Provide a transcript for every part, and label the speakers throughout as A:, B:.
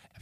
A: hab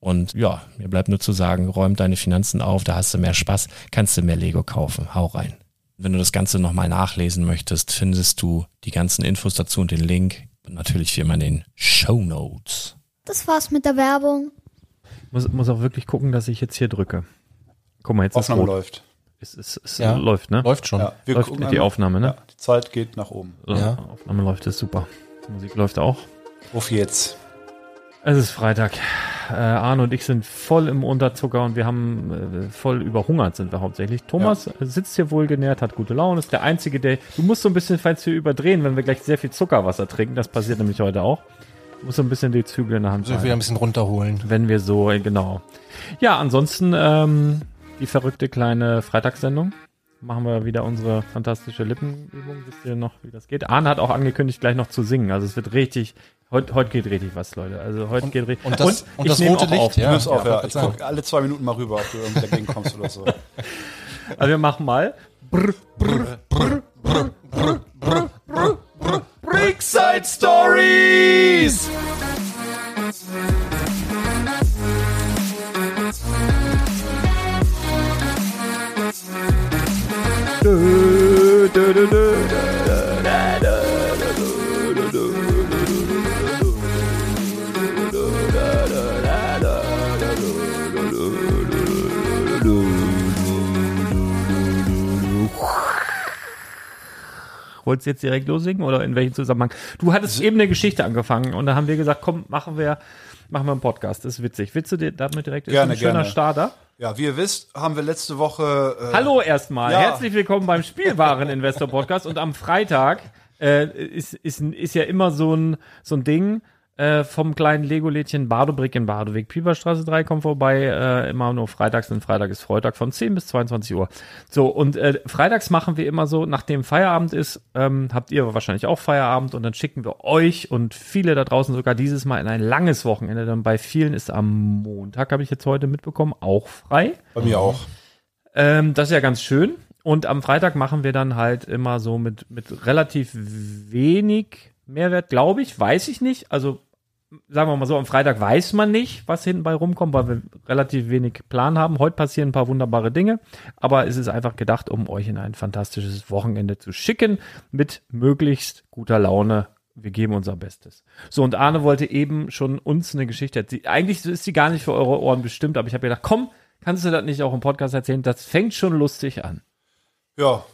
A: Und ja, mir bleibt nur zu sagen, räum deine Finanzen auf, da hast du mehr Spaß, kannst du mehr Lego kaufen. Hau rein. Wenn du das Ganze nochmal nachlesen möchtest, findest du die ganzen Infos dazu und den Link und natürlich wie immer in den Show Notes.
B: Das war's mit der Werbung.
C: Muss, muss auch wirklich gucken, dass ich jetzt hier drücke. Guck mal, jetzt
D: Aufnahme
C: ist rot.
D: läuft.
C: Es, es, es
E: Ja.
C: läuft, ne?
E: Läuft schon.
D: Ja, wir
C: läuft
D: gucken
C: die
D: einmal.
C: Aufnahme, ne?
D: Ja, die Zeit geht nach oben.
E: Ja.
C: Aufnahme läuft, ist super. Die Musik läuft auch.
D: Auf jetzt.
C: Es ist Freitag. Äh, Arne und ich sind voll im Unterzucker und wir haben äh, voll überhungert sind wir hauptsächlich. Thomas sitzt hier wohlgenährt, hat gute Laune, ist der Einzige, der... Du musst so ein bisschen, falls wir überdrehen, wenn wir gleich sehr viel Zuckerwasser trinken, das passiert nämlich heute auch. Du musst so ein bisschen die Zügel in der Hand
E: Muss
F: Also
E: ich wieder ein bisschen runterholen.
C: Wenn wir so, äh, genau. Ja, ansonsten ähm, die verrückte kleine Freitagssendung. Machen wir wieder unsere fantastische Lippenübung. Wisst ihr noch, wie das geht? Arne hat auch angekündigt, gleich noch zu singen. Also es wird richtig, heute heut geht richtig was, Leute. Also heute geht richtig
E: und das- und
C: ich
E: das
C: nehme
E: rote
C: auch
E: Licht,
C: Auf.
E: ja.
D: Du nimmst auf, ja.
E: kann
D: Ich
E: sein.
D: guck alle zwei Minuten mal rüber, ob du irgendwie dagegen kommst oder so.
C: Also wir machen mal. Brr, brr,
D: Brickside Stories!
C: Wolltest du jetzt direkt loslegen oder in welchem Zusammenhang? Du
D: Also-
C: hattest eben eine Geschichte angefangen und da haben wir gesagt, komm, machen wir, machen wir einen Podcast. Das ist witzig. Willst du dir damit direkt ist
D: Gerne,
C: ein schöner
D: gerne.
C: Starter?
D: Ja, wie ihr wisst, haben wir letzte Woche. Äh,
C: Hallo erstmal.
D: Ja.
C: Herzlich willkommen beim Spielwaren-Investor-Podcast. Und am Freitag äh, ist, ist, ist ja immer so ein, so ein Ding. äh, vom kleinen Lego-Lädchen Badobrick in Badoweg, Pieperstraße 3, kommt vorbei, äh, immer nur freitags, denn Freitag ist Freitag von 10 bis 22 Uhr. So, und äh, freitags machen wir immer so, nachdem Feierabend ist, ähm, habt ihr wahrscheinlich auch Feierabend und dann schicken wir euch und viele da draußen sogar dieses Mal in ein langes Wochenende, denn bei vielen ist am Montag, habe ich jetzt heute mitbekommen, auch frei.
D: Bei mir auch.
C: Ähm, das ist ja ganz schön. Und am Freitag machen wir dann halt immer so mit, mit relativ wenig Mehrwert, glaube ich, weiß ich nicht. Also sagen wir mal so, am Freitag weiß man nicht, was hinten bei rumkommt, weil wir relativ wenig Plan haben. Heute passieren ein paar wunderbare Dinge, aber es ist einfach gedacht, um euch in ein fantastisches Wochenende zu schicken mit möglichst guter Laune. Wir geben unser Bestes. So, und Arne wollte eben schon uns eine Geschichte erzählen. Eigentlich ist sie gar nicht für eure Ohren bestimmt, aber ich habe gedacht, komm, kannst du das nicht auch im Podcast erzählen? Das fängt schon lustig an.
D: Ja,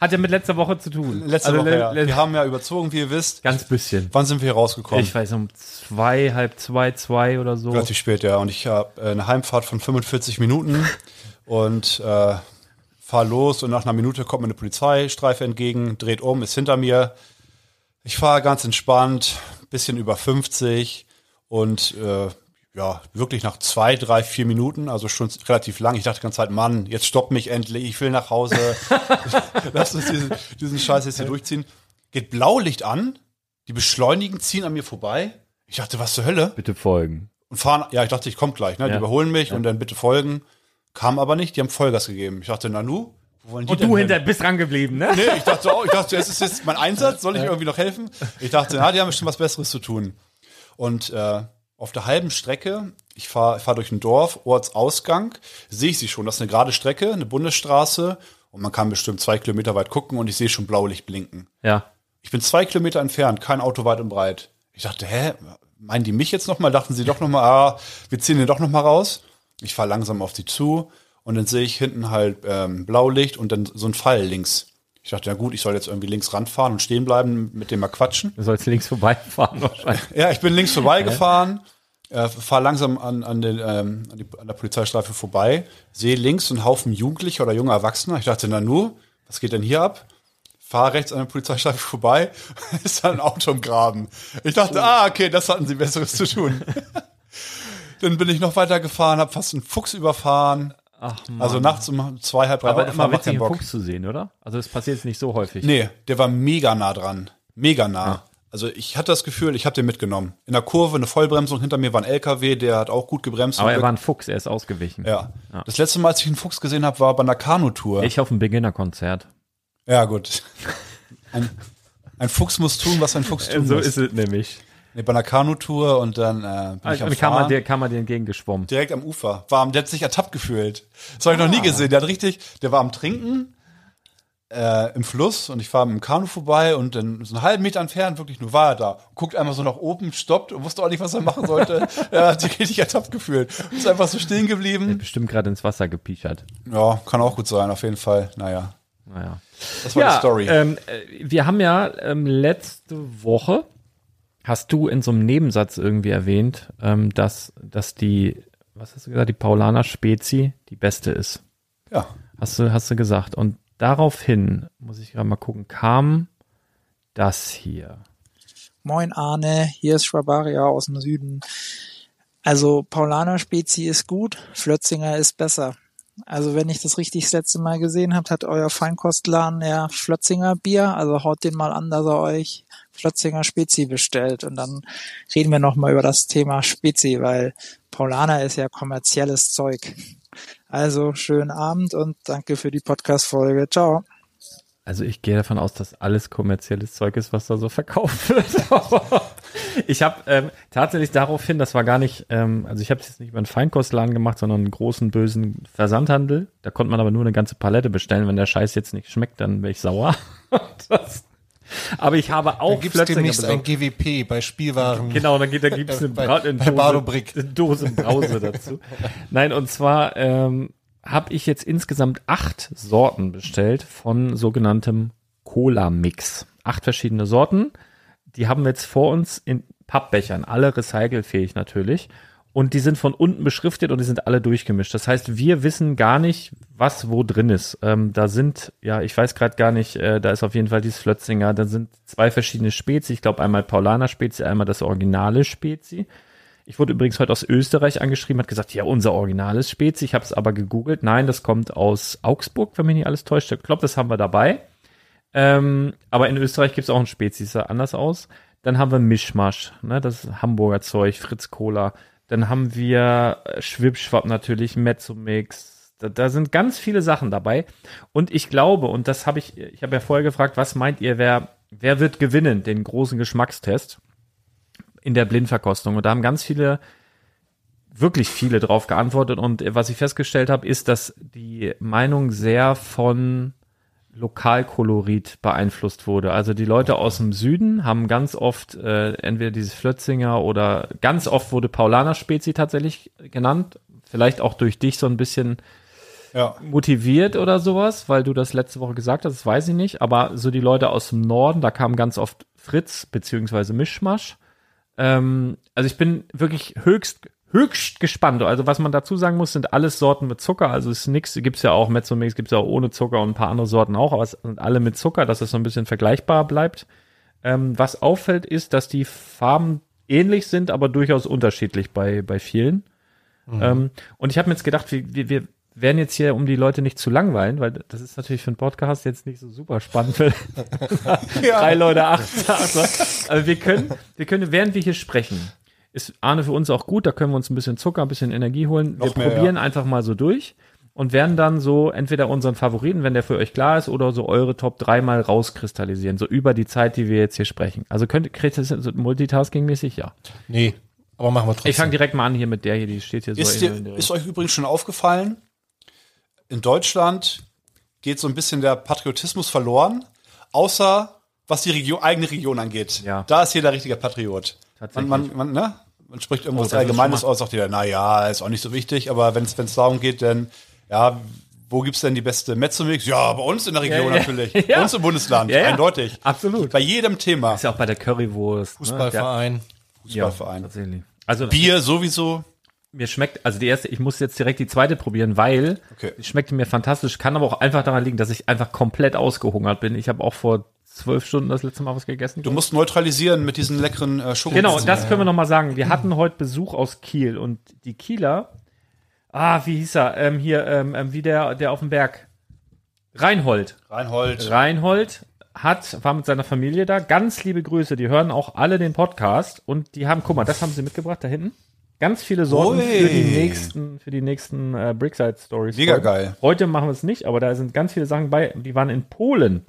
C: Hat ja mit letzter Woche zu tun.
D: letzte
C: Also,
D: Woche.
C: le-
D: Ja.
C: le-
D: Wir haben ja überzogen, wie ihr wisst.
C: Ganz bisschen.
D: Wann sind wir hier rausgekommen?
C: Ich weiß, um zwei, halb zwei, zwei oder so.
D: Relativ spät, ja. Und ich habe äh, eine Heimfahrt von 45 Minuten und äh, fahr los und nach einer Minute kommt mir eine Polizeistreife entgegen, dreht um, ist hinter mir. Ich fahre ganz entspannt, bisschen über 50 und äh, ja, wirklich nach zwei, drei, vier Minuten, also schon relativ lang. Ich dachte die ganze Zeit, Mann, jetzt stoppt mich endlich, ich will nach Hause. Lass uns diesen, diesen Scheiß jetzt hier durchziehen. Geht Blaulicht an, die beschleunigen, ziehen an mir vorbei. Ich dachte, was zur Hölle?
C: Bitte folgen.
D: und fahren. Ja, ich dachte, ich komme gleich. Ne? Die
C: Ja.
D: überholen mich und dann bitte folgen. Kam aber nicht. Die haben Vollgas gegeben. Ich dachte, Nanu, wo wollen die
C: Und
D: denn
C: du
D: hin?
C: hinter bist dran geblieben, ne?
D: Nee, ich dachte auch, ich dachte, es ist jetzt mein Einsatz, soll ich irgendwie noch helfen? Ich dachte, na, die haben bestimmt was Besseres zu tun. Und äh, auf der halben Strecke, ich fahre fahr durch ein Dorf, Ortsausgang, sehe ich sie schon. Das ist eine gerade Strecke, eine Bundesstraße und man kann bestimmt zwei Kilometer weit gucken und ich sehe schon Blaulicht blinken.
C: Ja.
D: Ich bin zwei Kilometer entfernt, kein Auto weit und breit. Ich dachte, hä, meinen die mich jetzt nochmal? Dachten sie doch nochmal, ah, wir ziehen den doch nochmal raus. Ich fahre langsam auf sie zu und dann sehe ich hinten halt ähm, Blaulicht und dann so ein Pfeil links. Ich dachte, na gut, ich soll jetzt irgendwie links ranfahren und stehen bleiben, mit dem mal quatschen.
C: Du sollst links vorbeifahren wahrscheinlich.
D: Ja, ich bin links vorbeigefahren, äh, fahre langsam an, an, den, ähm, an, die, an der Polizeistreife vorbei, sehe links einen Haufen Jugendlicher oder junger Erwachsener. Ich dachte, na nu, was geht denn hier ab? Fahre rechts an der Polizeistreife vorbei, ist da ein Auto im Graben. Ich dachte, ah, okay, das hatten sie Besseres zu tun. Dann bin ich noch weiter gefahren, habe fast einen Fuchs überfahren.
C: Ach Mann.
D: Also nachts um zwei, halb drei
C: aber
D: Autofahren
C: immer
D: macht
C: witzig,
D: keinen
C: einen
D: Bock.
C: Fuchs zu sehen, oder? Also das passiert jetzt nicht so häufig.
D: Nee, der war mega nah dran. Mega nah. Also ich hatte das Gefühl, ich habe den mitgenommen. In der Kurve eine Vollbremsung, hinter mir war ein LKW, der hat auch gut gebremst.
C: Aber er war ein Fuchs, er ist ausgewichen.
D: ja. Das letzte Mal, als ich einen Fuchs gesehen habe, war bei einer Kanutour.
C: Ich auf dem Beginner-Konzert.
D: Ja, gut. Ein, ein Fuchs muss tun, was ein Fuchs tun muss.
C: es nämlich.
D: Nee, bei einer Kanutour und dann äh, bin ich am
C: Dann Ah, Also kam man
D: Fahren.
C: dir, kam man dir entgegengeschwommen.
D: direkt am Ufer. War am, der hat sich ertappt gefühlt. Das habe ich noch nie gesehen. Der hat richtig, der war am Trinken äh, im Fluss und ich fahre mit dem Kanu vorbei und dann so einen halben Meter entfernt wirklich nur war er da. Guckt einmal so nach oben, stoppt und wusste auch nicht, was er machen sollte. er hat sich richtig ertappt gefühlt. Ist einfach so stehen geblieben.
C: Bestimmt gerade ins Wasser gepichert.
D: Ja, kann auch gut sein, auf jeden Fall. Naja,
C: Naja.
D: das war die Story.
C: Ähm, äh, wir haben ja ähm, letzte Woche, hast du in so einem Nebensatz irgendwie erwähnt, ähm, dass, dass die, was hast du gesagt, die Paulaner Spezi die beste ist.
D: ja.
C: Hast du, hast du gesagt. Und daraufhin, muss ich gerade mal gucken, kam das hier.
E: Moin Arne, hier ist Schwabaria aus dem Süden. Also Paulaner Spezi ist gut, Flötzinger ist besser. Also wenn ich das richtig das letzte Mal gesehen habt, hat euer Feinkostladen ja Flötzinger Bier, also haut den mal an, dass er euch Flötzinger Spezi bestellt und dann reden wir noch mal über das Thema Spezi, weil Paulaner ist ja kommerzielles Zeug. Also schönen Abend und danke für die Podcast Folge. Ciao.
C: Also ich gehe davon aus, dass alles kommerzielles Zeug ist, was da so verkauft wird. Aber ich habe ähm, tatsächlich daraufhin, das war gar nicht, ähm, also ich habe es jetzt nicht über einen Feinkostladen gemacht, sondern einen großen bösen Versandhandel. Da konnte man aber nur eine ganze Palette bestellen. Wenn der Scheiß jetzt nicht schmeckt, dann wäre ich sauer. das, aber ich habe auch
F: Gibt es
C: Flötzinger
F: demnächst
C: besorgt.
F: ein GWP bei Spielwaren?
C: Genau, dann geht, da gibt's eine,
F: Bei-
C: Bra eine
F: bei
C: Dose,
F: Badobrick.
C: eine Dose Brause dazu. Nein, und zwar ähm, habe ich jetzt insgesamt acht Sorten bestellt von sogenanntem Cola-Mix. Acht verschiedene Sorten. Die haben wir jetzt vor uns in Pappbechern, alle recycelfähig natürlich. Und die sind von unten beschriftet und die sind alle durchgemischt. Das heißt, wir wissen gar nicht, wa- was wo drin ist. Ähm, da sind, ja, ich weiß gerade gar nicht, äh, da ist auf jeden Fall dieses Flötzinger, da sind zwei verschiedene Spezi. Ich glaube einmal Paulaner Spezi, einmal das originale Spezi. Ich wurde übrigens heute aus Österreich angeschrieben, hat gesagt, ja, unser originales Spezi. Ich habe es aber gegoogelt. Nein, das kommt aus Augsburg, wenn mich nicht alles täuscht. Ich glaube, das haben wir dabei. Ähm, aber in Österreich gibt es auch ein Spezi, sah anders aus. Dann haben wir Mischmasch, ne? das ist Hamburger Zeug, Fritz Cola. Dann haben wir äh, Schwibschwab natürlich, Mezzomix. Da, da sind ganz viele Sachen dabei. Und ich glaube, und das habe ich, ich habe ja vorher gefragt, was meint ihr, wer, wer wird gewinnen, den großen Geschmackstest in der Blindverkostung? Und da haben ganz viele, wirklich viele drauf geantwortet. Und äh, was ich festgestellt habe, ist, dass die Meinung sehr von Lokalkolorit beeinflusst wurde. Also die Leute aus dem Süden haben ganz oft äh, entweder dieses Flötzinger oder ganz oft wurde Paulaner Spezi tatsächlich genannt. Vielleicht auch durch dich so ein bisschen
D: Ja.
C: motiviert oder sowas, weil du das letzte Woche gesagt hast, das weiß ich nicht. Aber so die Leute aus dem Norden, da kam ganz oft Fritz beziehungsweise Mischmasch. Ähm, also ich bin wirklich höchst höchst gespannt. Also was man dazu sagen muss, sind alles Sorten mit Zucker. Also es ist nix, gibt's ja auch Mezzomix, gibt's ja auch ohne Zucker und ein paar andere Sorten auch, aber es sind alle mit Zucker, dass es so ein bisschen vergleichbar bleibt. Ähm, was auffällt, ist, dass die Farben ähnlich sind, aber durchaus unterschiedlich bei, bei vielen.
D: Mhm.
C: Ähm, und ich habe mir jetzt gedacht, wir, wir, wir werden jetzt hier, um die Leute nicht zu langweilen, weil das ist natürlich für einen Podcast jetzt nicht so super spannend, wenn drei Leute acht sagen. Aber wir können, wir können, während wir hier sprechen, ist Arne für uns auch gut, da können wir uns ein bisschen Zucker, ein bisschen Energie holen. wir
D: Noch mehr,
C: probieren einfach mal so durch und werden dann so entweder unseren Favoriten, wenn der für euch klar ist, oder so eure Top 3 mal rauskristallisieren, so über die Zeit, die wir jetzt hier sprechen. Also könnt kriegt ihr das so multitasking-mäßig, ja.
F: Nee, aber machen wir trotzdem.
C: Ich fange direkt mal an hier mit der hier, die steht hier
D: Ist,
C: so in, in
D: dir, ist euch übrigens schon aufgefallen, in Deutschland geht so ein bisschen der Patriotismus verloren, außer was die Region, eigene Region angeht.
C: Ja.
D: Da ist jeder richtiger Patriot. Man,
C: Tatsächlich.
D: man, man, ne? man spricht
C: Oh,
D: irgendwas
C: das ist
D: Allgemeines
C: schon mal-
D: aus, sagt jeder, naja, ist auch nicht so wichtig, aber wenn es darum geht, dann, ja, wo gibt's denn die beste Metzomix? Ja, bei uns in der Region
C: ja.
D: natürlich.
C: Ja.
D: Bei uns im Bundesland,
C: Ja, ja.
D: eindeutig.
C: Absolut.
D: Bei jedem Thema.
C: Ist ja auch bei der Currywurst. ne?
F: Fußballverein.
C: Ja,
D: Fußballverein.
C: tatsächlich. Also
D: Bier sowieso.
C: mir schmeckt, also die erste, ich muss jetzt direkt die zweite probieren, weil
D: Okay.
C: die schmeckt mir fantastisch, kann aber auch einfach daran liegen, dass ich einfach komplett ausgehungert bin. Ich habe auch vor zwölf Stunden das letzte Mal was gegessen.
D: Du musst neutralisieren mit diesen leckeren äh, Schoko.
C: Genau, das können wir noch mal sagen. Wir hatten heute Besuch aus Kiel und die Kieler, ah, wie hieß er? Ähm, hier, ähm, ähm, wie der, der auf dem Berg. Reinhold.
D: Reinhold.
C: Reinhold hat, war mit seiner Familie da. Ganz liebe Grüße. Die hören auch alle den Podcast und die haben, guck mal, das haben sie mitgebracht da hinten. Ganz viele Sorten
D: Ui.
C: für die nächsten, für die nächsten äh, Brickside Stories.
D: Mega geil.
C: Heute machen wir es nicht, aber da sind ganz viele Sachen bei. Die waren in Polen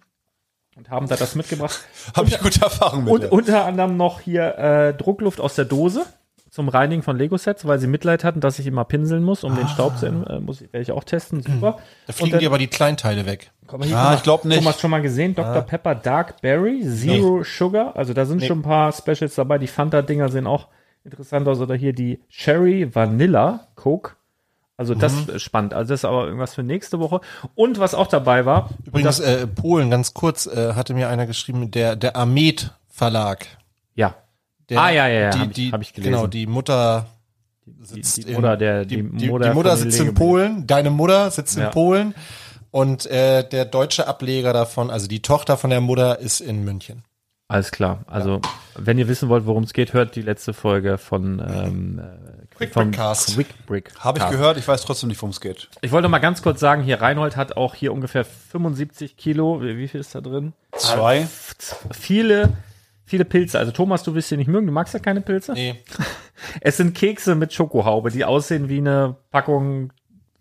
C: und haben da das mitgebracht.
D: Habe ich gute Erfahrungen mit.
C: Und unter anderem noch hier äh, Druckluft aus der Dose zum Reinigen von Lego-Sets, weil sie Mitleid hatten, dass ich immer pinseln muss, um
D: Ah.
C: den Staub zu äh, muss ich, werde ich auch testen. Super.
F: Da
C: Und
F: fliegen
C: dann-
F: dir aber die Kleinteile weg.
C: Guck mal hier,
D: Ah,
C: guck mal,
D: ich glaub nicht.
C: Guck mal, hast du schon mal gesehen? Dr. Pepper Dark Berry, Zero Sugar. Also da sind schon ein paar Specials dabei. Die Fanta-Dinger sehen auch interessant aus. Oder hier die Cherry Vanilla Coke. Also das ist spannend. Also das ist aber irgendwas für nächste Woche. Und was auch dabei war,
F: Übrigens, äh, Polen, ganz kurz, äh, hatte mir einer geschrieben, der, der Amet Verlag.
C: ja,
F: Der,
C: Ah, ja, ja, ja,
F: die,
C: hab ich-
F: die,
C: hab ich gelesen.
F: Genau, die Mutter
C: die,
F: sitzt
C: die Mutter,
F: in,
C: der,
F: die,
C: die,
F: die,
C: Mutter,
F: die Mutter
C: von
F: sitzt in
C: Lego-
F: Polen, deine Mutter sitzt
C: Ja.
F: in Polen und äh, der deutsche Ableger davon, also die Tochter von der Mutter ist in München.
C: Alles klar. Also, wenn ihr wissen wollt, worum es geht, hört die letzte Folge von ähm, äh,
F: Quick
C: vom
F: Brickcast.
C: Quick Brick.
D: Habe ich gehört, ich weiß trotzdem nicht, worum es geht.
C: Ich wollte mal ganz kurz sagen, hier Reinhold hat auch hier ungefähr 75 Kilo. Wie, wie viel ist da drin?
D: Zwei.
C: Viele, viele Pilze. Also Thomas, du wirst sie nicht mögen. Du magst ja keine Pilze.
F: Nee,
C: Es sind Kekse mit Schokohaube, die aussehen wie eine Packung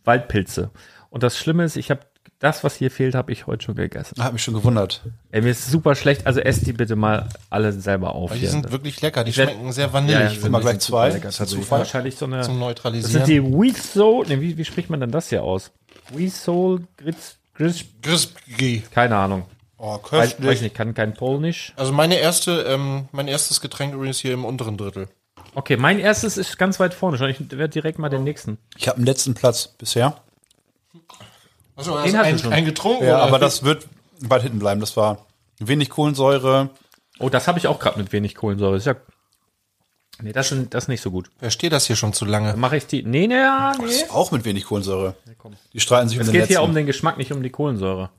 C: Waldpilze. Und das Schlimme ist, ich habe das, was hier fehlt, habe ich heute schon gegessen.
D: Hat mich schon gewundert.
C: Ey, mir ist super schlecht. Also esst die bitte mal alle selber auf.
F: weil die
C: hier.
F: sind wirklich lecker, die
C: werd-
F: schmecken sehr
C: Ja, ja,
F: vanillig
C: sind
D: Immer
F: finde
D: gleich zwei.
C: Das ist wahrscheinlich so eine
F: ich, zum
C: Das sind
F: Neutralisieren.
C: die Weasel, ne, wie, wie spricht man denn das hier aus? Weasel, Gritz, Gritz,
F: Grisky.
C: keine Ahnung.
D: Oh,
C: Weiß,
D: köstlich.
C: weiß nicht, kann kein Polnisch.
F: Also meine erste, ähm, mein erstes Getränk übrigens hier im unteren Drittel.
C: Okay, mein erstes ist ganz weit vorne schon. Ich werde direkt mal den nächsten.
D: Ich habe den letzten Platz bisher.
F: Achso,
C: Den
F: hast du
C: hast du
F: ein,
C: schon.
F: ein getrunken?
D: Ja,
F: oder?
D: aber das wird weit hinten bleiben. Das war wenig Kohlensäure.
C: Oh, das habe ich auch gerade mit wenig Kohlensäure. Ist ja Nee, das ist, das ist nicht so gut.
F: Verstehe das hier schon zu
C: Dann
F: lange.
C: mache ich die. Nee, nee, ja, nee.
D: Ist auch mit wenig Kohlensäure. Die streiten sich um
C: Es
D: den
C: geht
D: letzten.
C: hier um den Geschmack, nicht um die Kohlensäure.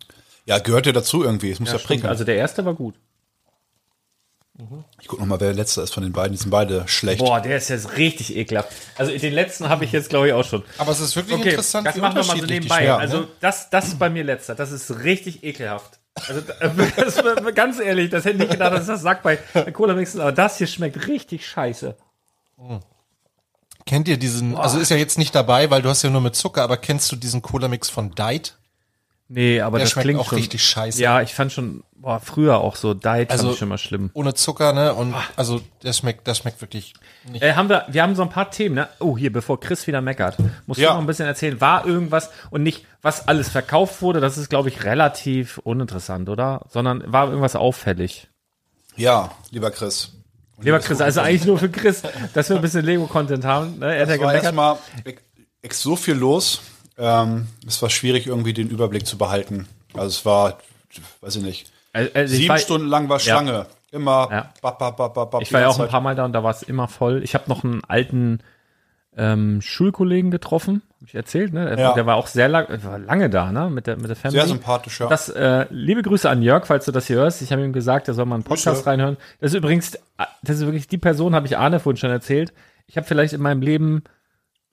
D: ja, gehört ja dazu irgendwie. Es muss ja,
C: Stimmt,
D: prickeln.
C: also der erste war gut.
D: ich guck noch mal, wer letzter ist von den beiden. Die sind beide schlecht.
C: Boah, der ist jetzt richtig ekelhaft. Also den letzten habe ich jetzt, glaube ich, auch schon.
F: Aber es ist wirklich
C: Okay,
F: interessant,
C: das machen wir mal so
F: unterschiedlich die
C: nebenbei.
F: schmecken,
C: also
F: ne?
C: das, das ist bei mir letzter. Das ist richtig ekelhaft. Also das, ganz ehrlich, das hätte ich nicht gedacht, dass das sagt bei Cola wenigstens. Aber das hier schmeckt richtig scheiße.
F: Kennt ihr diesen, also ist ja jetzt nicht dabei, weil du hast ja nur mit Zucker, aber kennst du diesen Cola-Mix von Diet?
C: Nee, aber
F: Der
C: das
F: schmeckt
C: klingt
F: auch
C: schon,
F: richtig scheiße.
C: Ja, ich fand schon boah, früher auch so Diet
F: Also-
C: fand ich schon mal schlimm.
F: Ohne Zucker, ne? Und
C: Ah.
F: also der schmeckt, der schmeckt wirklich nicht.
C: Äh, haben wir, wir haben so ein paar Themen, ne? Oh, hier, bevor Chris wieder meckert, musst
D: Ja.
C: du noch ein bisschen erzählen, war irgendwas und nicht, was alles verkauft wurde, das ist, glaube ich, relativ uninteressant, oder? Sondern war irgendwas auffällig.
D: Ja, lieber Chris.
C: Lieber Chris, also eigentlich nur für Chris, dass wir ein bisschen Lego-Content haben. Ne? Er hat ja
D: Es war
C: gemeckert.
D: erstmal ex- so viel los. Ähm, es war schwierig, irgendwie den Überblick zu behalten. Also es war, weiß ich nicht,
C: Also, also ich
D: sieben
C: war-
D: Stunden lang war
C: Ja.
D: Schlange. Immer.
C: Ja.
D: bap, bap, bap, bap, bap,
C: Ich war ja
D: die
C: auch
D: ganze
C: ein paar Mal da und da war es immer voll. Ich habe noch einen alten ähm, Schulkollegen getroffen, habe ich erzählt, ne? Der,
D: Ja.
C: der war auch sehr lang, war lange da, ne? Mit der, mit der Family.
D: Zeit. Sehr sympathisch, ja.
C: Das, äh, liebe Grüße an Jörg, falls du das hier hörst. Ich habe ihm gesagt, er soll mal einen Podcast
D: Grüße.
C: reinhören. Das ist übrigens, äh, das ist wirklich die Person, habe ich Arne vorhin schon erzählt. Ich habe vielleicht in meinem Leben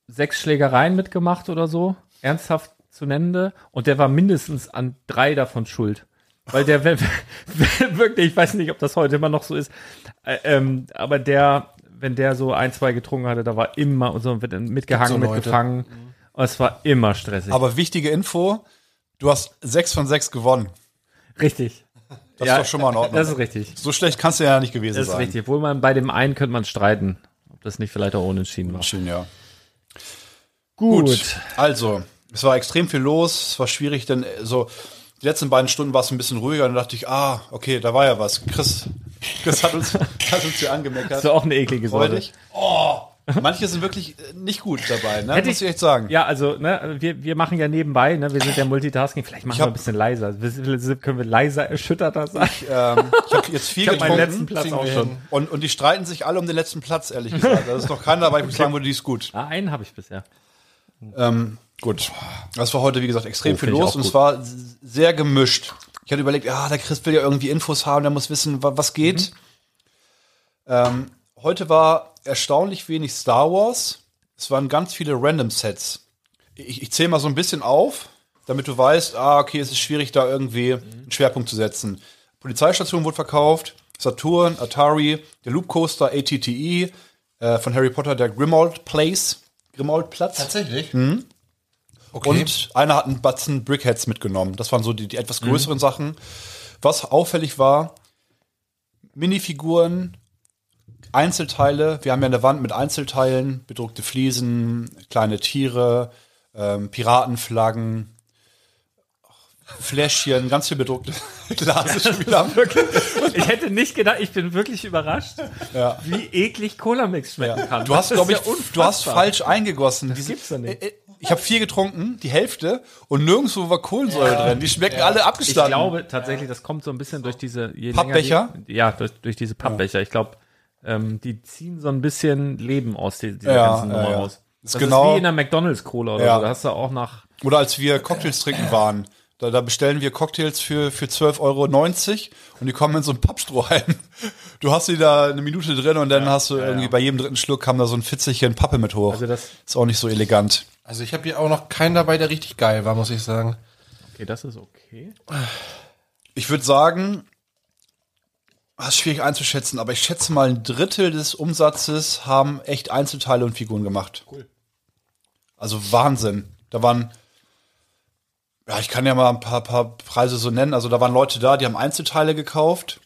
C: sechs Schlägereien mitgemacht oder so, ernsthaft zu nennende. Und der war mindestens an drei davon schuld. Weil der, wenn, wenn- wirklich, ich weiß nicht, ob das heute immer noch so ist, äh, ähm, aber der, wenn der so ein, zwei getrunken hatte, da war immer und so mit- mitgehangen,
F: Leute.
C: mitgefangen. Und es war immer stressig.
D: Mhm. Aber wichtige Info, du hast sechs von sechs gewonnen.
C: richtig.
D: Das
C: Ja,
D: ist doch schon mal in Ordnung.
C: Das ist richtig.
D: so schlecht kannst du ja nicht gewesen
C: Das ist
D: sein.
C: richtig. Obwohl man bei dem einen könnte man streiten, ob das nicht vielleicht auch unentschieden war.
D: Schön, ja.
C: Gut.
D: Also, es war extrem viel los, es war schwierig, denn äh, so die letzten beiden Stunden war es ein bisschen ruhiger und dann dachte ich, ah, okay, da war ja was. Chris, Chris hat uns, hat uns hier angemeckert.
C: Das ist auch eine eklige Sorte.
D: Freudig. Oh, manche sind wirklich äh, nicht gut dabei, ne?
C: Hätte
D: muss
C: ich-
D: ich echt sagen.
C: Ja, also ne, wir, wir machen ja nebenbei, ne, wir sind ja Multitasking. Vielleicht machen
D: Ich
C: wir
D: hab-
C: ein bisschen leiser. Wir- wir- Können wir leiser erschütterter sein?
D: Ähm, ich habe jetzt viel
C: Ich hab meinen letzten
D: getrunken
C: Platz
F: kriegen
C: auch
F: wir
C: schon.
F: hin.
D: und, und die streiten sich alle um den letzten Platz, ehrlich gesagt. Da ist noch keiner dabei, wo ich sagen würde, die ist gut.
C: Ah, einen habe ich bisher.
D: Ähm, gut. Das war heute, wie gesagt, extrem
C: Oh,
D: viel
C: find ich
D: los
C: auch
D: und es
C: gut.
D: war s- sehr gemischt. Ich hatte überlegt, ah, der Chris will ja irgendwie Infos haben, der muss wissen, wa- was
C: Mhm.
D: geht. Ähm, heute war erstaunlich wenig Star Wars. Es waren ganz viele Random Sets. Ich, ich zähle mal so ein bisschen auf, damit du weißt, ah, okay, es ist schwierig, da irgendwie
C: Mhm.
D: einen Schwerpunkt zu setzen. Polizeistation wurde verkauft, Saturn, Atari, der Loop Coaster, ATTE, äh, von Harry Potter der Grimald Place. Grimald Platz.
F: Tatsächlich?
C: Hm?
F: Okay.
D: Und einer hat einen Batzen Brickheads mitgenommen. Das waren so die, die
C: Mhm.
D: etwas größeren Sachen. Was auffällig war, Minifiguren, Einzelteile. Wir haben ja eine Wand mit Einzelteilen, bedruckte Fliesen, kleine Tiere, ähm, Piratenflaggen, Fläschchen, ganz viel bedruckte Glas. ist schon wieder am-
C: Ich hätte nicht gedacht, ich bin wirklich überrascht, wie eklig Cola-Mix schmecken kann.
D: Du
C: Das
D: hast,
C: ist
D: glaube ich,
C: ja
D: du hast
C: unfassbar.
D: falsch eingegossen. Das
C: gibt's doch nicht.
D: Ich habe vier getrunken, die Hälfte, und nirgendwo war Kohlensäure drin. Die schmecken alle abgestanden.
C: Ich glaube tatsächlich, das kommt so ein bisschen durch diese je
D: Pappbecher?
C: Länger, die- ja, durch, durch diese Pappbecher. Ich glaube, ähm, die ziehen so ein bisschen Leben aus die, dieser
D: Ja,
C: ganzen
D: ja,
C: Nummer
D: ja.
C: raus. Das
D: Ist
C: ist
D: genau-
C: wie in der McDonalds Cola oder
D: Ja.
C: so. Da hast du auch nach.
D: Oder als wir Cocktails trinken waren. Da, da bestellen wir Cocktails für, für 12,90 Euro und die kommen in so einen Pappstrohhalm. Du hast die da eine Minute drin und dann hast du irgendwie bei jedem dritten Schluck kam da so ein Fitzelchen Pappe mit hoch.
C: Also das-
D: ist auch nicht so elegant.
F: Also ich habe hier auch noch keinen dabei, der richtig geil war, muss ich sagen.
C: Okay, das ist okay.
D: Ich würde sagen, ah, ist schwierig einzuschätzen, aber ich schätze mal ein Drittel des Umsatzes haben echt Einzelteile und Figuren gemacht. Cool. Also Wahnsinn. Da waren, ja, ich kann ja mal ein paar, paar Preise so nennen. Also da waren Leute da, die haben Einzelteile gekauft.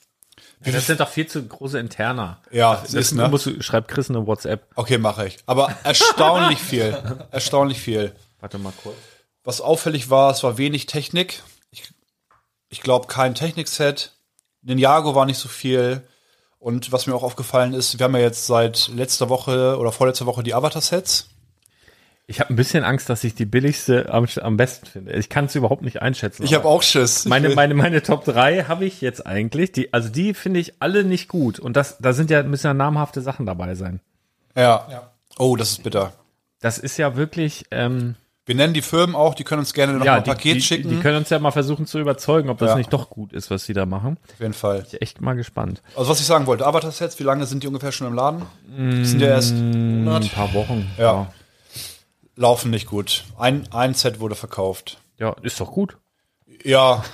C: Das sind doch viel zu große Interner.
D: Ja,
C: das
D: es ist, ne?
C: musst du, schreib Chris eine WhatsApp.
D: Okay, mache ich. Aber erstaunlich viel. Erstaunlich viel.
C: Warte mal kurz.
D: Was auffällig war, es war wenig Technik. Ich, ich glaube, kein Technikset. Ninjago war nicht so viel. Und was mir auch aufgefallen ist, wir haben ja jetzt seit letzter Woche oder vorletzter Woche die Avatar-Sets.
C: Ich habe ein bisschen Angst, dass ich die billigste am, am besten finde. Ich kann es überhaupt nicht einschätzen.
D: Ich habe auch Schiss.
C: meine,
D: ich will-
C: meine, meine Top 3 habe ich jetzt eigentlich. Die, also die finde ich alle nicht gut. Und das, da sind ja, müssen ja namhafte Sachen dabei sein.
D: Ja. Oh, das ist bitter.
C: Das ist ja wirklich, ähm,
D: Wir nennen die Firmen auch, die können uns gerne noch
C: ja,
D: mal ein
C: die,
D: Paket
C: die,
D: schicken.
C: die können uns ja mal versuchen zu überzeugen, ob das
D: Ja.
C: nicht doch gut ist, was sie da machen.
D: Auf jeden Fall.
C: Bin ich echt mal gespannt.
D: Also was ich sagen wollte, Avatar-Sets, wie lange sind die ungefähr schon im Laden?
C: Mm.
D: Sind ja erst,
C: Hm, ein paar Wochen.
D: Ja. laufen nicht gut. Ein, ein Set wurde verkauft.
C: Ja, ist doch gut.
D: Ja,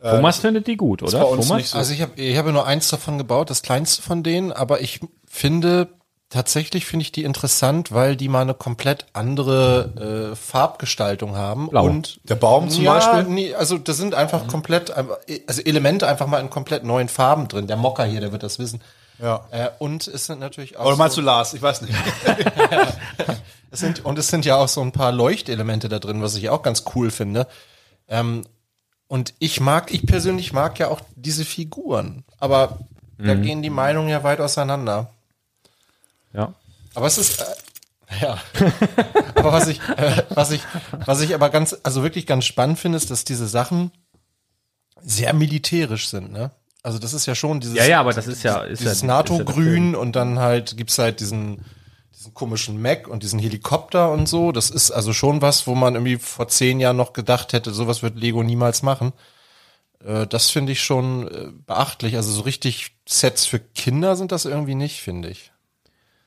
C: Thomas findet die gut, oder?
D: Äh, bei uns
C: Thomas?
D: nicht so.
F: Also ich habe ich hab ja nur eins davon gebaut, das kleinste von denen, aber ich finde, tatsächlich finde ich die interessant, weil die mal eine komplett andere äh, Farbgestaltung haben.
C: Blau.
F: Und
D: Der Baum zum
F: ja,
D: Beispiel?
F: Nee, also das sind einfach komplett, also Elemente einfach mal in komplett neuen Farben drin. Der Mocker hier, der wird das wissen.
D: Ja.
F: Äh, und es sind natürlich auch.
D: Oder meinst du
F: so,
D: Lars? Ich weiß nicht.
F: es sind, und es sind ja auch so ein paar Leuchtelemente da drin, was ich auch ganz cool finde. Ähm, und ich mag, ich persönlich mag ja auch diese Figuren. Aber da
C: Mhm.
F: gehen die Meinungen ja weit auseinander.
C: Ja.
F: Aber es ist äh, ja. aber was ich, äh, was ich, was ich aber ganz, also wirklich ganz spannend finde, ist, dass diese Sachen sehr militärisch sind, ne? Also das ist ja schon dieses,
C: ja, ja, aber das ist ja. Ist
F: dieses
C: ja,
F: NATO-Grün und dann halt gibt's halt diesen, diesen komischen Mac und diesen Helikopter und so. Das ist also schon was, wo man irgendwie vor zehn Jahren noch gedacht hätte, sowas wird Lego niemals machen. Äh, Das finde ich schon äh, beachtlich. Also so richtig Sets für Kinder sind das irgendwie nicht, finde ich.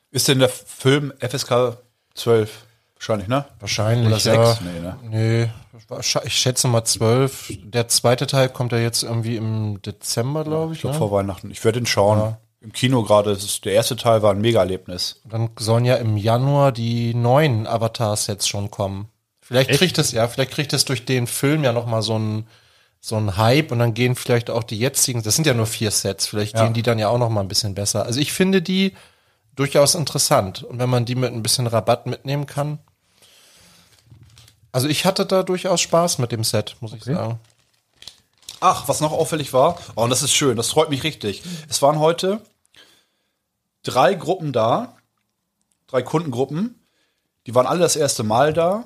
D: Ist denn der Film FSK 12? Wahrscheinlich, ne?
F: Wahrscheinlich.
D: Oder sechs?
F: Ja.
D: Nee, ne?
F: Nee, wahrsch- ich schätze mal zwölf. Der zweite Teil kommt ja jetzt irgendwie im Dezember, glaube ich.
D: Ich glaube
F: ne?
D: vor Weihnachten. Ich werde ihn schauen. Im Kino gerade. es ist- Der erste Teil war ein Mega-Erlebnis.
F: Dann sollen ja im Januar die neuen Avatar-Sets schon kommen. Vielleicht kriegt es ja, vielleicht kriegt es durch den Film ja noch mal so einen so einen Hype und dann gehen vielleicht auch die jetzigen. Das sind ja nur vier Sets. Vielleicht gehen die dann ja auch noch mal ein bisschen besser. Also ich finde die durchaus interessant und wenn man die mit ein bisschen Rabatt mitnehmen kann. Also ich hatte da durchaus Spaß mit dem Set, muss ich sagen.
D: Ach, was noch auffällig war, oh, und das ist schön, das freut mich richtig. Es waren heute drei Gruppen da, drei Kundengruppen, die waren alle das erste Mal da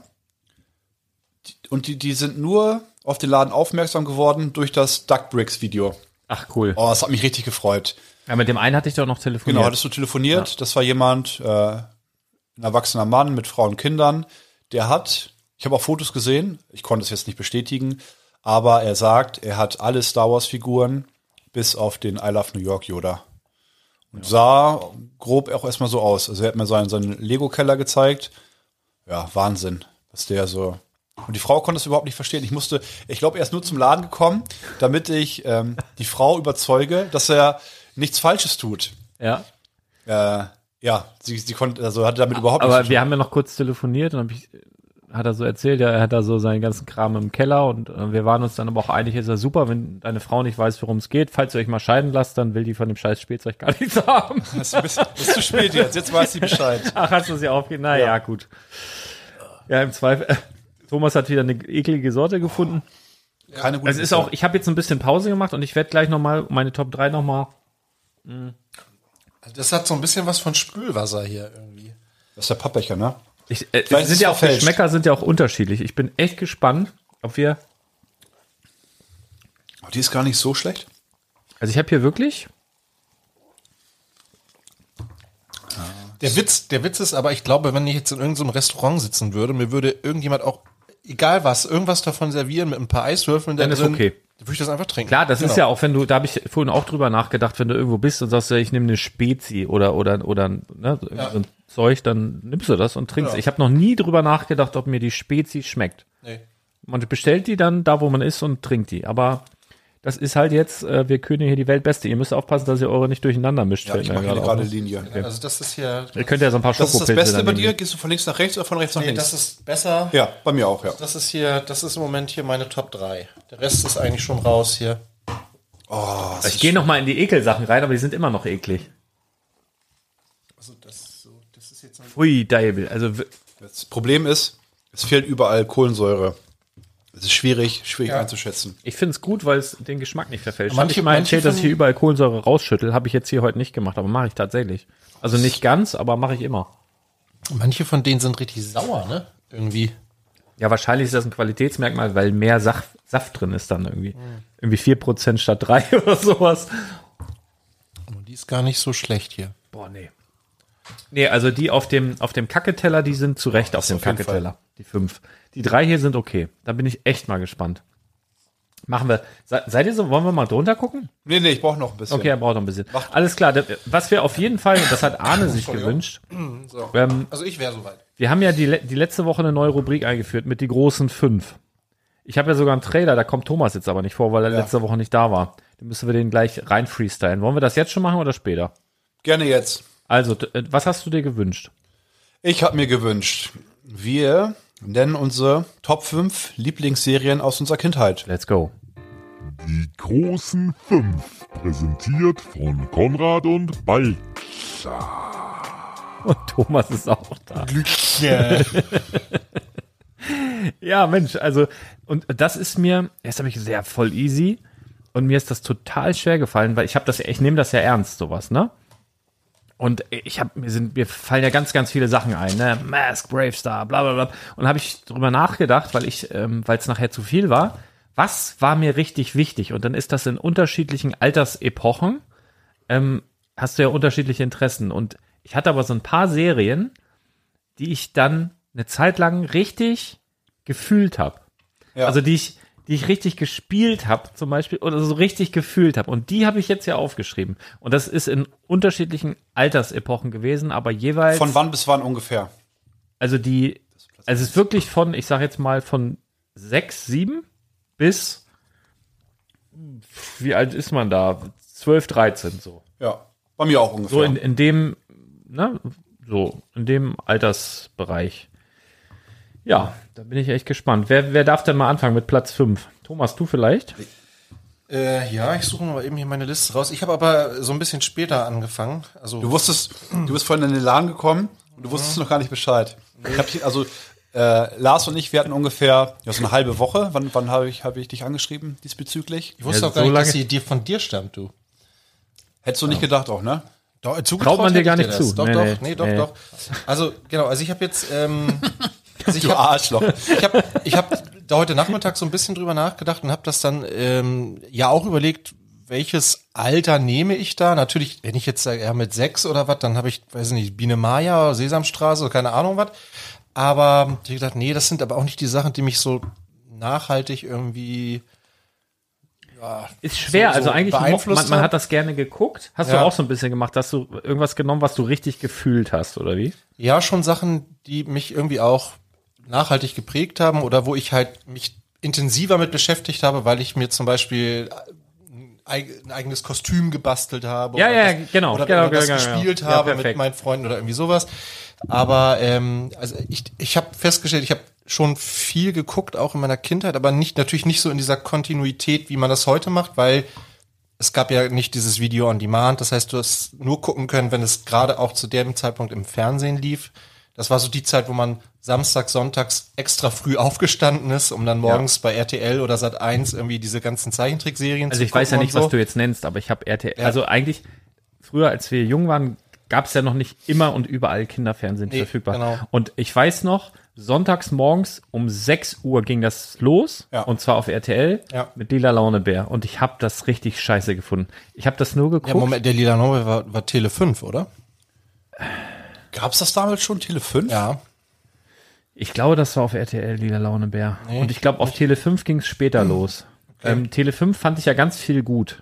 D: Die- und die, die sind nur auf den Laden aufmerksam geworden durch das Duckbricks-Video.
C: Ach, cool.
D: Oh, das hat mich richtig gefreut.
C: Ja, mit dem einen hatte ich doch noch
D: Genau,
C: telefoniert.
D: hattest du telefoniert, das war jemand, äh, ein erwachsener Mann mit Frau und Kindern, der hat, ich habe auch Fotos gesehen, ich konnte es jetzt nicht bestätigen, aber er sagt, er hat alle Star Wars Figuren bis auf den I Love New York Yoda. Und sah grob auch erstmal so aus. Also er hat mir seinen, seinen Lego-Keller gezeigt. Ja, Wahnsinn, was der so. Und die Frau konnte es überhaupt nicht verstehen. Ich musste, ich glaube, er ist nur zum Laden gekommen, damit ich ähm, die Frau überzeuge, dass er nichts Falsches tut.
C: ja.
D: Äh, ja, sie, sie konnte, also hatte damit überhaupt nichts
C: Aber
D: zu tun.
C: wir haben ja noch kurz telefoniert und hab ich, hat er so erzählt, ja, er hat da so seinen ganzen Kram im Keller und äh, wir waren uns dann aber auch einig, ist ja super, wenn deine Frau nicht weiß, worum es geht. Falls ihr euch mal scheiden lasst, dann will die von dem scheiß Spielzeug gar nichts haben.
D: Das ist, das ist zu spät jetzt, jetzt weiß sie Bescheid.
C: Ach, hast du sie aufgegeben? Na ja. gut. Ja, im Zweifel. äh, Thomas hat wieder eine eklige Sorte gefunden.
D: Keine gute
C: Es ist auch, ich habe jetzt ein bisschen Pause gemacht und ich werde gleich nochmal meine Top 3 nochmal.
F: Also Das hat so ein bisschen was von Spülwasser hier irgendwie.
D: Das ist der Pappbecher, ne?
C: Ich, äh,
D: Vielleicht ist
C: sind
D: es
C: ja auch
D: verfälscht.
C: Geschmäcker sind ja auch unterschiedlich. Ich bin echt gespannt, ob wir.
D: Aber die ist gar nicht so schlecht.
C: Also ich habe hier wirklich.
F: Der Witz, der Witz ist aber, ich glaube, wenn ich jetzt in irgendeinem Restaurant sitzen würde, mir würde irgendjemand auch, egal was, irgendwas davon servieren mit ein paar Eiswürfeln. da
C: Dann ist
F: drin,
C: okay.
F: dann Würde ich das einfach trinken.
C: Klar, das
F: Genau.
C: ist ja auch, wenn du, da habe ich vorhin auch drüber nachgedacht, wenn du irgendwo bist und sagst, ja, ich nehme eine Spezi oder oder oder ne, so ein Zeug, dann nimmst du das und trinkst. Ich habe noch nie drüber nachgedacht, ob mir die Spezi schmeckt.
F: Nee.
C: Man bestellt die dann da, wo man ist und trinkt die. Aber das ist halt jetzt, äh, wir können hier die Weltbeste. Ihr müsst aufpassen, dass ihr eure nicht durcheinander mischt.
D: Ja,
C: fällt
D: ich
C: mir
D: mache hier
C: gerade
D: eine
C: auf. ne?
D: gerade Linie.
F: Also das ist hier,
C: Ihr könnt ja so ein paar
D: Das ist das
C: Schokopilze
D: Beste
C: dann
D: bei
C: nehmen.
D: dir? Gehst du von links nach rechts oder von rechts nach
F: nee,
D: links?
F: das ist besser.
D: ja, bei mir auch, ja.
F: Das ist hier, das ist im Moment hier meine Top 3. Der Rest ist eigentlich schon raus hier.
C: Ich gehe nochmal in die Ekelsachen rein, aber die sind immer noch eklig.
F: Also das, so, das ist jetzt
C: Ui, Deibel. Also w-
D: Das Problem ist, es fehlt überall Kohlensäure. Es ist schwierig, schwierig
F: Ja.
D: einzuschätzen.
C: ich finde es gut, weil es den Geschmack nicht verfälscht. Manche,
F: Manche-
C: ich mal
F: manche
C: erzählt, dass ich
F: finden-
C: hier überall Kohlensäure rausschüttel. Habe ich jetzt hier heute nicht gemacht, aber mache ich tatsächlich. Also nicht ganz, aber mache ich immer.
F: Manche von denen sind richtig sauer, ne? Irgendwie.
C: Ja, wahrscheinlich ist das ein Qualitätsmerkmal, weil mehr Sach Saft drin ist dann irgendwie. Irgendwie 4% statt 3 oder sowas.
F: Und die ist gar nicht so schlecht hier.
C: Boah, nee. Nee, also die auf dem, auf dem Kacketeller, die sind zu Recht auf dem
D: jeden
C: Kacketeller. Die fünf. Die drei hier sind okay. Da bin ich echt mal gespannt. Machen wir. Se, seid ihr so, wollen wir mal drunter gucken?
D: Nee, nee, ich brauche noch ein bisschen.
C: Okay, er braucht noch ein bisschen. Alles klar, da- was wir auf jeden Fall, und das hat Arne sich gewünscht,
F: So.
C: ähm,
F: Also ich wäre soweit.
C: wir haben ja die, le- die letzte Woche eine neue Rubrik eingeführt mit die großen fünf. Ich habe ja sogar einen Trailer, da kommt Thomas jetzt aber nicht vor, weil er letzte Woche nicht da war. Dann müssen wir den gleich rein freestylen. Wollen wir das jetzt schon machen oder später?
D: Gerne jetzt.
C: Also, t- äh, was hast du dir gewünscht?
D: Ich habe mir gewünscht, wir nennen unsere Top 5 Lieblingsserien aus unserer Kindheit.
C: Let's go.
G: Die großen fünf, präsentiert von Konrad und Ball.
C: Und Thomas ist auch da. Ja, Mensch, also, und das ist mir, das habe ich sehr voll easy. Und mir ist das total schwer gefallen, weil ich habe das, ich nehme das ja ernst, sowas, ne? Und ich habe, mir sind, mir fallen ja ganz, ganz viele Sachen ein, ne? Mask, Bravestar, bla bla bla. Und habe ich drüber nachgedacht, weil ich, ähm, weil es nachher zu viel war, was war mir richtig wichtig? Und dann ist das in unterschiedlichen Altersepochen, ähm, hast du ja unterschiedliche Interessen. Und ich hatte aber so ein paar Serien, die ich dann eine Zeit lang richtig gefühlt habe.
D: Ja.
C: Also die ich, die ich richtig gespielt habe, zum Beispiel, oder so richtig gefühlt habe. Und die habe ich jetzt ja aufgeschrieben. Und das ist in unterschiedlichen Altersepochen gewesen, aber jeweils.
D: Von wann bis wann ungefähr?
C: Also die, also es ist wirklich von, ich sag jetzt mal, von sechs, sieben bis wie alt ist man da? 12, 13 so.
D: Ja, bei mir auch ungefähr.
C: So in, in dem, ne, so, in dem Altersbereich. Ja, da bin ich echt gespannt. Wer, wer darf denn mal anfangen mit Platz 5? Thomas, du vielleicht?
F: Äh, ja, ich suche mal eben hier meine Liste raus. Ich habe aber so ein bisschen später angefangen. Also
D: Du wusstest, du bist vorhin in den Laden gekommen und du
C: Mhm.
D: wusstest noch gar nicht Bescheid. Ich hab, dich- also äh, Lars und ich, wir hatten ungefähr ja, so eine halbe Woche. Wann, wann habe ich, hab ich dich angeschrieben diesbezüglich?
F: ich wusste
C: Ja,
F: auch gar
C: so
F: nicht, dass
C: lange-
F: die Idee von dir stammt, du.
D: Hättest du nicht gedacht auch, ne?
F: Doch, äh,
C: Traut man dir gar nicht zu.
F: Doch,
C: Nee,
F: doch,
C: nee,
F: nee, doch,
C: nee.
F: doch. Also, genau, also ich habe jetzt, ähm, also ich
D: Du
F: habe
D: Arschloch.
F: ich habe ich hab da heute Nachmittag so ein bisschen drüber nachgedacht und habe das dann ähm, ja auch überlegt, welches Alter nehme ich da? Natürlich, wenn ich jetzt sage, ja, mit sechs oder was, dann habe ich, weiß nicht, Biene Maya, Sesamstraße, oder keine Ahnung was. Aber ich hab gedacht, nee, das sind aber auch nicht die Sachen, die mich so nachhaltig irgendwie.
C: Ist schwer,
F: so-
C: also
F: so
C: eigentlich, mo-
F: beeinflusst
C: man, man
F: hat.
C: hat das gerne geguckt. Hast du
F: Ja.
C: auch so ein bisschen gemacht, dass du irgendwas genommen, was du richtig gefühlt hast, oder wie?
F: ja schon Sachen, die mich irgendwie auch nachhaltig geprägt haben oder wo ich halt mich intensiver mit beschäftigt habe, weil ich mir zum Beispiel ein eig- ein eigenes Kostüm gebastelt habe
C: Ja, ja,
F: das,
C: genau,
F: oder,
C: genau,
F: oder das
C: genau, genau.
F: gespielt
C: Ja,
F: habe mit
C: perfekt.
F: meinen Freunden oder irgendwie sowas. Aber ähm, also ich, ich habe festgestellt, ich habe schon viel geguckt, auch in meiner Kindheit, aber nicht natürlich nicht so in dieser Kontinuität, wie man das heute macht, weil es gab ja nicht dieses Video on Demand, das heißt, du hast nur gucken können, wenn es gerade auch zu dem Zeitpunkt im Fernsehen lief. Das war so die Zeit, wo man Samstag, Sonntags extra früh aufgestanden ist, um dann morgens bei RTL oder Sat 1 irgendwie diese ganzen Zeichentrickserien
C: Also ich weiß ja nicht, was du jetzt nennst, aber ich habe RTL. Also eigentlich, früher, als wir jung waren, gab es ja noch nicht immer und überall Kinderfernsehen
F: Nee,
C: verfügbar.
F: genau.
C: Und ich weiß noch, sonntags morgens um 6 Uhr ging das los.
D: Ja.
C: Und zwar auf RTL
F: Ja.
C: mit Lila Launebär. Und ich habe das richtig scheiße gefunden. Ich habe das nur geguckt.
F: Ja, Moment, der Lila Nobel war, war Tele 5, oder?
D: Gab's das damals schon, Tele 5?
F: Ja.
C: Ich glaube, das war auf RTL, Lila Launebär. und ich glaube, auf Tele 5 ging es später
F: Hm.
C: los. Ähm, Tele 5 fand ich ja ganz viel gut.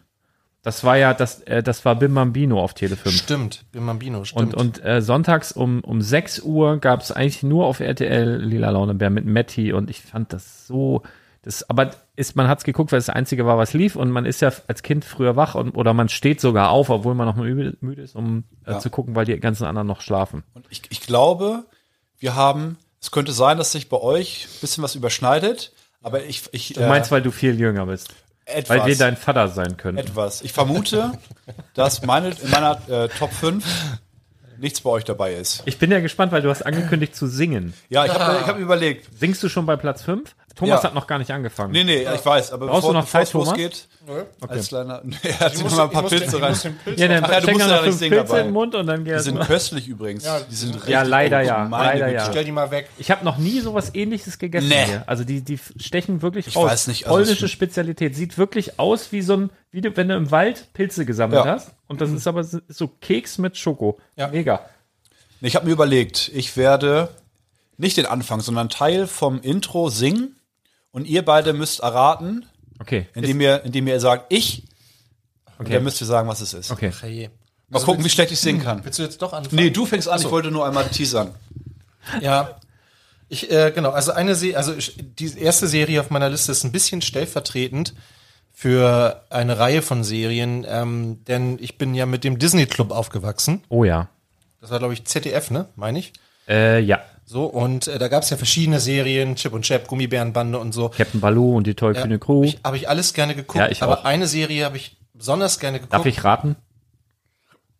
C: Das war ja, das, äh, das war Bim Bambino auf Tele 5.
F: Stimmt, Bimambino, stimmt.
C: Und, und äh, sonntags um, um 6 Uhr gab es eigentlich nur auf RTL Lila Launebär mit Matti und ich fand das so. Das, aber ist, man hat es geguckt, weil es das Einzige war, was lief und man ist ja als Kind früher wach und, oder man steht sogar auf, obwohl man noch mal übel, müde ist, um äh, zu gucken, weil die ganzen anderen noch schlafen.
D: Und ich, ich glaube, wir haben, es könnte sein, dass sich bei euch ein bisschen was überschneidet, aber ich, ich äh,
C: Du meinst, weil du viel jünger bist.
D: etwas,
C: Weil wir dein Vater sein können.
D: etwas. Ich vermute, dass meine, in meiner äh, Top 5 nichts bei euch dabei ist.
C: Ich bin ja gespannt, weil du hast angekündigt zu singen.
D: Ja, ich habe ich hab überlegt.
C: Singst du schon bei Platz 5? Thomas
D: Ja.
C: hat noch gar nicht angefangen.
D: Nee, nee, ich weiß, aber
C: Brauchst du noch
D: bevor es
C: Zeit, Thomas?
D: losgeht, als kleiner, nee, er hat sich noch
F: muss-
D: mal ein
F: ich
D: paar
F: muss-
D: Pilze
F: ich
D: rein.
F: muss den Pilz-
C: Ja, dann
D: Ach ja, du
C: stecken wir
D: musst ja
C: noch
D: nicht
C: fünf
D: singen
C: Pilze
D: dabei.
C: in den Mund und dann
D: Die
C: geht
D: sind köstlich übrigens. Ja, die sind richtig
C: Ja, leider
D: gut.
C: ja,
D: Meine
C: leider
D: Güte.
C: ja.
F: Stell die mal weg.
C: Ich habe noch nie sowas ähnliches gegessen
D: Nee.
C: hier. Also die, die stechen wirklich
D: Ich
C: aus.
D: weiß nicht, also
C: Polnische
D: es-
C: Spezialität. Sieht wirklich aus wie so ein, wie du, wenn du im Wald Pilze gesammelt
D: Ja. Mhm.
C: hast. Und das ist aber so so Keks mit Schoko.
F: Ja.
C: Mega.
D: Ich habe mir überlegt, ich werde nicht den Anfang, sondern einen Teil vom Intro singen und ihr beide müsst erraten,
C: Okay.
D: indem ihr, indem ihr sagt, ich, und
C: Okay.
D: dann müsst ihr sagen, was es ist.
C: Okay.
F: Hey.
D: Mal
F: Also
D: gucken, wie schlecht ich singen kann.
F: Willst du jetzt doch anfangen?
D: Nee, du fängst an, ich wollte nur einmal teasern.
F: Ja. Ich, äh, genau, also eine Se also ich- die erste Serie auf meiner Liste ist ein bisschen stellvertretend für eine Reihe von Serien, ähm, denn ich bin ja mit dem Disney Club aufgewachsen.
C: Oh ja.
F: Das war, glaube ich, ZDF, ne? Meine ich.
C: Äh, ja.
F: So, und äh, da gab es ja verschiedene Serien, Chip und Chap, Gummibärenbande und so.
C: Captain Baloo und die tollkühne
F: Ja,
C: Crew.
F: Habe ich, hab ich alles gerne geguckt,
C: Ja, ich
F: aber
C: auch.
F: eine Serie habe ich besonders gerne geguckt.
C: Darf ich raten?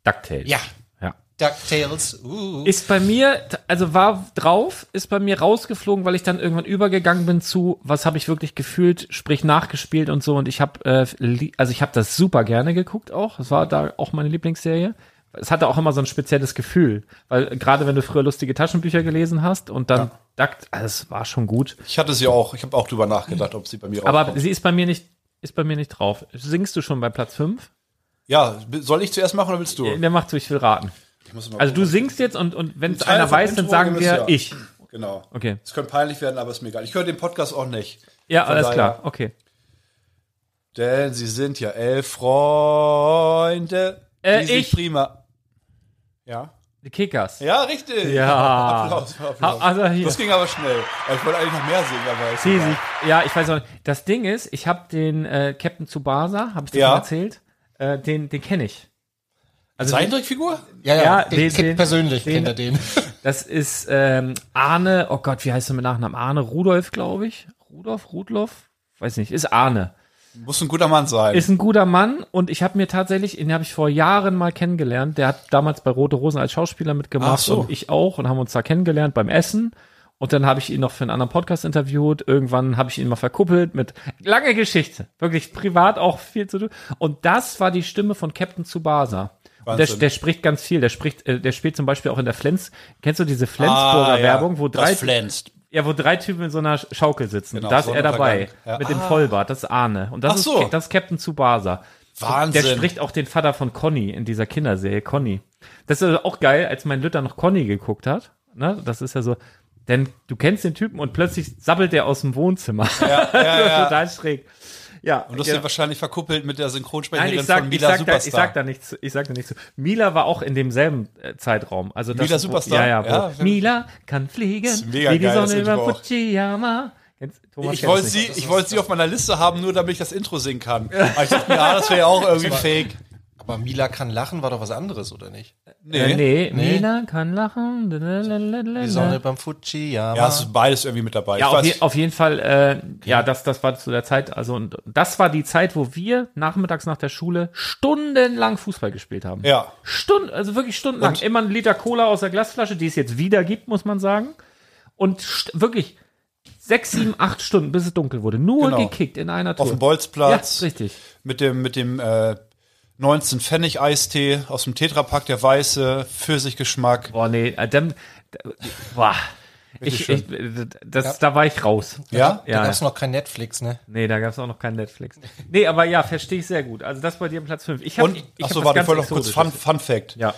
C: DuckTales.
F: Ja.
C: Ja.
F: DuckTales. Uh.
C: Ist bei mir, also war drauf, ist bei mir rausgeflogen, weil ich dann irgendwann übergegangen bin zu, was habe ich wirklich gefühlt, sprich nachgespielt und so. Und ich habe, äh, li- also ich habe das super gerne geguckt auch. Es war da auch meine Lieblingsserie. Es hatte auch immer so ein spezielles Gefühl, weil gerade wenn du früher lustige Taschenbücher gelesen hast und dann Duck, also es war schon gut.
D: Ich hatte sie auch, ich habe auch drüber nachgedacht, ob sie bei mir
C: Aber
D: rauskommt.
C: sie ist bei mir nicht, ist bei mir nicht drauf. Singst du schon bei Platz 5?
D: Ja, soll ich zuerst machen oder willst du?
C: Der macht so, ich will raten.
D: Ich muss mal
C: Äh, Also du singst jetzt und, und wenn es
D: Teil
C: einer
D: vom
C: weiß, dann
D: Intro
C: sagen
D: ist
C: wir
D: ja.
C: ich.
D: Genau.
C: Okay.
D: Es könnte peinlich werden, aber ist mir egal. Ich höre den Podcast auch nicht.
C: Ja,
D: Von
C: alles
D: daher-
C: klar. Okay.
D: Denn sie sind ja elf Freunde.
C: Äh,
D: die sich
C: ich.
D: prima. Ja.
C: Die Kickers.
D: Ja, richtig.
C: Ja.
D: Applaus, Applaus.
C: Ha- also hier.
D: das ging aber schnell. Ich wollte eigentlich noch mehr singen, aber ist
C: Die
D: egal.
C: sich- Ja, ich weiß auch nicht. Das Ding ist, ich habe den äh, Captain Tsubasa, habe ich dir
D: Ja.
C: mal erzählt, äh, den, den kenne ich. Also den-
D: Zeichentrickfigur?
F: Ja,
C: Ja,
F: den,
C: den-
F: kennt
C: den-
F: persönlich
C: den-
F: kennt er den.
C: das ist ähm, Arne, oh Gott, wie heißt er mit Nachnamen? Arne Rudolf, glaube ich. Rudolf, Rudloff? Weiß nicht, ist Arne.
D: Muss ein guter Mann sein.
C: Ist ein guter Mann und ich habe mir tatsächlich, den habe ich vor Jahren mal kennengelernt. Der hat damals bei Rote Rosen als Schauspieler
D: Ach
C: mitgemacht
D: so.
C: und ich auch und haben uns da kennengelernt beim Essen. Und dann habe ich ihn noch für einen anderen Podcast interviewt. Irgendwann habe ich ihn mal verkuppelt mit lange Geschichte. Wirklich privat auch viel zu tun. Und das war die Stimme von Captain Tsubasa. Und der,
D: Wahnsinn.
C: der spricht ganz viel. Der spricht, äh, der spielt zum Beispiel auch in der Flens. Kennst du diese Flensburger Werbung, wo drei,
D: Ah, Das flänzt.
C: ja, wo drei Typen in so einer Sch- Schaukel sitzen.
D: Genau,
C: da ist
D: so
C: er
D: eine
C: dabei.
D: Vergangen- ja. Ah.
C: Mit dem Vollbart, das ist Arne. Und das,
D: Ach
C: ist,
D: so.
C: Ca- das ist Captain Tsubasa.
D: Wahnsinn.
C: Der spricht auch den Vater von Conny in dieser Kinderserie, Conny. Das ist also auch geil, als mein Lütter noch Conny geguckt hat. Ne? Das ist ja so, denn du kennst den Typen und plötzlich sabbelt der aus dem Wohnzimmer. Ja, das ist total schräg. Ja,
D: Und du hast
C: genau.
D: den wahrscheinlich verkuppelt mit der
C: Nein,
D: Synchronsprecherin
C: ich sag,
D: von
C: ich,
D: Mila
C: sag da,
D: Superstar.
C: ich sag da nichts. zu- Ich sag da nichts. zu. Mila war auch in demselben äh, Zeitraum. Also das,
D: Mila
C: wo-
D: Superstar?
C: Ja, ja.
D: Ja,
C: Wo, Mila kann fliegen.
D: ist mega
C: wie die
D: geil, das
C: Sonne
D: Intro
C: über
D: auch.
C: Fujiyama. Kennst- Thomas
D: ich
C: kennt's
D: wollte
C: nicht.
D: sie, ich wollte sie auf meiner Liste haben, nur damit ich das Intro singen kann. Aber ich dachte mir, ah, das wäre ja auch irgendwie fake.
F: Aber Mila kann lachen, war doch was anderes, oder nicht?
C: Äh, nee,
F: Nee.
C: Mila kann lachen. lalalala.
F: Die Sonne beim Fujiyama.
D: Ja, es ist beides irgendwie mit
C: Ja,
D: dabei. ich
C: auf,
D: weiß,
C: je, auf jeden Fall, äh, ja, das, das war zu der Zeit, also und das war die Zeit, wo wir nachmittags nach der Schule stundenlang Fußball gespielt haben.
D: Ja.
C: Stunden, also wirklich stundenlang. Immer ein Liter Cola aus der Glasflasche, die es jetzt wieder gibt, muss man sagen. Und st- wirklich sechs, sieben, acht Stunden, bis es dunkel wurde. Nur
D: Genau.
C: gekickt in einer Tour.
D: auf dem
C: Ja,
D: Bolzplatz.
C: richtig.
D: mit dem, mit dem äh, 19 Pfennig Eistee aus dem Tetrapack, der weiße Pfirsichgeschmack.
C: Boah, nee, äh, dann, da- boah. Ich, ich, äh, das, Da war ich raus.
D: Ja?
F: Da
C: Ja.
F: gab's noch kein Netflix, ne?
C: Nee, da gab es auch noch kein Netflix. Nee, aber ja, verstehe ich sehr gut. Also das bei dir Platz 5. Ich hab,
D: Und,
C: ich, ich hab
D: achso,
C: was
D: warte, ich
C: ganz
D: wollte noch kurz Fun,
C: Exotisches.
D: Fun Fact.
C: Ja.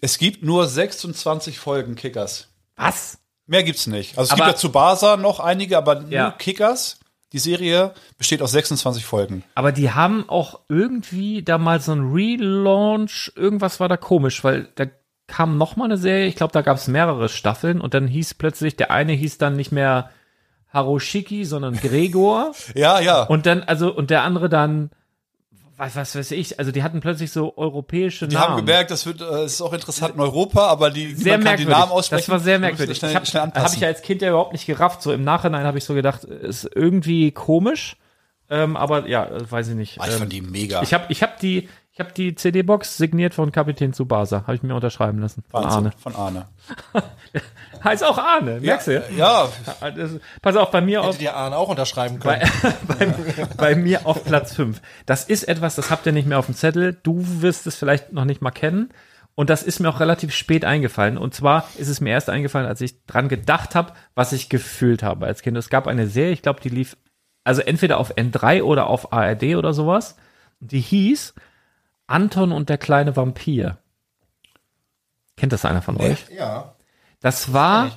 D: Es gibt nur 26 Folgen Kickers.
C: Was?
D: Mehr gibt's nicht. Also es
C: Aber-
D: gibt ja zu Basa noch einige, aber
C: Ja.
D: nur Kickers. Die Serie besteht aus 26 Folgen.
C: Aber die haben auch irgendwie da mal so ein Relaunch, irgendwas war da komisch, weil da kam noch mal eine Serie, ich glaube, da gab es mehrere Staffeln und dann hieß plötzlich, der eine hieß dann nicht mehr Haroshiki, sondern Gregor.
D: Ja, ja.
C: und dann, also, und der andere dann, was, was weiß ich, also die hatten plötzlich so europäische
D: die
C: Namen.
D: haben gemerkt, das wird, äh, es ist auch interessant in Europa, aber die,
C: sehr
D: niemand kann die
C: merkwürdig.
D: Namen aussprechen.
C: das war sehr
D: Die müssen
C: merkwürdig.
D: Schnell,
C: ich habe
D: schnell
C: hab ich
D: anpassen.
C: ja als Kind ja überhaupt nicht gerafft. So im Nachhinein habe ich so gedacht, ist irgendwie komisch. Ähm, aber ja, äh, weiß ich nicht.
D: Ah, ich
C: Ähm,
D: fand die mega.
C: ich habe ich hab die, ich hab die CD-Box signiert von Kapitän Tsubasa. Habe ich mir unterschreiben lassen. Von
D: Wahnsinn.
C: Arne.
D: Von Arne.
C: Heißt auch Arne, merkst du?
D: Ja,
C: Ah, das- Pass auf, bei mir auf,
F: Hätte dir Arne auch unterschreiben können.
C: bei mir auf Platz 5. Das ist etwas, das habt ihr nicht mehr auf dem Zettel. Du wirst es vielleicht noch nicht mal kennen. Und das ist mir auch relativ spät eingefallen. Und zwar ist es mir erst eingefallen, als ich dran gedacht habe, was ich gefühlt habe als Kind. Es gab eine Serie, ich glaube, die lief also entweder auf N3 oder auf ARD oder sowas. Die hieß Anton und der kleine Vampir. Kennt das einer von euch?
F: Ja.
C: Das war,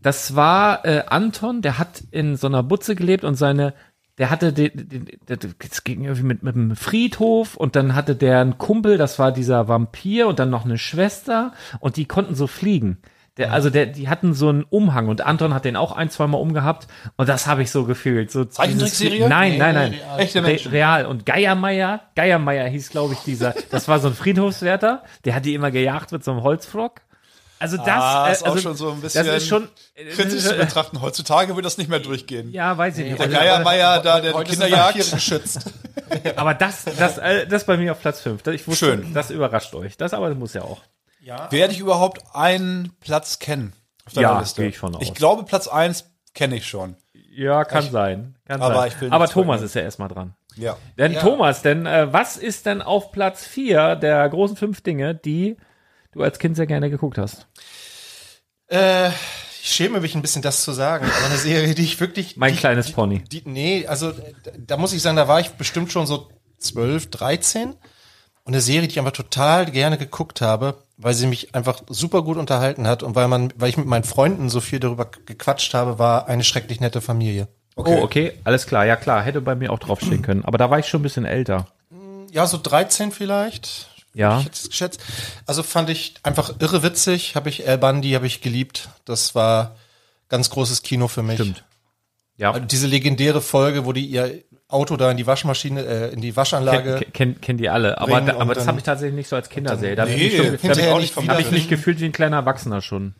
C: das war äh, Anton, der hat in so einer Butze gelebt und seine, der hatte, den, den, den, das ging irgendwie mit, mit dem Friedhof und dann hatte der einen Kumpel, das war dieser Vampir und dann noch eine Schwester und die konnten so fliegen. Der, also der, die hatten so einen Umhang und Anton hat den auch ein, zweimal umgehabt und das habe ich so gefühlt. So dieses-
D: Zeichentrickserie?
C: Nein, nein, nein.
D: Echte
C: Re
D: Menschen.
C: real. Und Geiermeier, Geiermeier hieß, glaube ich, dieser. Das war so ein Friedhofswärter, der hat die immer gejagt mit so einem Holzflock. Also das
D: Ah,
C: äh,
D: ist auch
C: also,
D: schon so ein
C: Das
D: bisschen
C: ist schon äh,
D: Kritisch zu betrachten. Heutzutage würde das nicht mehr durchgehen.
C: Ja, weiß ich nicht.
D: Der
C: Also,
D: Geiermeier da, der die
F: Heute
D: Kinder
F: sind Vampire
D: jagt.
F: geschützt.
C: aber das, das, äh, das bei mir auf Platz 5. Ich wusste,
D: Schön.
C: das überrascht euch. Das aber muss ja auch.
D: Werde ich überhaupt einen Platz kennen? Auf
C: Ja, gehe ich von aus.
D: Ich glaube, Platz 1 kenne ich schon.
C: Ja, kann sein. Kann
D: aber
C: sein.
D: ich will
C: aber
D: nichts
C: Thomas
D: verhindern.
C: ist ja erstmal dran.
D: Ja.
C: Denn Thomas, denn äh, was ist denn auf Platz 4 der großen fünf Dinge, die du als Kind sehr gerne geguckt hast?
F: Äh, ich schäme mich ein bisschen, das zu sagen, aber eine Serie, die ich wirklich.
C: Mein
F: die,
C: kleines Pony.
F: Die, nee, also äh, da muss ich sagen, da war ich bestimmt schon so 12, 13. Und eine Serie, die ich einfach total gerne geguckt habe, weil sie mich einfach super gut unterhalten hat und weil man, weil ich mit meinen Freunden so viel darüber gequatscht habe, war eine schrecklich nette Familie.
C: Oh, okay, alles klar. Ja, klar, hätte bei mir auch draufstehen können. Aber da war ich schon ein bisschen älter.
F: Ja, so 13 vielleicht.
C: Ja.
F: Ich hätte es geschätzt. Also fand ich einfach irre witzig. Habe ich Al Bundy, habe ich geliebt. Das war ganz großes Kino für mich.
C: Stimmt. Ja,
F: Also diese legendäre Folge, wo die ihr Auto da in die Waschmaschine, äh, in die Waschanlage.
C: kennen kenn, kenn die alle. Aber,
F: bringen
C: da,
F: und
C: aber das
F: dann-
C: habe ich tatsächlich nicht so als Kinderserie. Da habe
D: Nee,
C: ich, mich schon- da hab
F: hinterher
C: ich, auch
F: nicht
C: nicht- hab ich
F: wieder.
C: mich gefühlt wie ein kleiner Erwachsener schon.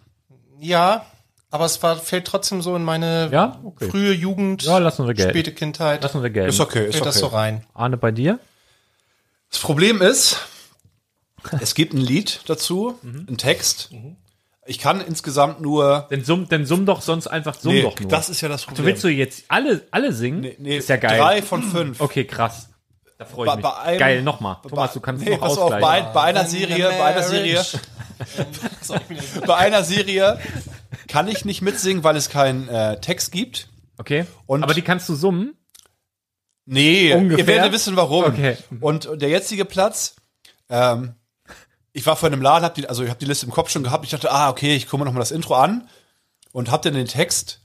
F: ja, aber es war, fällt trotzdem so in meine
C: Ja? Okay.
F: frühe Jugend,
C: Ja, lass uns gelten.
F: späte Kindheit.
C: Lass uns gelten.
D: Ist okay, ist
F: fällt das so
D: okay.
F: rein.
C: Arne, bei dir?
D: Das Problem ist, es gibt ein Lied dazu,
C: Mhm.
D: einen Text. Ich kann insgesamt nur.
C: Dann summ, dann summ doch sonst einfach, summ doch nur.
D: das ist ja das Problem.
C: du willst du jetzt alle, alle singen?
D: Nee, nee,
C: ist ja geil. Hm.
D: Drei von fünf.
C: Okay, krass. Da freue ich
D: Bei-
C: mich.
D: bei einem-
C: geil, nochmal. Thomas, du kannst
D: Nee,
C: noch
D: pass auf,
C: ausgleichen.
D: bei, ein- bei einer Serie, bei einer Serie, bei einer Serie kann ich nicht mitsingen, weil es keinen äh, Text gibt.
C: okay.
D: Und-
C: aber die kannst du summen?
D: Nee,
C: Ungefähr?
D: ihr werdet wissen, warum.
C: Okay.
D: Und der jetzige Platz, ähm, ich war vor einem Laden, hab die, also ich habe die Liste im Kopf schon gehabt. Ich dachte, ah, okay, ich gucke mir nochmal das Intro an und hab dann den Text.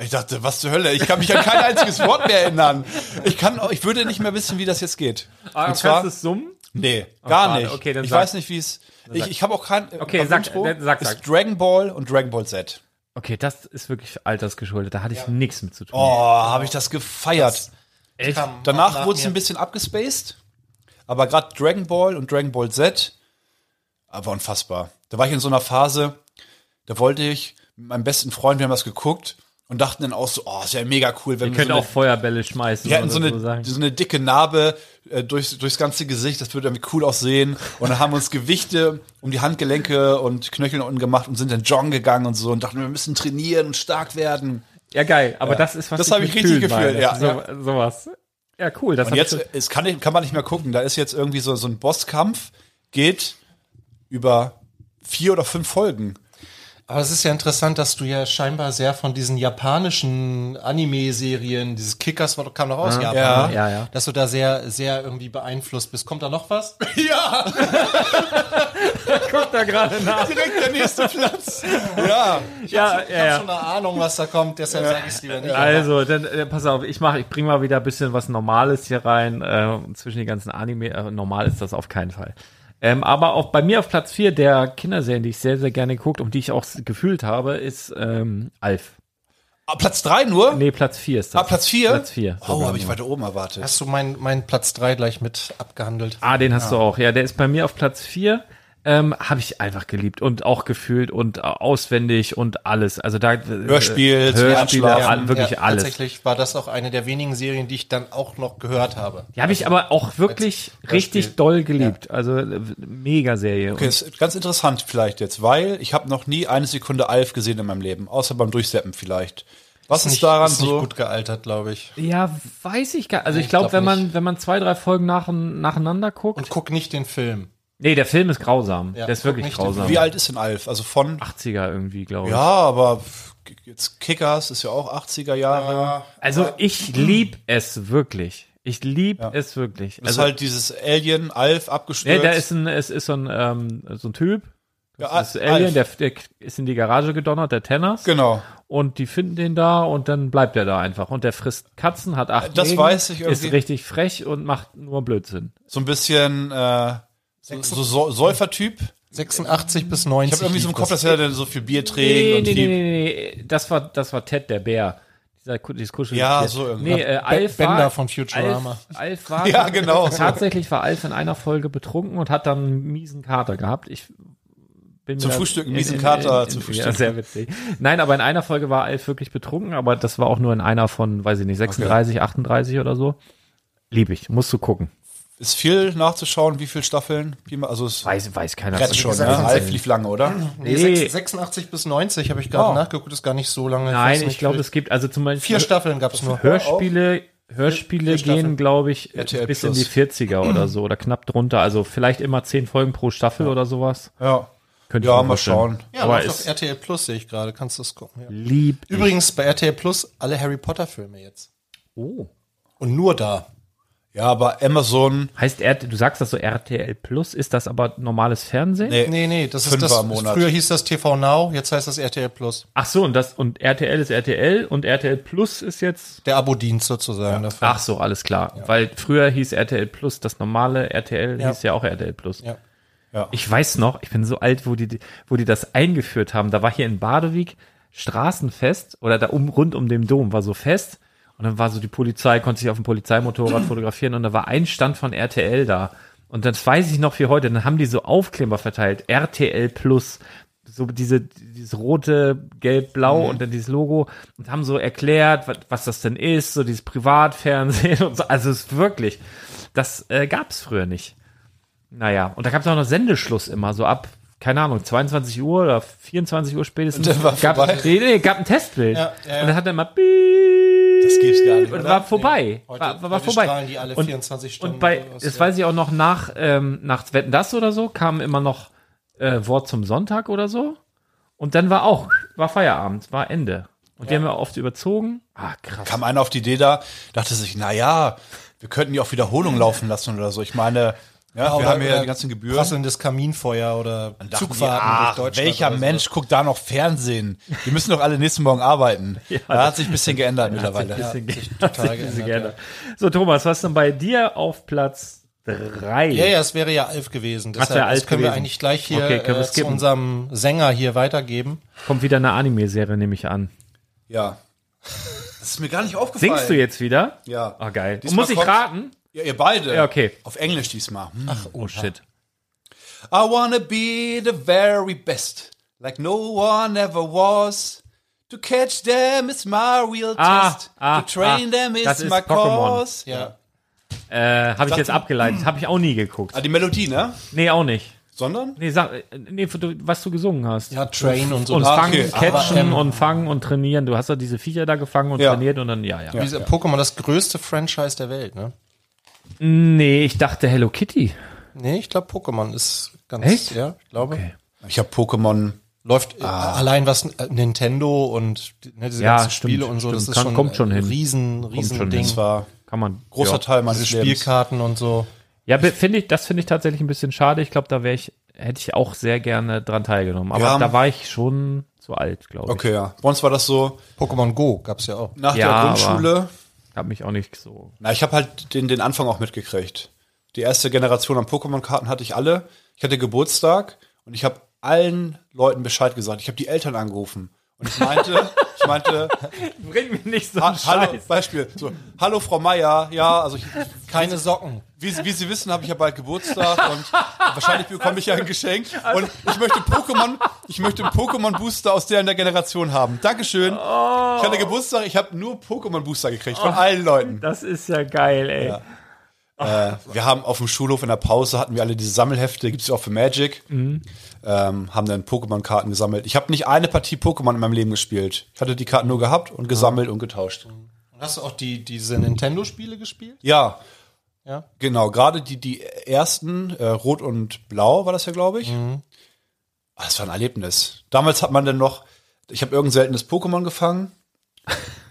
D: Ich dachte, was zur Hölle? Ich kann mich an kein einziges Wort mehr erinnern. Ich kann, auch- ich würde nicht mehr wissen, wie das jetzt geht.
C: Aber
D: und
C: kannst
D: zwar,
C: Ah, du es summen?
D: nee, gar
C: schade.
D: nicht.
C: Okay, dann
D: ich
C: sag.
D: weiß nicht, wie es. Ich, ich habe auch kein.
C: Okay,
D: beim
C: sag,
D: Intro
C: dann halt. sag, sag.
D: Ist Dragon Ball und Dragon Ball Z.
C: Okay, das ist wirklich altersgeschuldet. Da hatte ich nichts mit zu tun.
D: Oh, habe ich das gefeiert.
C: Echt?
D: Danach wurde es
F: mir.
D: ein bisschen abgespaced, aber gerade Dragon Ball und Dragon Ball Z äh, war unfassbar. Da war ich in so einer Phase, da wollte ich mit meinem besten Freund, wir haben das geguckt und dachten dann auch so, oh, ist ja mega cool, wenn
C: Ihr
D: wir
C: könnt
D: so
C: auch
D: eine,
C: Feuerbälle schmeißen.
D: wir hatten
C: oder
D: so
C: so
D: eine,
C: sagen.
D: so eine dicke Narbe äh, durchs, durchs ganze Gesicht, das würde irgendwie cool aussehen. Und dann haben wir uns Gewichte um die Handgelenke und Knöchel unten gemacht und sind dann joggen gegangen und so und dachten, wir müssen trainieren und stark werden.
C: Ja, geil, aber das ist was
D: Das
C: ich
D: hab
C: mit
D: ich richtig
C: Kühen meine.
D: gefühlt, ja,
C: So, Sowas. Ja, cool. Das
D: Und
C: hab ich
D: jetzt
C: schon-
D: es kann, ich- kann man nicht mehr gucken. Da ist jetzt irgendwie so, so ein Bosskampf, geht über vier oder fünf Folgen.
F: Aber es ist ja interessant, dass du ja scheinbar sehr von diesen japanischen Anime-Serien, dieses Kickers war- kam noch aus Japan,
D: ja.
F: ne?
C: Ja, ja.
F: dass du da sehr, sehr irgendwie beeinflusst bist. Kommt da noch was?
C: guck da gerade nach.
D: Direkt der nächste Platz. ja.
C: ja, ja,
F: Ich
C: ja.
F: hab schon eine Ahnung, was da kommt, deshalb sage ich es lieber nicht.
C: Also, dann äh, pass auf, ich mache, ich bringe mal wieder ein bisschen was Normales hier rein äh, zwischen den ganzen Anime. Äh, normal ist das auf keinen Fall. Ähm, aber auch bei mir auf Platz 4 der Kinderserien, die ich sehr, sehr gerne geguckt und die ich auch s- gefühlt habe, ist ähm, Alf.
D: Ah, Platz drei nur?
C: Nee, Platz 4 ist das.
D: Ah, Platz vier?
C: Platz 4.
D: Oh, habe ich weiter oben erwartet.
F: Hast du meinen meinen Platz drei gleich mit abgehandelt?
C: Ah, den hast du auch. Ja, der ist bei mir auf Platz 4. Ähm, habe ich einfach geliebt und auch gefühlt und äh, auswendig und alles. Also da
D: Hörspiel, zum
C: Hörspiele,
D: Einschlafen.
C: all, wirklich
F: Ja,
C: alles.
F: Tatsächlich war das auch eine der wenigen Serien, die ich dann auch noch gehört habe.
C: Die habe ich aber auch wirklich
F: Beispiel.
C: richtig doll geliebt. Also äh, mega Serie.
D: Okay, ist ganz interessant vielleicht jetzt, weil ich habe noch nie eine Sekunde Alf gesehen in meinem Leben, außer beim Durchseppen vielleicht. Was ist,
F: Nicht-
D: daran
F: ist
D: so?
F: nicht gut gealtert, glaube ich.
C: Ja, weiß ich gar. Also ich
F: ich
C: glaube,
F: glaub
C: wenn man
F: nicht.
C: wenn man zwei drei Folgen nach, nacheinander guckt.
F: Und guck nicht den Film.
C: nee, der Film ist grausam.
F: Ja,
C: der ist
F: guck
C: wirklich
F: nicht den
C: grausam.
D: Wie alt ist denn Alf? Also von
C: 80er irgendwie, glaube ich.
D: Ja, aber jetzt Kickers ist ja auch 80er Jahre.
C: Also ich lieb es wirklich. Ich lieb es wirklich.
D: Das
C: Also ne,
D: ist halt dieses Alien Alf abgestürzt.
C: nee, da ist ein es ist so ein ähm, so ein Typ. Das
D: Ja,
C: ist
D: Al-
C: Alien, der,
D: Alf.
C: der ist in die Garage gedonnert, der Tenners.
D: Ah, Genau.
C: Und die finden den da und dann bleibt er da einfach. Und der frisst Katzen, hat acht
D: Das
C: Mägen,
D: weiß ich irgendwie.
C: Ist richtig frech und macht nur Blödsinn.
D: So ein bisschen äh, so, so, so Säufertyp.
F: 86 bis 90.
D: Ich habe irgendwie so im
F: lief
D: Kopf,
F: das.
D: dass er dann so viel Bier trägt und die.
C: nee, nee. Das war, das war Ted, der Bär. Dieser, Ku- dieses Kuschel.
D: Ja, so irgendwie.
C: Nee, äh, Alf
F: Bender
C: war,
F: von Futurama.
C: Alf, Alf war
D: Ja, genau. So.
C: Tatsächlich war Alf in einer Folge betrunken und hat dann einen miesen Kater gehabt. Ich bin
D: Zum
C: mir-
D: Frühstück, einen miesen Kater zum
C: Ja,
D: Frühstück.
C: sehr witzig. Nein, aber in einer Folge war Alf wirklich betrunken, aber das war auch nur in einer von, weiß ich nicht, 36, 38 oder so. Lieb ich, musst du gucken.
D: Ist viel nachzuschauen, wie viele Staffeln. wie man- Also es
C: Weiß, weiß keiner.
D: rennt schon, ne?
F: gesagt,
D: Alf lief lange, oder?
F: Nee,
C: Nee.
F: sechs- 86 bis 90 habe ich gerade
D: Oh.
F: nachgeguckt, ist gar nicht so lange. weiß
C: Nein,
F: nicht,
C: ich glaube,
F: viel-
C: es gibt also zum Beispiel
F: vier Staffeln gab es nur.
C: Hörspiele. Hörspiele
F: Vier Staffeln.
C: gehen, glaube ich,
D: RTL
C: bis in
D: Plus.
C: die 40er oder so oder knapp drunter. Also vielleicht immer zehn Folgen pro Staffel oder sowas.
D: Ja.
C: Könnte ich
D: Ja,
C: mir
D: mal
C: vorstellen.
D: schauen.
F: Ja,
C: aber
F: läuft
C: ist-
F: auf RTL Plus sehe ich gerade, kannst du das gucken. Ja.
C: Lieb. ich.
F: Übrigens bei RTL Plus alle Harry Potter Filme jetzt.
C: Oh.
F: Und nur da.
D: Ja, aber Amazon,
C: Heißt R du sagst das so RTL Plus, ist das aber normales Fernsehen?
D: Nee.
F: Nee, nee, das ist
D: Fünfer
F: das.
D: im Monat.
F: Früher hieß das TV Now, jetzt heißt das RTL Plus.
C: Ach so, und das und RTL ist RTL und RTL Plus ist jetzt
F: Der Abo-Dienst sozusagen. davon.
C: Ach so, alles klar, weil früher hieß RTL Plus das normale RTL
F: Ja.
C: hieß ja auch RTL Plus.
F: Ja.
D: Ja.
C: Ich weiß noch, ich bin so alt, wo die wo die das eingeführt haben, da war hier in Badewig Straßenfest oder da um rund um dem Dom war so fest und dann war so die Polizei konnte sich auf dem Polizeimotorrad fotografieren und da war ein Stand von RTL da. Und das weiß ich noch wie heute, dann haben die so Aufkleber verteilt, RTL Plus, so diese, dieses rote, gelb, blau und dann dieses Logo und haben so erklärt, was, was das denn ist, so dieses Privatfernsehen und so. Also es ist wirklich, das äh, gab es früher nicht. Naja, und da gab es auch noch Sendeschluss immer, so ab, keine Ahnung, 22 Uhr oder 24 Uhr spätestens.
D: Und dann war vorbei.
C: gab, nee, nee, gab ein Testbild.
F: Ja, ja, ja.
C: Und dann hat er immer Beep
D: Das gibt's gar nicht,
C: und
D: oder?
C: war vorbei.
F: Heute-
C: war war, war
F: heute
C: vorbei.
F: strahlen die alle
C: und,
F: 24 Stunden
C: und bei,
F: oder was,
C: das
F: ja.
C: weiß ich auch noch, nach, ähm, nach Wetten das oder so, kam immer noch äh, Wort zum Sonntag oder so. Und dann war auch, war Feierabend, war Ende. Und die haben ja oft überzogen. Ah, krass.
D: kam einer auf die Idee da, dachte sich, na ja, wir könnten die auch Wiederholung laufen lassen oder so. Ich meine, ja, äh, wir
F: Oder-
D: haben ja
F: oder
D: die ganzen Gebühren.
F: Prasselndes Kaminfeuer oder
D: Dann dachten die,
F: Zugfahrten
D: ach,
F: durch Deutschland.
D: welcher
F: oder so.
D: Mensch guckt da noch Fernsehen? Die müssen doch alle nächsten Morgen arbeiten. da hat sich ein bisschen geändert mittlerweile.
C: Hat sich ein bisschen
F: total
C: geändert. Hat sich ein bisschen
F: geändert,
C: geändert. So, Thomas, was ist denn bei dir auf Platz drei?
F: Ja, ja, es wäre ja Alf gewesen. Deshalb,
C: wäre Alf
F: das können wir
C: gewesen.
F: eigentlich gleich hier
C: Okay, können wir
F: äh, zu
C: skippen.
F: unserem Sänger hier weitergeben.
C: Kommt wieder eine Anime-Serie, nehme ich an.
D: Ja. Das ist mir gar nicht aufgefallen.
C: Singst du jetzt wieder?
D: Ja.
C: Ah, geil.
D: Diesmal
C: Muss ich
D: kommt-
C: raten?
D: Ja, ihr beide.
C: Ja, okay.
D: Auf Englisch diesmal. Hm.
C: Oh, shit.
D: I wanna be the very best, like no one ever was. To catch them is my real
C: Ah,
D: test.
C: ah,
D: to train
C: ah,
D: them is,
C: das ist
D: my
C: Pokémon.
D: cause.
F: Ja.
C: Äh, Habe ich jetzt abgeleitet. Habe ich auch nie geguckt.
D: Ah, die Melodie, ne?
C: Nee, auch nicht.
D: Sondern?
C: Nee, sag, äh, nee, du- was du gesungen hast.
F: Ja, Train und so.
C: und
F: Ah,
C: fangen,
D: okay.
C: catchen
F: Aber, ähm,
C: und fangen und trainieren. Du hast ja diese Viecher da gefangen und
D: Ja.
C: trainiert und dann, ja, ja,
F: Wie ist Pokémon das größte Franchise der Welt, ne?
C: Nee, ich dachte Hello Kitty.
F: Nee, ich glaube, Pokémon ist ganz.
C: Echt?
F: Ja, ich glaube.
C: Okay.
D: Ich habe Pokémon.
F: Läuft äh, allein was äh, Nintendo und ne, diese
C: Ja,
F: ganzen
C: stimmt,
F: Spiele und so, das
C: stimmt.
F: ist
C: Kann-
F: schon,
C: kommt schon
F: ein
C: hin.
F: riesen,
C: schon
F: riesen
C: hin.
F: Ding.
D: Das war
C: Kann man.
D: großer
C: ja.
D: Teil
F: Diese
D: meines Lebens.
F: Spielkarten und so.
C: Ja, be- finde ich, das finde ich tatsächlich ein bisschen schade. Ich glaube, da wäre ich, hätte ich auch sehr gerne dran teilgenommen. Aber
D: Wir haben-
C: da war ich schon zu alt, glaube ich.
D: Okay, ja. Bei uns war das so,
F: Pokémon Go gab's ja auch.
D: nach
C: Ja,
D: der Grundschule.
C: Hab mich auch nicht so.
D: Na, ich habe halt den, den Anfang auch mitgekriegt. Die erste Generation an Pokémon-Karten hatte ich alle. Ich hatte Geburtstag und ich habe allen Leuten Bescheid gesagt. Ich habe die Eltern angerufen. Und ich meinte, ich meinte,
C: Bring mir nicht so
D: ha, hallo, Beispiel, so, hallo Frau Meier, ja, also ich,
F: Keine Socken.
D: wie, Sie- wie Sie wissen, habe ich ja bald Geburtstag und wahrscheinlich bekomme ich ja ein Geschenk. Und ich möchte Pokémon, ich möchte einen Pokémon-Booster aus der in der Generation haben. Dankeschön. Ich hatte Geburtstag, ich habe nur Pokémon-Booster gekriegt von allen Leuten.
C: Das ist ja geil, ey.
D: Äh, Wir haben auf dem Schulhof in der Pause hatten wir alle diese Sammelhefte, gibt's ja auch für Magic. Ähm, haben dann Pokémon-Karten gesammelt. Ich habe nicht eine Partie Pokémon in meinem Leben gespielt. Ich hatte die Karten nur gehabt und gesammelt und getauscht.
F: Und hast du auch die, diese Nintendo-Spiele gespielt?
D: Ja,
F: Ja.
D: genau. Gerade die, die ersten, äh, Rot und Blau war das ja, glaube ich. Ah, Das war ein Erlebnis. Damals hat man dann noch, ich habe irgendein seltenes Pokémon gefangen.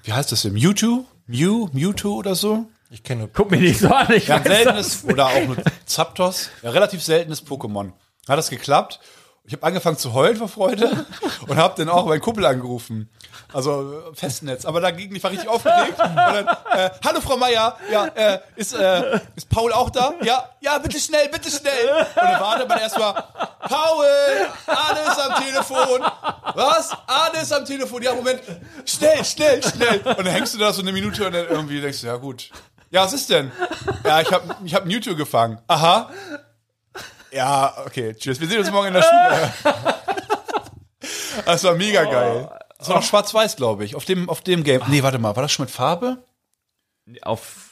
D: Wie heißt das denn? Mewtwo? Mew? Mewtwo oder so?
F: Ich kenne
C: Guck mir nicht so an. Ich
D: Ja, ein
C: weiß
D: seltenes oder auch ein Zapdos. Ja, relativ seltenes Pokémon. Hat das geklappt? Ich habe angefangen zu heulen vor Freude und habe dann auch meinen Kumpel angerufen. Also äh, Festnetz. Aber dagegen, ich war richtig aufgeregt. Und dann, äh, Hallo Frau Meier, ja, äh, ist, äh, ist Paul auch da? Ja, ja, bitte schnell, bitte schnell. Und dann wartet man erstmal, Paul, Anne ist am Telefon. Was? Anne ist am Telefon. Ja, Moment, schnell, schnell, schnell. Und dann hängst du da so eine Minute und dann irgendwie denkst du, ja gut. Ja, was ist denn? Ja, ich habe ich hab Mewtwo gefangen. Aha. Ja, okay, tschüss. Wir sehen uns morgen in der Schule. Das war mega geil. Das war noch schwarz-weiß, glaube ich, auf dem, auf dem Game. Nee, warte mal, war das schon mit Farbe?
C: Auf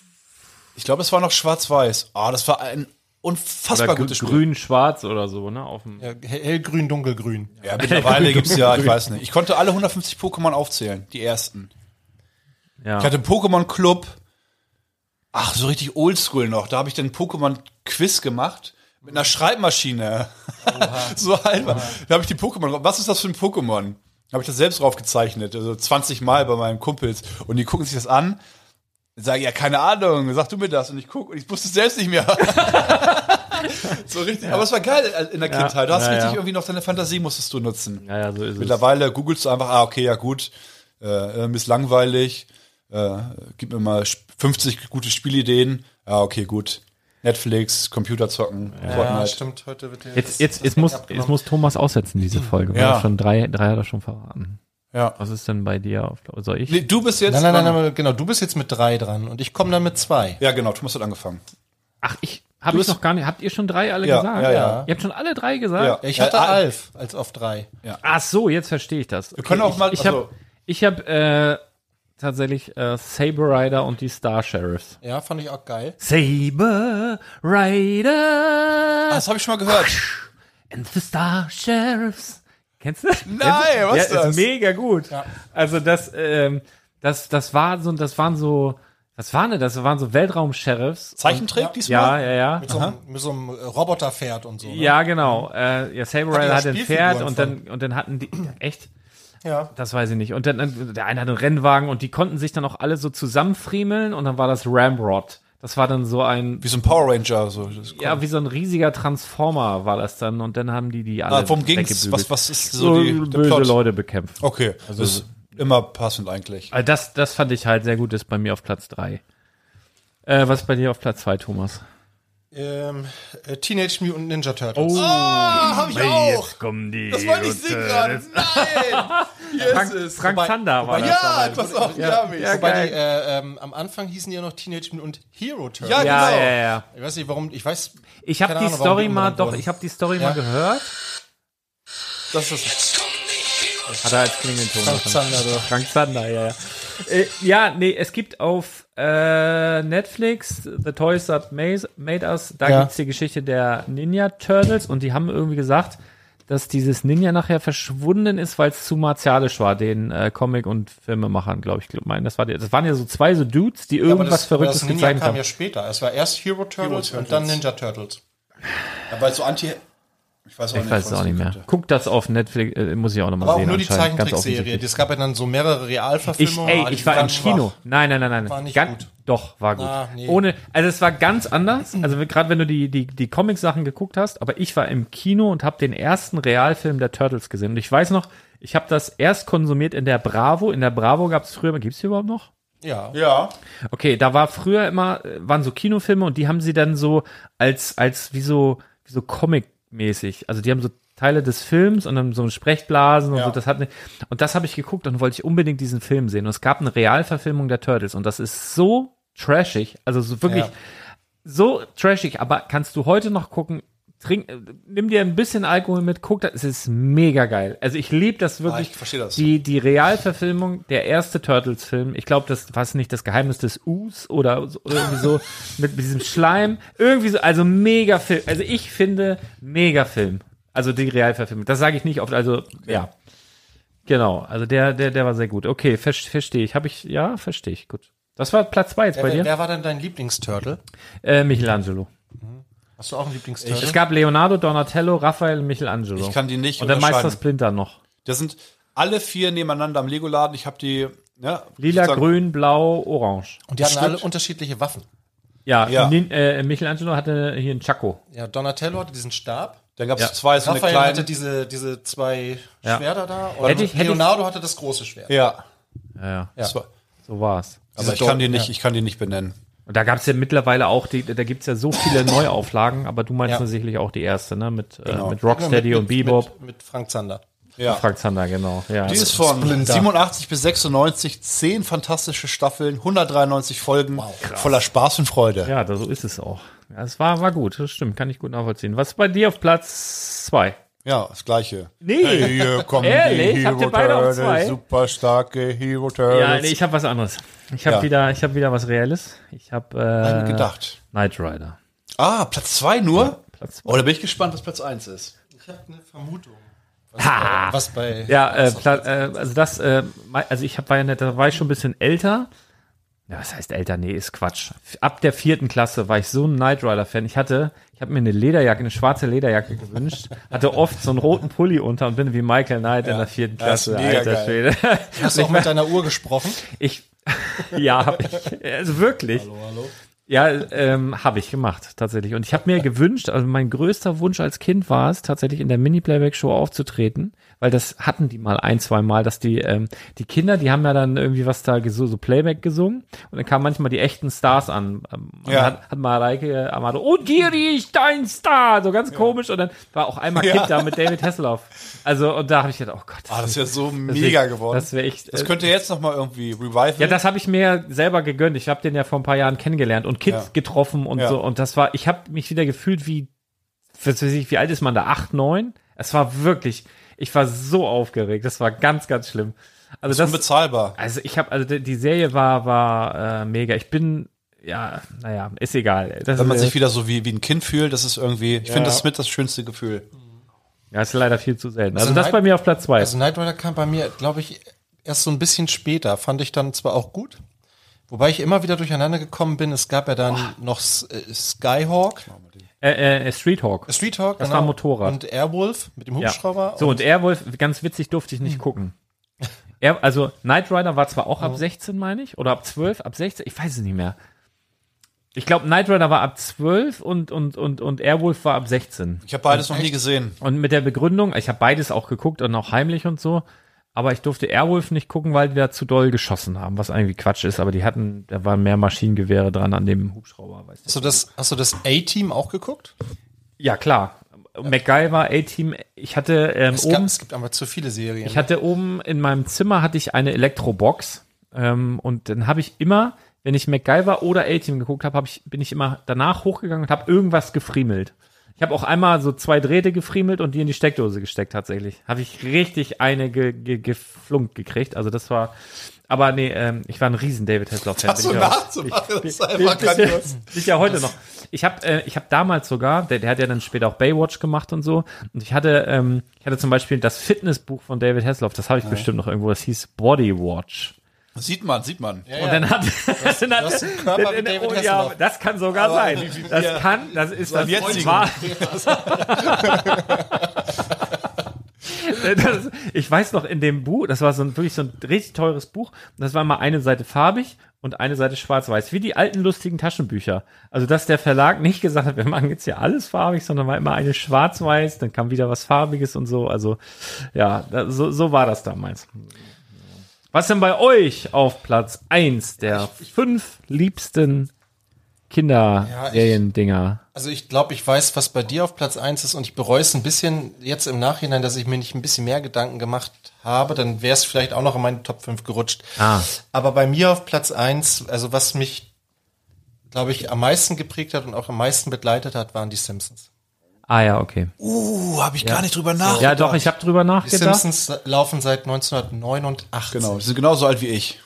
D: Ich glaube, es war noch schwarz-weiß. Ah, das war ein unfassbar
C: oder
D: gutes Spiel.
C: grün-schwarz oder so, ne? Auf dem,
F: Ja, hell- Äh, hellgrün, dunkelgrün.
D: Ja, mittlerweile gibt's ja, ich weiß nicht. Ich konnte alle 150 Pokémon aufzählen, die ersten.
C: ja.
D: Ich hatte einen Pokémon-Club. Ach, so richtig oldschool noch. Da habe ich dann Pokémon-Quiz gemacht. Mit einer Schreibmaschine. so halt. Da habe ich die Pokémon. Was ist das für ein Pokémon? Habe ich das selbst draufgezeichnet. Also 20 Mal bei meinen Kumpels. Und die gucken sich das an. Sagen, ja, keine Ahnung. Sag du mir das. Und ich gucke. Und ich wusste es selbst nicht mehr. so richtig. Aber es war geil in der Kindheit. Du hast
C: Ja, ja.
D: richtig irgendwie noch deine Fantasie musstest du nutzen.
C: ja, ja, so ist es.
D: Mittlerweile googelst du einfach, ah, okay, ja gut, äh, mir ist langweilig, äh, gib mir mal sp- 50 gute Spielideen, ja, okay, gut. Netflix, Computerzocken, Fortnite.
F: Ah, stimmt. Heute wird dir
C: Jetzt,
F: das-
C: jetzt,
F: das
C: jetzt, muss,
F: Ding abgenommen.
C: jetzt muss Thomas aussetzen, diese Folge. weil
D: Ja.
C: er Schon drei, drei hat er schon verraten.
D: Ja.
C: Was ist denn bei dir? auf- Soll ich?
D: Nee, du bist jetzt.
F: Nein, nein, nein, nein, genau. Du bist jetzt mit drei dran und ich komme dann mit zwei.
D: Ja, genau, Thomas hat angefangen.
C: Ach, ich habe ich noch gar nicht. Habt ihr schon drei alle
D: Ja,
C: gesagt?
D: ja, ja.
C: Ihr habt schon alle drei gesagt?
F: Ja, ich hatte
D: Äh, ah,
F: Alf als auf drei.
C: Ach so, jetzt verstehe ich das. Wir
D: können auch
C: ich,
D: mal-
C: Ich habe
D: also-
C: ich hab, äh, tatsächlich äh, Saber Rider und die Star Sheriffs.
F: Ja, fand ich auch geil.
C: Saber
F: Ah,
C: Rider
D: Das habe ich schon mal gehört.
C: and the Star Sheriffs. Kennst du? Nein,
D: was ist
C: ja,
D: das?
C: Ist mega gut. Also das, ähm, das, das war so, das waren so, was waren denn das? Das waren so Weltraum-Sheriffs.
D: Zeichentrick diesmal?
C: Ja, ja, ja.
F: Mit so, einem, mit so einem äh, Roboterpferd und so. Ne?
C: Ja, genau. Äh, ja, Saber Rider
F: da
C: hatte ein
F: Spielfiguren
C: Pferd und dann, und dann hatten die, echt?
F: ja.
C: Das weiß ich nicht. Und dann- dann, der eine hatte einen Rennwagen und die konnten sich dann auch alle so zusammenfriemeln und dann war das Ramrod. Das war dann so ein,
D: Wie so ein Power Ranger. So. Das-
C: ja, wie so ein riesiger Transformer war das dann und dann haben die die alle
D: Ah, worum ging's?
C: weggebügelt.
D: Was, was ist so,
C: so
D: die, der
C: böse
D: Plot?
C: Leute bekämpft.
D: Okay, also das ist immer passend eigentlich.
C: Also das, das fand ich halt sehr gut, ist bei mir auf Platz 3. Äh, was ist bei dir auf Platz 2, Thomas?
F: Ähm, äh, Teenage Mutant Ninja Turtles.
D: Ah, habe ich auch.
C: Oh, kommen die. äh,
D: Das wollte ich singen gerade. Nein! Hier ist
C: Frank,
D: es.
C: Frank Zander war das. halt.
D: Ja, pass auf, ja, mich.
F: Wobei die, äh, ähm, am Anfang hießen die ja noch Teenage Mutant Hero Turtles.
D: Ja,
C: Ja,
D: genau.
C: ja, ja.
F: Ich weiß nicht, warum, ich weiß.
C: Ich habe
F: keine
C: die
F: Ahnung, warum
C: Story
F: die
C: mal,
F: umbenannt
C: doch,
F: wurden.
C: ich habe die Story mal gehört.
D: Das ist
C: Hat er als Klingelton.
F: Frank Zander, du.
C: Frank Zander, ja, ja. Äh, ja, nee, es gibt auf äh, Netflix The Toys That Made Made Us, da
F: Ja.
C: gibt's die Geschichte der Ninja Turtles und die haben irgendwie gesagt, dass dieses Ninja nachher verschwunden ist, weil es zu martialisch war, den äh, Comic- und Filmemachern, glaube ich. Glaub, mein, das, war die, das waren ja so zwei so Dudes, die
F: Aber
C: irgendwas
F: das, aber
C: Verrücktes
F: das Ninja
C: gezeigt
F: kam
C: haben.
F: ja später. Es war erst Hero Turtles,
D: Hero
F: und dann
D: Turtles.
F: Ninja Turtles.
D: Aber so anti. Ich weiß auch
C: ich weiß es
D: was
C: auch
D: das
C: nicht mehr.
D: könnte.
C: Guckt das auf Netflix, äh, muss ich auch nochmal
F: Aber
C: sehen.
F: auch nur die
C: anscheinend, ganz
F: Zeichentrickserie.
C: offensichtlich.
F: Es gab ja dann so mehrere
C: Ich,
F: Realverfilmungen.
C: ey,
F: aber die
C: ich war im
F: waren
C: Kino.
F: schwach.
C: Nein, nein, nein, nein.
F: War nicht
C: Gan-
F: gut.
C: Doch, war gut.
F: Ah, nee.
C: Ohne, also es war ganz anders. Also gerade wenn du die, die, die Comic-Sachen geguckt hast, aber ich war im Kino und habe den ersten Realfilm der Turtles gesehen. Und ich weiß noch, ich habe das erst konsumiert in der Bravo. In der Bravo gab es früher, gibt's die überhaupt noch?
F: Ja.
D: Ja.
C: Okay, da war früher immer, äh, waren so Kinofilme und die haben sie dann so als, als wie so, wie so Comic-mäßig. Also die haben so Teile des Films und dann so Sprechblasen und so. Das hat ne, und das habe ich geguckt und wollte ich unbedingt diesen Film sehen. Und es gab eine Realverfilmung der Turtles und das ist so trashig, also so wirklich
F: Ja.
C: so trashig, aber kannst du heute noch gucken, trink, äh, nimm dir ein bisschen Alkohol mit, guck, das es ist mega geil. Also ich liebe das wirklich.
D: Ah, ich verstehe das.
C: Die, die Realverfilmung, der erste Turtles-Film, ich glaube, das war es nicht das Geheimnis des Us oder, so, oder irgendwie so mit diesem Schleim. Irgendwie so, also mega Film. Also ich finde mega Film. Also die Realverfilmung. Das sage ich nicht oft, also ja. Genau, also der, der, der war sehr gut. Okay, ver verstehe ich. Habe ich, ja, verstehe ich. Gut. Das war Platz zwei jetzt bei
F: Wer,
C: dir.
F: wer war denn dein Lieblingsturtle?
C: Äh, Michelangelo.
F: Hast du auch einen Lieblingsturtle?
C: Es gab Leonardo, Donatello, Raphael, Michelangelo.
D: Ich kann die nicht
C: Und der Meister
D: unterscheiden.
C: Splinter noch.
D: Das sind alle vier nebeneinander am Lego-Laden. Ich habe die. Ne,
C: Lila,
D: sozusagen-
C: grün, blau, orange.
F: Und die hatten
D: Stimmt.
F: alle unterschiedliche Waffen.
C: Ja,
D: Ja.
C: Nin, äh, Michelangelo hatte hier einen Chaco.
F: Ja, Donatello hatte diesen Stab.
D: Dann gab es zwei so eine
F: Raphael hatte
D: kleine.
F: diese, diese zwei
C: Ja.
F: Schwerter da und
C: Hätte ich- hätte ich-
F: Leonardo hatte das große Schwert.
D: Ja,
C: Ja, ja,
F: Ja.
D: Zwei-
C: so war's.
D: aber ich kann, die nicht, ich kann die nicht benennen.
C: Und da gab's ja mittlerweile auch, die, da gibt's ja so viele Neuauflagen, aber du meinst
F: Ja.
C: ja. sicherlich auch die erste, ne? Mit,
D: Genau.
C: äh, mit Rocksteady
F: mit,
C: und Bebop.
F: Mit, mit Frank Zander.
D: Ja.
C: Frank Zander, genau. Ja,
D: Die ist
C: also-
D: von
F: Splinter.
D: 87 bis 96, 10 fantastische Staffeln, 193 Folgen, voller Spaß und Freude.
C: ja, da, so ist es auch. Ja, es war, war gut, das stimmt, kann ich gut nachvollziehen. Was ist bei dir auf Platz zwei?
D: Ja, das gleiche.
C: Nee.
D: hier kommen
C: Ehrlich? Habt ihr beide auf zwei?
D: super starke Hero Turtles.
C: Ja, nee, ich habe was anderes. Ich habe
D: Ja.
C: wieder, ich habe wieder was Reelles. Ich habe äh,
D: Nein, gedacht.
C: Knight Rider.
D: Ah, Platz 2 nur?
C: Platz zwei.
D: Oh, da bin ich gespannt, was Platz 1 ist.
F: Ich habe eine Vermutung.
C: Ha!
F: Was bei
C: Ja, äh, Pla- äh, also das, äh, mei- also ich hab, war ja nicht, da war ich schon ein bisschen älter. Ja, was heißt älter? Nee, ist Quatsch. Ab der vierten Klasse war ich so ein Knight Rider Fan. Ich hatte, ich habe mir eine Lederjacke, eine schwarze Lederjacke gewünscht, hatte oft so einen roten Pulli unter und bin wie Michael Knight in der vierten
D: das
C: Klasse.
D: ist mega
C: Alter
D: geil.
C: Schwede.
F: Hast du auch mit deiner Uhr gesprochen?
C: Ich, ja, hab ich, also wirklich. Ja, ähm, habe ich gemacht, tatsächlich. Und ich habe mir gewünscht, also mein größter Wunsch als Kind war es, tatsächlich in der Mini-Playback-Show aufzutreten, weil das hatten die mal ein, zwei Mal, dass die, ähm, die Kinder, die haben ja dann irgendwie was da so, so Playback gesungen und dann kamen manchmal die echten Stars an. Ähm, und
D: Ja.
C: Hat, hat Mareike Amado, oh Giri, ich dein Star, so ganz komisch. Und dann war auch einmal Kind da mit David Hasselhoff. Also, und da habe ich gedacht, oh Gott.
D: Ah, das ist ja so
C: das wär-
D: mega geworden.
C: Das wäre echt.
D: Das
C: äh,
D: könnte jetzt noch mal irgendwie revival.
C: ja, das habe ich mir selber gegönnt. Ich habe den ja vor ein paar Jahren kennengelernt und Kids
D: Ja.
C: getroffen und
D: Ja.
C: so. Und das war, ich habe mich wieder gefühlt wie, was weiß ich, wie alt ist man da? Acht, neun? Es war wirklich, ich war so aufgeregt. Das war ganz, ganz schlimm. Also das,
D: unbezahlbar.
C: also ich habe, also die die Serie war, war äh, mega. Ich bin, ja, naja, ist egal. Das
D: Wenn man
C: ist,
D: sich wieder so wie, wie ein Kind fühlt, das ist irgendwie, ich finde, das ist mit das schönste Gefühl.
C: ja, ist leider viel zu selten. Also,
F: Also
C: das
F: nein-
C: bei mir auf Platz zwei.
F: Also Knight Rider kam bei mir, glaube ich, erst so ein bisschen später. Fand ich dann zwar auch gut, wobei ich immer wieder durcheinander gekommen bin. Es gab ja dann noch S- äh, Skyhawk,
C: äh, äh, Street Hawk.
F: Streethawk,
C: Das war Motorrad.
F: und Airwolf mit dem
C: Ja.
F: Hubschrauber. Hm.
C: So, und Airwolf, ganz witzig, durfte ich nicht gucken. Er, also, Knight Rider war zwar auch
F: Oh.
C: ab 16, meine ich, oder ab 12, ab 16, ich weiß es nicht mehr. Ich glaube, Knight Rider war ab 12 und, und, und, und Airwolf war ab 16.
D: Ich habe beides noch nie gesehen.
C: Und mit der Begründung, ich habe beides auch geguckt und auch heimlich und so, aber ich durfte Airwolf nicht gucken, weil die da zu doll geschossen haben, was irgendwie Quatsch ist, aber die hatten, da waren mehr Maschinengewehre dran an dem Hubschrauber, weißt du.
F: hast du das, hast du das A-Team auch geguckt?
C: Ja, klar. MacGyver, A-Team, ich hatte ähm,
F: Es, gab,
C: oben
F: es gibt aber zu viele Serien.
C: Ich hatte oben in meinem Zimmer hatte ich eine Elektrobox ähm, und dann habe ich immer, wenn ich MacGyver oder A-Team geguckt habe, hab ich, bin ich immer danach hochgegangen und habe irgendwas gefriemelt. Ich habe auch einmal so zwei Drähte gefriemelt und die in die Steckdose gesteckt tatsächlich. Habe ich richtig eine ge ge geflunkt gekriegt. Also das war, aber nee, ähm, ich war ein riesen David Hasselhoff-Fan.
F: so
C: bin ich auch-
F: nachzumachen, das ist
C: bin
F: einfach
C: ich ja,
F: grandios.
C: bin ich ja heute noch. Ich habe äh, ich hab damals sogar, der, der hat ja dann später auch Baywatch gemacht und so. Und ich hatte, ähm, ich hatte zum Beispiel das Fitnessbuch von David Hasselhoff, das habe ich bestimmt noch irgendwo, das hieß Body Watch.
D: Sieht man, sieht man.
C: Und dann hat, dann hat
F: hast einen Körper wie David Hasselhoff.
C: das kann sogar sein.
D: wie- wie wir-
C: Das kann, das ist das
D: jetzigen.
C: wahr. das, ich weiß noch in dem Buch, das war so ein, wirklich so ein richtig teures Buch. Und das war mal eine Seite farbig und eine Seite schwarz-weiß, wie die alten lustigen Taschenbücher. Also dass der Verlag nicht gesagt hat, wir machen jetzt hier alles farbig, sondern war immer eine schwarz-weiß, dann kam wieder was farbiges und so. Also ja, da, so, so war das damals. Was denn bei euch auf Platz 1 der fünf liebsten
F: Ja, ich-
C: Kinderseriendinger?
F: Also ich glaube, ich weiß, was bei dir auf Platz eins ist und ich bereue es ein bisschen jetzt im Nachhinein, dass ich mir nicht ein bisschen mehr Gedanken gemacht habe, dann wäre es vielleicht auch noch in meine Top 5 gerutscht.
C: Ah.
F: Aber bei mir auf Platz eins, also was mich, glaube ich, am meisten geprägt hat und auch am meisten begleitet hat, waren die Simpsons.
C: ah ja, okay.
D: Uh, habe ich gar nicht drüber nach.
C: ja, doch, ich habe drüber
F: Die
C: nachgedacht.
F: Simpsons laufen seit 1989.
D: Genau, die sind genauso alt wie ich.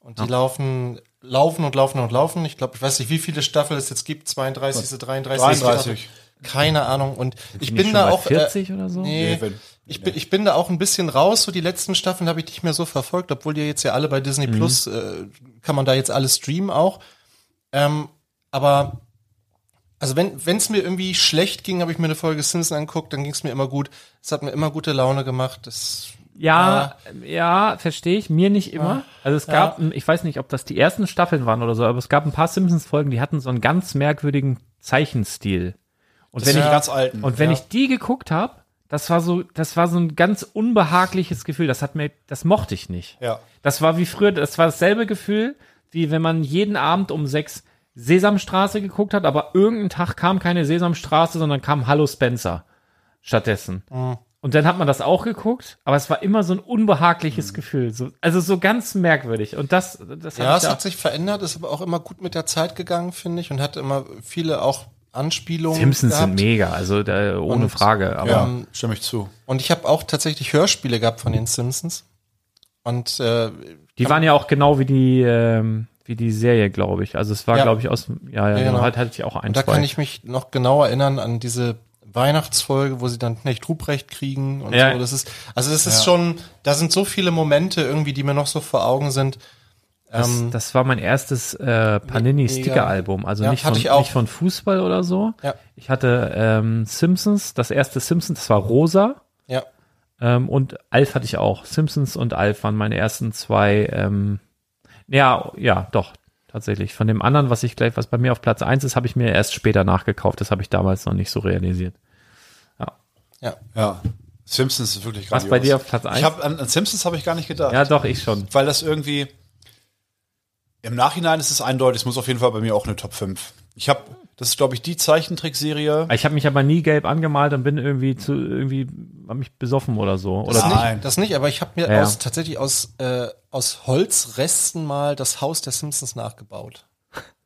F: Und die laufen, laufen und laufen und laufen. Ich glaube, ich weiß nicht, wie viele Staffeln es jetzt gibt. 32, 33,
D: 33.
F: Keine Ahnung. Und ich
C: die nicht
F: bin da
C: schon bei
F: auch. äh,
C: 40 oder so?
F: Nee,
D: Nee, wenn-
F: ich, bin, ich bin da auch ein bisschen raus. So die letzten Staffeln habe ich nicht mehr so verfolgt, obwohl die jetzt ja alle bei
C: Mhm.
F: Disney Plus äh, kann man da jetzt alles streamen auch. Ähm, aber also wenn wenn es mir irgendwie schlecht ging, habe ich mir eine Folge Simpson angeguckt, dann ging es mir immer gut. Es hat mir immer gute Laune gemacht. Das
C: Ja, ja, verstehe ich. Mir nicht immer. Also es gab, ein- ich weiß nicht, ob das die ersten Staffeln waren oder so, aber es gab ein paar Simpsons-Folgen, die hatten so einen ganz merkwürdigen Zeichenstil. Und
D: Das
C: wenn
D: sind
C: ich
D: die ganz alten.
C: und wenn
D: ja.
C: ich die geguckt habe, das war so, das war so ein ganz unbehagliches Gefühl. Das hat mir, das mochte ich nicht.
D: Ja.
C: Das war wie früher, das war dasselbe Gefühl, wie wenn man jeden Abend um sechs Sesamstraße geguckt hat, aber irgendeinen Tag kam keine Sesamstraße, sondern kam Hallo Spencer stattdessen.
F: Mhm.
C: Und dann hat man das auch geguckt, aber es war immer so ein unbehagliches
F: Mhm.
C: Gefühl. So, also so ganz merkwürdig. Und das, das
F: Ja,
C: hab ich
F: es
C: da-
F: hat sich verändert, ist aber auch immer gut mit der Zeit gegangen, finde ich, und hat immer viele auch Anspielungen.
C: Simpsons
F: gehabt.
C: sind mega, also da, ohne
F: Und-
C: Frage. Aber
D: ja, Ähm, stimme ich zu.
F: Und ich habe auch tatsächlich Hörspiele gehabt von den Simpsons. Und äh,
C: Die waren ja auch genau wie die, ähm, wie die Serie, glaube ich. Also es war,
F: Ja.
C: glaube ich, aus, ja, ja,
F: Ja,
C: genau.
F: genau.
C: halt hatte ich auch ein,
F: und da
C: zwei.
F: kann ich mich noch genau erinnern an diese Weihnachtsfolge, wo sie dann Knecht Ruprecht kriegen und
C: Ja.
F: so. Das ist, also das ist schon, da sind so viele Momente irgendwie, die mir noch so vor Augen sind.
C: das,
F: Ähm,
C: das war mein erstes äh, Panini-Sticker-Album. Also
F: Ja,
C: nicht, von,
F: hatte ich auch.
C: nicht von Fußball oder so.
F: Ja.
C: Ich hatte ähm, Simpsons, das erste Simpsons, das war rosa.
F: ja.
C: Ähm, und Alf hatte ich auch. Simpsons und Alf waren meine ersten zwei. Ähm, ja, ja, doch, tatsächlich. Von dem anderen, was ich gleich, was bei mir auf Platz eins ist, habe ich mir erst später nachgekauft. Das habe ich damals noch nicht so realisiert.
D: Ja. Simpsons ist wirklich
C: Was
D: grandios.
C: bei dir auf Platz eins?
D: Ich hab, an, an Simpsons habe ich gar nicht gedacht.
C: Ja, doch, ich schon.
D: Weil das irgendwie. Im Nachhinein ist es eindeutig, es muss auf jeden Fall bei mir auch eine Top 5. Ich habe, das ist, glaube ich, die Zeichentrickserie.
C: Ich habe mich aber nie gelb angemalt und bin irgendwie zu irgendwie hab mich besoffen oder so. Oder
F: Das
C: so.
D: Nein.
F: nicht, das nicht, aber ich habe mir
C: Ja, ja.
F: aus, tatsächlich aus, äh, aus Holzresten mal das Haus der Simpsons nachgebaut.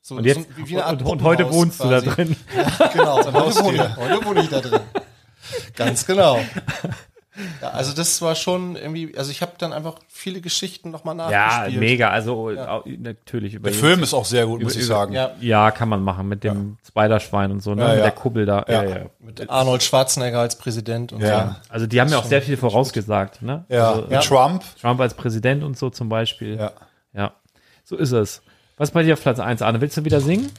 F: So,
C: und jetzt
F: so wie eine Art
C: und, und heute
F: Puppenhaus
C: wohnst
F: quasi.
C: du da drin.
F: Genau, heute
D: Haustier.
F: wohne, heute wohne ich da drin. Ganz genau. Ja, also das war schon irgendwie, also ich habe dann einfach viele Geschichten nochmal
C: Ja,
F: nachgespielt.
C: mega. Also au- natürlich über
D: Der Film ist auch sehr gut, muss ich sagen.
F: Ja,
C: Ja, kann man machen mit dem Spiderschwein und so, ne?
D: Ja,
C: Mit
D: ja.
C: der Kuppel da. Ja. Ja,
D: Ja.
F: mit Arnold Schwarzenegger als Präsident und
D: Ja.
C: Also die haben ja auch sehr viel vorausgesagt, ne?
D: Ja.
C: Also,
D: Mit Trump.
C: Trump als Präsident und so zum Beispiel.
D: Ja.
C: Ja. So ist es. Was ist bei dir auf Platz eins, Arne? Willst du wieder singen?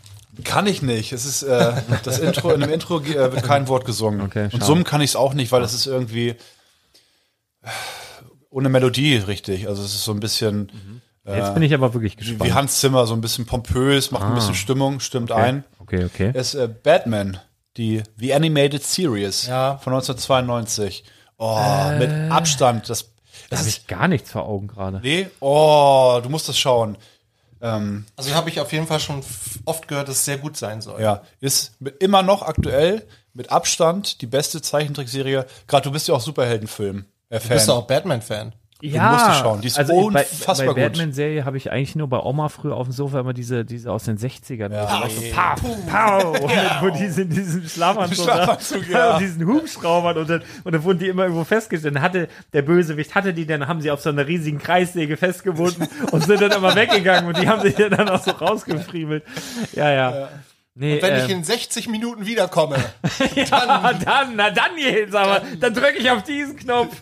D: Kann ich nicht. Es ist äh, das Intro, in dem Intro äh, wird kein Wort gesungen.
C: Okay, schade.
D: und summen kann ich es auch nicht, weil das ist irgendwie äh, ohne Melodie richtig. Also es ist so ein bisschen Äh,
C: Jetzt bin ich aber wirklich
D: wie,
C: gespannt.
D: wie Hans Zimmer, so ein bisschen pompös, macht ein bisschen Stimmung, stimmt ein.
C: Ah. okay, okay.
D: Es ist äh, Batman, die The Animated Series
F: Ja.
D: von 1992. Oh, mit Abstand. Das, das
C: Habe
D: ist,
C: ich gar nichts vor Augen gerade.
D: nee, oh, du musst das schauen.
F: Also habe ich auf jeden Fall schon f- oft gehört, dass es sehr gut sein soll.
D: Ja, ist mit, immer noch aktuell, mit Abstand die beste Zeichentrickserie. Gerade du bist ja auch Superheldenfilm. Äh, Fan.
F: Bist du auch Batman-Fan?
C: Ja, also
D: musst die schauen. Die ist
C: ich- bei-
D: unfassbar
C: Bei,
D: gut.
C: bei Batman-Serie habe ich eigentlich nur bei Oma früher auf dem Sofa immer diese, diese aus den 60ern. Ja. So, pow, pow, wo die sind in diesem Schlafanzug, da-
D: Schlafanzug, ja.
C: und diesen Hubschraubern und dann, und dann wurden die immer irgendwo festgestellt. Dann hatte der Bösewicht, hatte die dann, haben sie auf so einer riesigen Kreissäge festgebunden und sind dann immer weggegangen und die haben sich dann auch so rausgefriemelt. Ja, ja. Nee,
F: Wenn ich
C: ähm,
F: in 60 Minuten wiederkomme,
C: ja, dann, na dann jetzt, aber dann drücke ich auf diesen Knopf.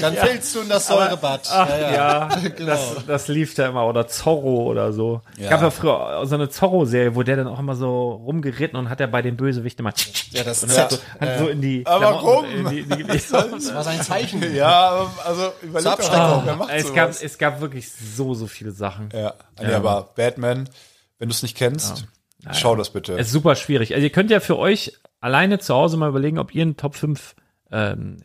F: dann fällst du in das Säurebad.
C: Ach, ja,
F: Genau.
C: das, das lief da immer. Oder Zorro oder so. Gab ja früher so eine Zorro-Serie, wo der dann auch immer so rumgeritten und hat er bei dem Bösewicht immer
F: Ja, das,
C: und hat so,
F: das
C: hat so in die
D: aber
C: Klamotten-
D: warum?
C: in die- in die-
F: war sein Zeichen.
D: Ja, also überleg
F: Zur
D: mal,
F: Abschreckung.
D: wer macht
C: es,
D: sowas?
C: gab, es gab wirklich so, so viele Sachen.
D: ja. Nee, aber Batman, wenn du es nicht kennst, schau das bitte.
C: Es ist super schwierig. Also ihr könnt ja für euch alleine zu Hause mal überlegen, ob ihr einen Top 5 ähm,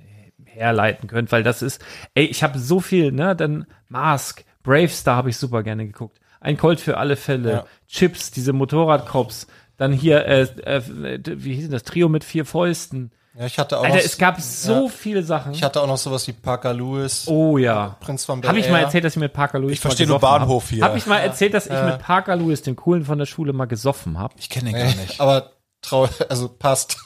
C: herleiten könnt, weil das ist, ey, ich habe so viel, ne? Dann Mask, Brave Star habe ich super gerne geguckt. Ein Colt für alle Fälle, Chips, diese Motorradcops, dann hier, äh, äh, wie hieß denn das, Trio mit vier Fäusten.
F: Ja, ich hatte auch
C: Alter,
F: noch,
C: es gab so viele Sachen.
F: ich hatte auch noch sowas wie Parker Lewis,
C: Oh ja.
F: Prinz von Bel
C: Habe ich mal
F: Air.
C: erzählt, dass ich mit Parker Lewis
D: Ich verstehe nur Bahnhof hier.
C: Habe ich mal erzählt, dass ich mit Parker Lewis, dem coolen von der Schule, mal gesoffen habe?
D: ich kenne den gar nicht.
F: aber trau, also passt.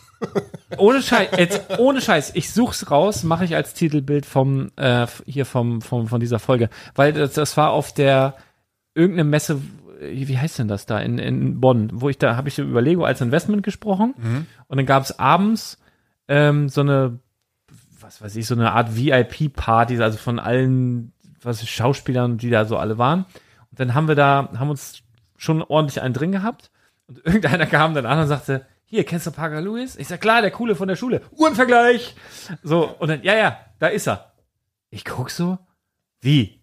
C: Ohne Scheiß, jetzt, ohne Scheiß, ich such's raus, mache ich als Titelbild vom äh, hier vom, vom von dieser Folge, weil das, das war auf der irgendeine Messe, wie heißt denn das da in, in Bonn, wo ich da habe ich über Lego als Investment gesprochen und dann gab's abends ähm, so eine was weiß ich, so eine Art VIP-Party, also von allen was ich, Schauspielern, die da so alle waren. Und dann haben wir da, haben uns schon ordentlich einen drin gehabt. Und irgendeiner kam dann an und sagte, hier, kennst du Parker Lewis? Ich sag, klar, der Coole von der Schule. Uhrenvergleich! So, und dann, ja, ja, da ist er. Ich guck so, wie?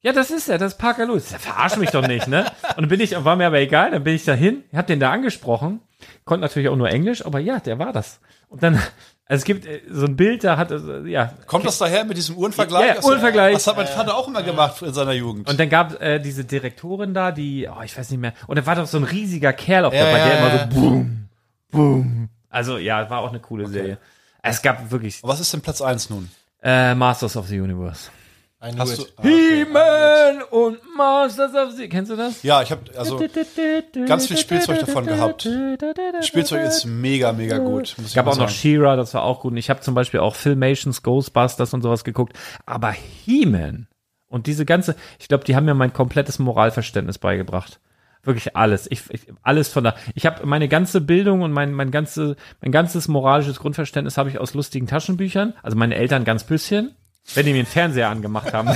C: Ja, das ist er, das ist Parker Lewis. Ja, Verarsch mich doch nicht, ne? Und dann bin ich, war mir aber egal, dann bin ich dahin, hab den da angesprochen, konnte natürlich auch nur Englisch, aber ja, der war das. Und dann, also es gibt äh, so ein Bild, da hat, äh, ja,
D: Kommt das daher mit diesem Uhrenvergleich?
C: Ja, ja, Uhrenvergleich.
D: Das hat mein Vater auch immer gemacht in seiner Jugend.
C: Äh, Und dann gab äh, diese Direktorin da, die, oh, ich weiß nicht mehr, und da war doch so ein riesiger Kerl auf
D: Ja,
C: der, bei
D: ja,
C: der
D: ja.
C: immer so boom, boom. Also ja, war auch eine coole Serie. Es gab wirklich
D: Was ist denn Platz 1 nun?
C: äh, Masters of the Universe.
F: I knew
D: Hast du,
F: it.
D: ah,
C: He-Man und Masters of the Kennst du das?
D: ja, ich habe also ganz viel Spielzeug davon gehabt. Spielzeug ist mega, mega gut. Muss ich
C: Es gab
D: mal
C: auch noch
D: sagen.
C: She-Ra, das war auch gut. Und ich habe zum Beispiel auch Filmations, Ghostbusters und sowas geguckt. Aber He-Man und diese ganze, ich glaube, die haben mir mein komplettes Moralverständnis beigebracht. Wirklich alles. Ich, ich alles von da. Ich habe meine ganze Bildung und mein mein ganze mein ganzes moralisches Grundverständnis habe ich aus lustigen Taschenbüchern. Also meine Eltern ganz bisschen, wenn die mir den Fernseher angemacht haben.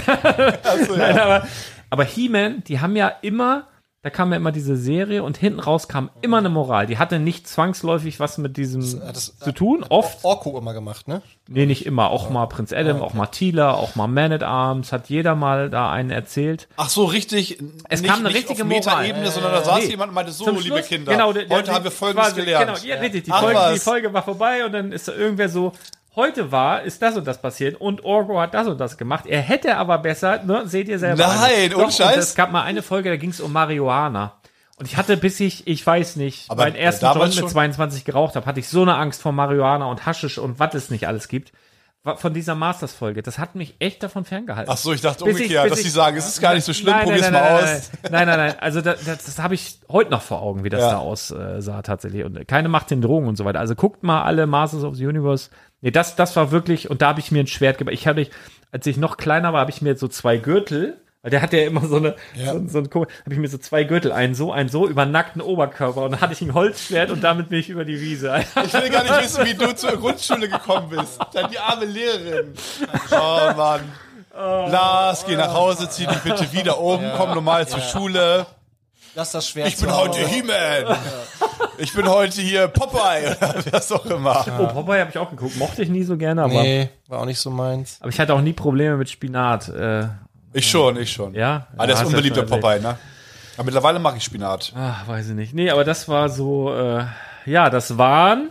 C: Nein, aber aber He-Man, die haben ja immer da kam ja immer diese Serie und hinten raus kam immer eine Moral. Die hatte nicht zwangsläufig was mit diesem
F: das- äh,
C: zu tun. Oft
F: Orko immer gemacht, ne?
C: Nee, nicht immer. Auch mal Prinz
F: Ah,
C: Adam, auch mal Tila, auch mal Man at Arms. Hat jeder mal da einen erzählt.
D: Ach so, richtig.
C: Es
D: nicht,
C: kam eine
D: nicht
C: richtige
D: auf
C: Moral.
D: Metaebene, sondern da saß
C: Nee.
D: jemand und meinte, so,
C: Zum
D: liebe
C: Schluss-
D: Kinder,
C: genau, der- der-
D: heute haben wir Folgendes
C: quasi,
D: gelernt.
C: Genau, ja, richtig. Die,
D: Ach
C: Folge, die
D: was.
C: Folge war vorbei und dann ist da irgendwer so, heute war, ist das und das passiert und Orgo hat das und das gemacht. Er hätte aber besser, ne, seht ihr selber.
D: Nein,
C: an.
D: ohne
C: Doch,
D: Scheiß.
C: Und es gab mal eine Folge, da ging es um Marihuana. Und ich hatte, bis ich, ich weiß nicht,
D: Aber
C: meinen ersten
D: damals
C: Joint
D: schon?
C: mit 22 geraucht habe, hatte ich so eine Angst vor Marihuana und Haschisch und was es nicht alles gibt. Wa- Von dieser Masters-Folge. Das hat mich echt davon ferngehalten.
D: Ach so, ich dachte
C: Bis ich-
D: umgekehrt,
C: bis
D: dass
C: ich-
D: die sagen, es ist gar nicht so schlimm,
C: Nein,
D: probier's
C: nein,
D: mal
C: nein,
D: aus.
C: Nein, nein, nein, nein. Also das, das, das habe ich heute noch vor Augen, wie das
D: Ja.
C: da aussah tatsächlich. Und keine macht den Drogen und so weiter. Also guckt mal alle Masters of the Universe. Nee, das, das war wirklich, und da habe ich mir ein Schwert gebaut. Ich hatte, als ich noch kleiner war, habe ich mir so zwei Gürtel, weil der hat ja immer so eine, so, so ein habe ich mir so zwei Gürtel, einen so, einen so, über nackten Oberkörper und dann hatte ich ein Holzschwert und damit bin ich über die Wiese.
D: Ich will gar nicht wissen, wie du zur Grundschule gekommen bist. Dann die arme Lehrerin. Oh Mann. Lars, geh nach Hause, zieh dich bitte wieder um, komm normal zur Schule.
F: Lass das Schwert
D: Ich bin
F: zu
D: heute
F: Hause.
D: He-Man. Ich bin heute hier Popeye oder wer es auch immer.
C: Oh, Popeye habe ich auch geguckt. Mochte ich nie so gerne, aber,
F: Nee, war auch nicht so meins.
C: aber ich hatte auch nie Probleme mit Spinat. Äh,
D: Ich schon, ich schon.
C: ja. Ja,
D: Ah, der ist
C: hast du
D: unbeliebter
C: ja schon erzählt.
D: Popeye, ne? Aber mittlerweile mag ich Spinat.
C: Ach, weiß ich nicht. Nee, aber das war so, äh, ja, das waren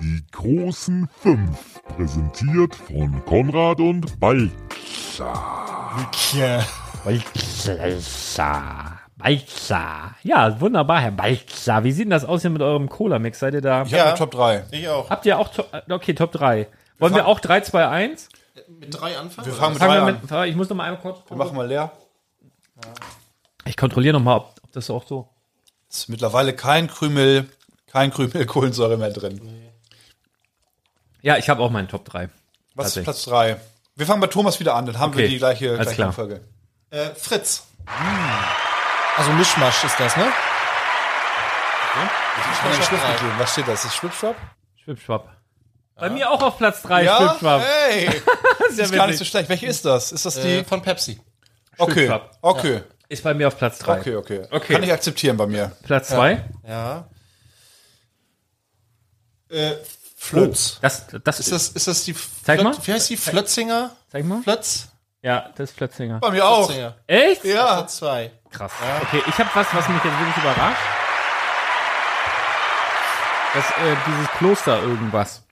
G: Die großen fünf, präsentiert von Konrad und Balk.
F: Ja.
C: Balzer. Balzer. Ja, wunderbar, Herr Balzer. Wie sieht denn das aus hier mit eurem Cola-Mix? Seid ihr da?
D: Ich hab habe Top 3.
F: Ich auch.
C: Habt ihr auch, to okay, Top 3. Wollen wir auch 3, 2, 1?
F: Mit drei anfangen?
D: Wir fangen mit
C: Fangen
D: 3
C: wir
D: an.
C: mit, ich muss noch mal einmal kurz
D: Wir machen mal leer.
C: Ich kontrolliere noch mal, ob, ob das auch so.
D: Ist mittlerweile kein Krümel, kein Krümel Kohlensäure mehr drin.
C: Ja, ich habe auch meinen Top 3.
D: Was
C: Tatsächlich.
D: ist Platz 3? Wir fangen bei Thomas wieder an, dann haben wir
C: Okay,
D: die gleiche,
C: alles
D: gleiche
C: klar.
D: Folge.
F: Äh, Fritz. Also Mischmasch ist das, ne?
D: Ich kann einen Schrift gegeben. Was steht da? Ist das Schwipschwap?
C: Schwipschwapp. Bei mir auch auf Platz 3, Schwipschwapp.
D: Hey, das äh, ist gar nicht
C: witzig.
D: so schlecht. Welche ist das? Ist das die?
F: Äh, von Pepsi.
D: okay.
C: Schwipschwapp.
D: Okay.
C: Ist bei mir auf Platz 3.
D: okay, okay,
C: Okay.
D: Kann ich akzeptieren bei mir.
C: Platz 2?
F: Ja. Äh, Flötz.
C: Oh, Das, das
F: Ist das, ist das die
C: Zeig
F: Flöt-
C: mal.
F: Wie heißt die? Flötzinger?
C: Zeig mal.
F: Flötz?
C: Ja, das ist Flötzinger.
D: Bei mir auch.
F: Flötzinger.
C: Echt?
D: Ja.
F: Platz zwei.
C: Krass. Okay, ich habe was, was mich jetzt wirklich überrascht. Das, äh, dieses Kloster irgendwas.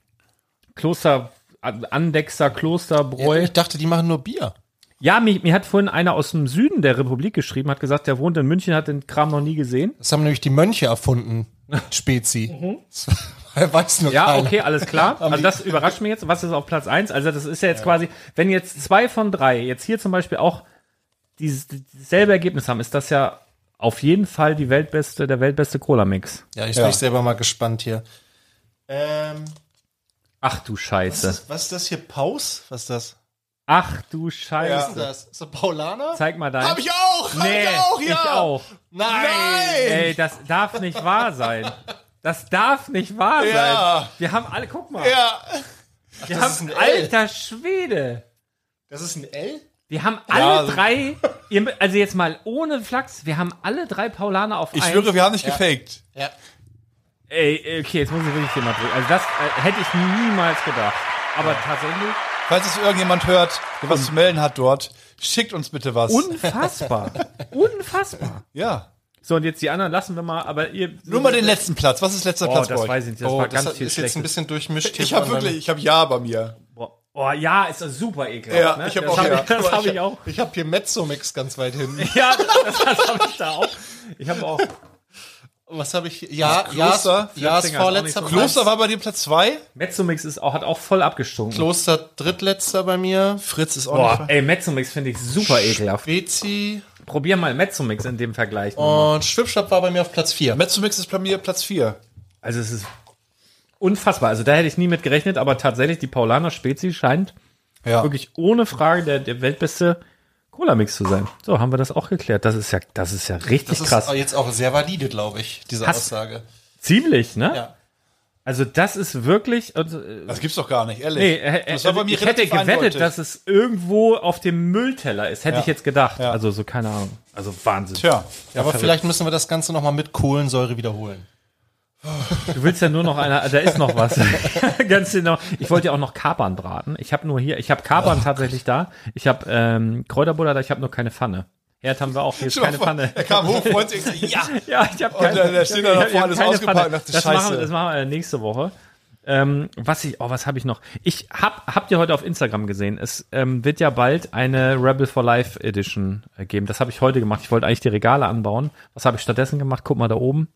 C: Kloster, An- Andechser Klosterbräu.
F: Ich dachte, die machen nur Bier.
C: Ja, mich, mir hat vorhin einer aus dem Süden der Republik geschrieben, hat gesagt, der wohnt in München, hat den Kram noch nie gesehen.
F: Das haben nämlich die Mönche erfunden. Spezi. Das weiß nur
C: Mhm. Ja,
F: keiner.
C: okay, alles klar. Also das überrascht mich jetzt. Was ist auf Platz eins? Also das ist ja jetzt quasi, wenn jetzt zwei von drei jetzt hier zum Beispiel auch dieses, dasselbe Ergebnis haben, ist das ja auf jeden Fall die weltbeste, der weltbeste Cola-Mix.
F: Ja, ich bin ich selber mal gespannt hier. Ähm,
C: Ach du Scheiße.
F: was ist das hier? Paus? Was ist das?
C: Ach du
F: Was
C: Scheiße.
F: ist das? Ist das Paulaner?
C: Zeig mal dein.
D: Hab ich auch.
C: nee,
D: hab ich auch, ja.
C: ich auch.
F: Nein!
C: Ey, das darf nicht wahr sein. Das darf nicht wahr sein.
D: Ja.
C: Wir haben alle, guck mal,
D: Ja.
C: wir
F: das
C: haben,
F: ist ein L.
C: alter Schwede.
F: Das ist ein L?
C: Wir haben
D: Ja,
C: alle
D: also-
C: drei, ihr, also jetzt mal ohne Flachs, wir haben alle drei Paulaner auf
D: Ich
C: eins.
D: schwöre, wir haben nicht gefaked.
F: Ja.
C: Ey, okay, jetzt muss ich wirklich hier mal drücken. Also das äh, hätte ich niemals gedacht. Aber tatsächlich,
D: Falls es irgendjemand hört, der was zu melden hat dort, Schickt uns bitte was.
C: Unfassbar. Unfassbar.
D: Ja.
C: So, und jetzt die anderen lassen wir mal, aber ihr.
D: Nur mal den letzten Platz. Was ist letzter
C: Oh,
D: Platz
C: das
D: bei euch?
C: weiß ich nicht. Das
F: oh,
C: war
F: das
C: ganz
F: hat,
C: viel
F: ist jetzt ein
C: Schlechtes.
F: bisschen durchmischt.
D: Ich
F: hier
D: habe
F: von einem-
D: wirklich, ich habe Ja bei mir.
C: Boah. Oh ja, ist das super ekelhaft.
D: Ja,
C: ne?
D: ich hab
C: das
D: auch-
C: hab
D: ja.
C: ich, das hab ich auch.
F: Ich habe hier Mezzomix ganz weit hinten.
C: Ja, das, das habe ich da auch. Ich habe auch.
F: Was habe ich hier? Ja,
D: Kloster,
F: ja,
C: Flötzinger ist
F: ja, ist
C: auch nicht
F: vorletzter
C: so-
F: Platz.
D: Kloster war bei dir Platz 2.
C: Mezzomix ist auch, hat auch voll abgestunken.
F: Kloster drittletzter bei mir.
D: Fritz ist auch
C: Boah,
D: nicht.
C: ey, Mezzomix finde ich super ekelhaft.
F: Spezi
C: Probier mal Mezzomix in dem Vergleich. ne? nochmal.
F: und Schwipschwap war bei mir auf Platz 4.
D: Metzumix ist bei mir Platz 4.
C: Also es ist unfassbar. Also da hätte ich nie mit gerechnet, aber tatsächlich, die Paulaner Spezi scheint
D: Ja.
C: wirklich ohne Frage der, der weltbeste Cola-Mix zu sein. So, haben wir das auch geklärt. Das ist ja, das ist ja richtig
F: Das ist
C: krass.
F: jetzt auch sehr valide, glaube ich, diese
C: Hast-
F: Aussage.
C: Ziemlich, ne?
F: Ja.
C: Also das ist wirklich. Also, äh,
D: Das gibt's doch gar nicht, ehrlich.
C: nee, äh,
D: das
C: äh,
D: war bei mir
C: ich hätte
D: relativ
C: gewettet,
D: eindeutig.
C: dass es irgendwo auf dem Müllteller ist. Hätte
D: Ja.
C: ich jetzt gedacht.
D: Ja.
C: Also so keine Ahnung. Also Wahnsinn.
D: Tja,
F: Ja, aber vielleicht müssen wir das Ganze nochmal mit Kohlensäure wiederholen.
C: Du willst ja nur noch einer. Da ist noch was. Ganz genau. Ich wollte ja auch noch Kapern braten. Ich habe nur hier. Ich habe Kapern
D: Oh
C: tatsächlich da. Ich habe ähm, Kräuterbutter da. Ich habe nur keine Pfanne. Herd haben wir auch. Hier ist keine Pfanne.
D: er kam hoch, freut sich, ich so, ja.
C: Ja, ich habe
D: Und
C: keine.
D: dann- da steht da
C: ich
D: noch
C: hab- ich hab
D: alles
C: keine
D: ausgepackt
C: Pfanne.
D: und dachte,
C: das
D: Scheiße.
C: Machen, wir- das machen wir nächste Woche. Ähm, was ich, oh, was habe ich noch? Ich hab, habt ihr heute auf Instagram gesehen? Es ähm, wird ja bald eine Rebel for Life Edition äh, geben. Das habe ich heute gemacht. Ich wollte eigentlich die Regale anbauen. Was habe ich stattdessen gemacht? Guck mal da oben.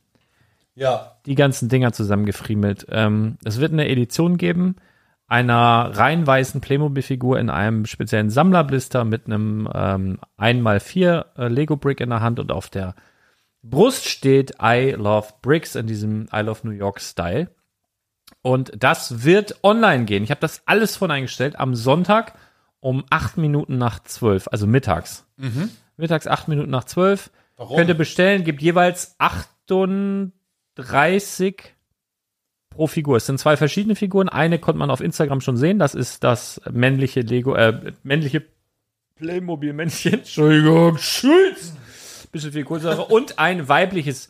F: Ja.
C: Die ganzen Dinger zusammengefriemelt. Ähm, es wird eine Edition geben einer rein weißen Playmobil-Figur in einem speziellen Sammlerblister mit einem ähm, 1x4 äh, Lego-Brick in der Hand und auf der Brust steht I Love Bricks in diesem I Love New York Style. Und das wird online gehen. Ich habe das alles von eingestellt am Sonntag um 8 Minuten nach 12, also mittags. Mittags 8 Minuten nach 12.
F: Warum?
C: Könnt ihr bestellen, gibt jeweils 38 pro Figur. Es sind zwei verschiedene Figuren. Eine konnte man auf Instagram schon sehen. Das ist das männliche Lego, äh, männliche Playmobil-Männchen. Entschuldigung, Schulz! Bisschen viel Kohlensäure. Und ein weibliches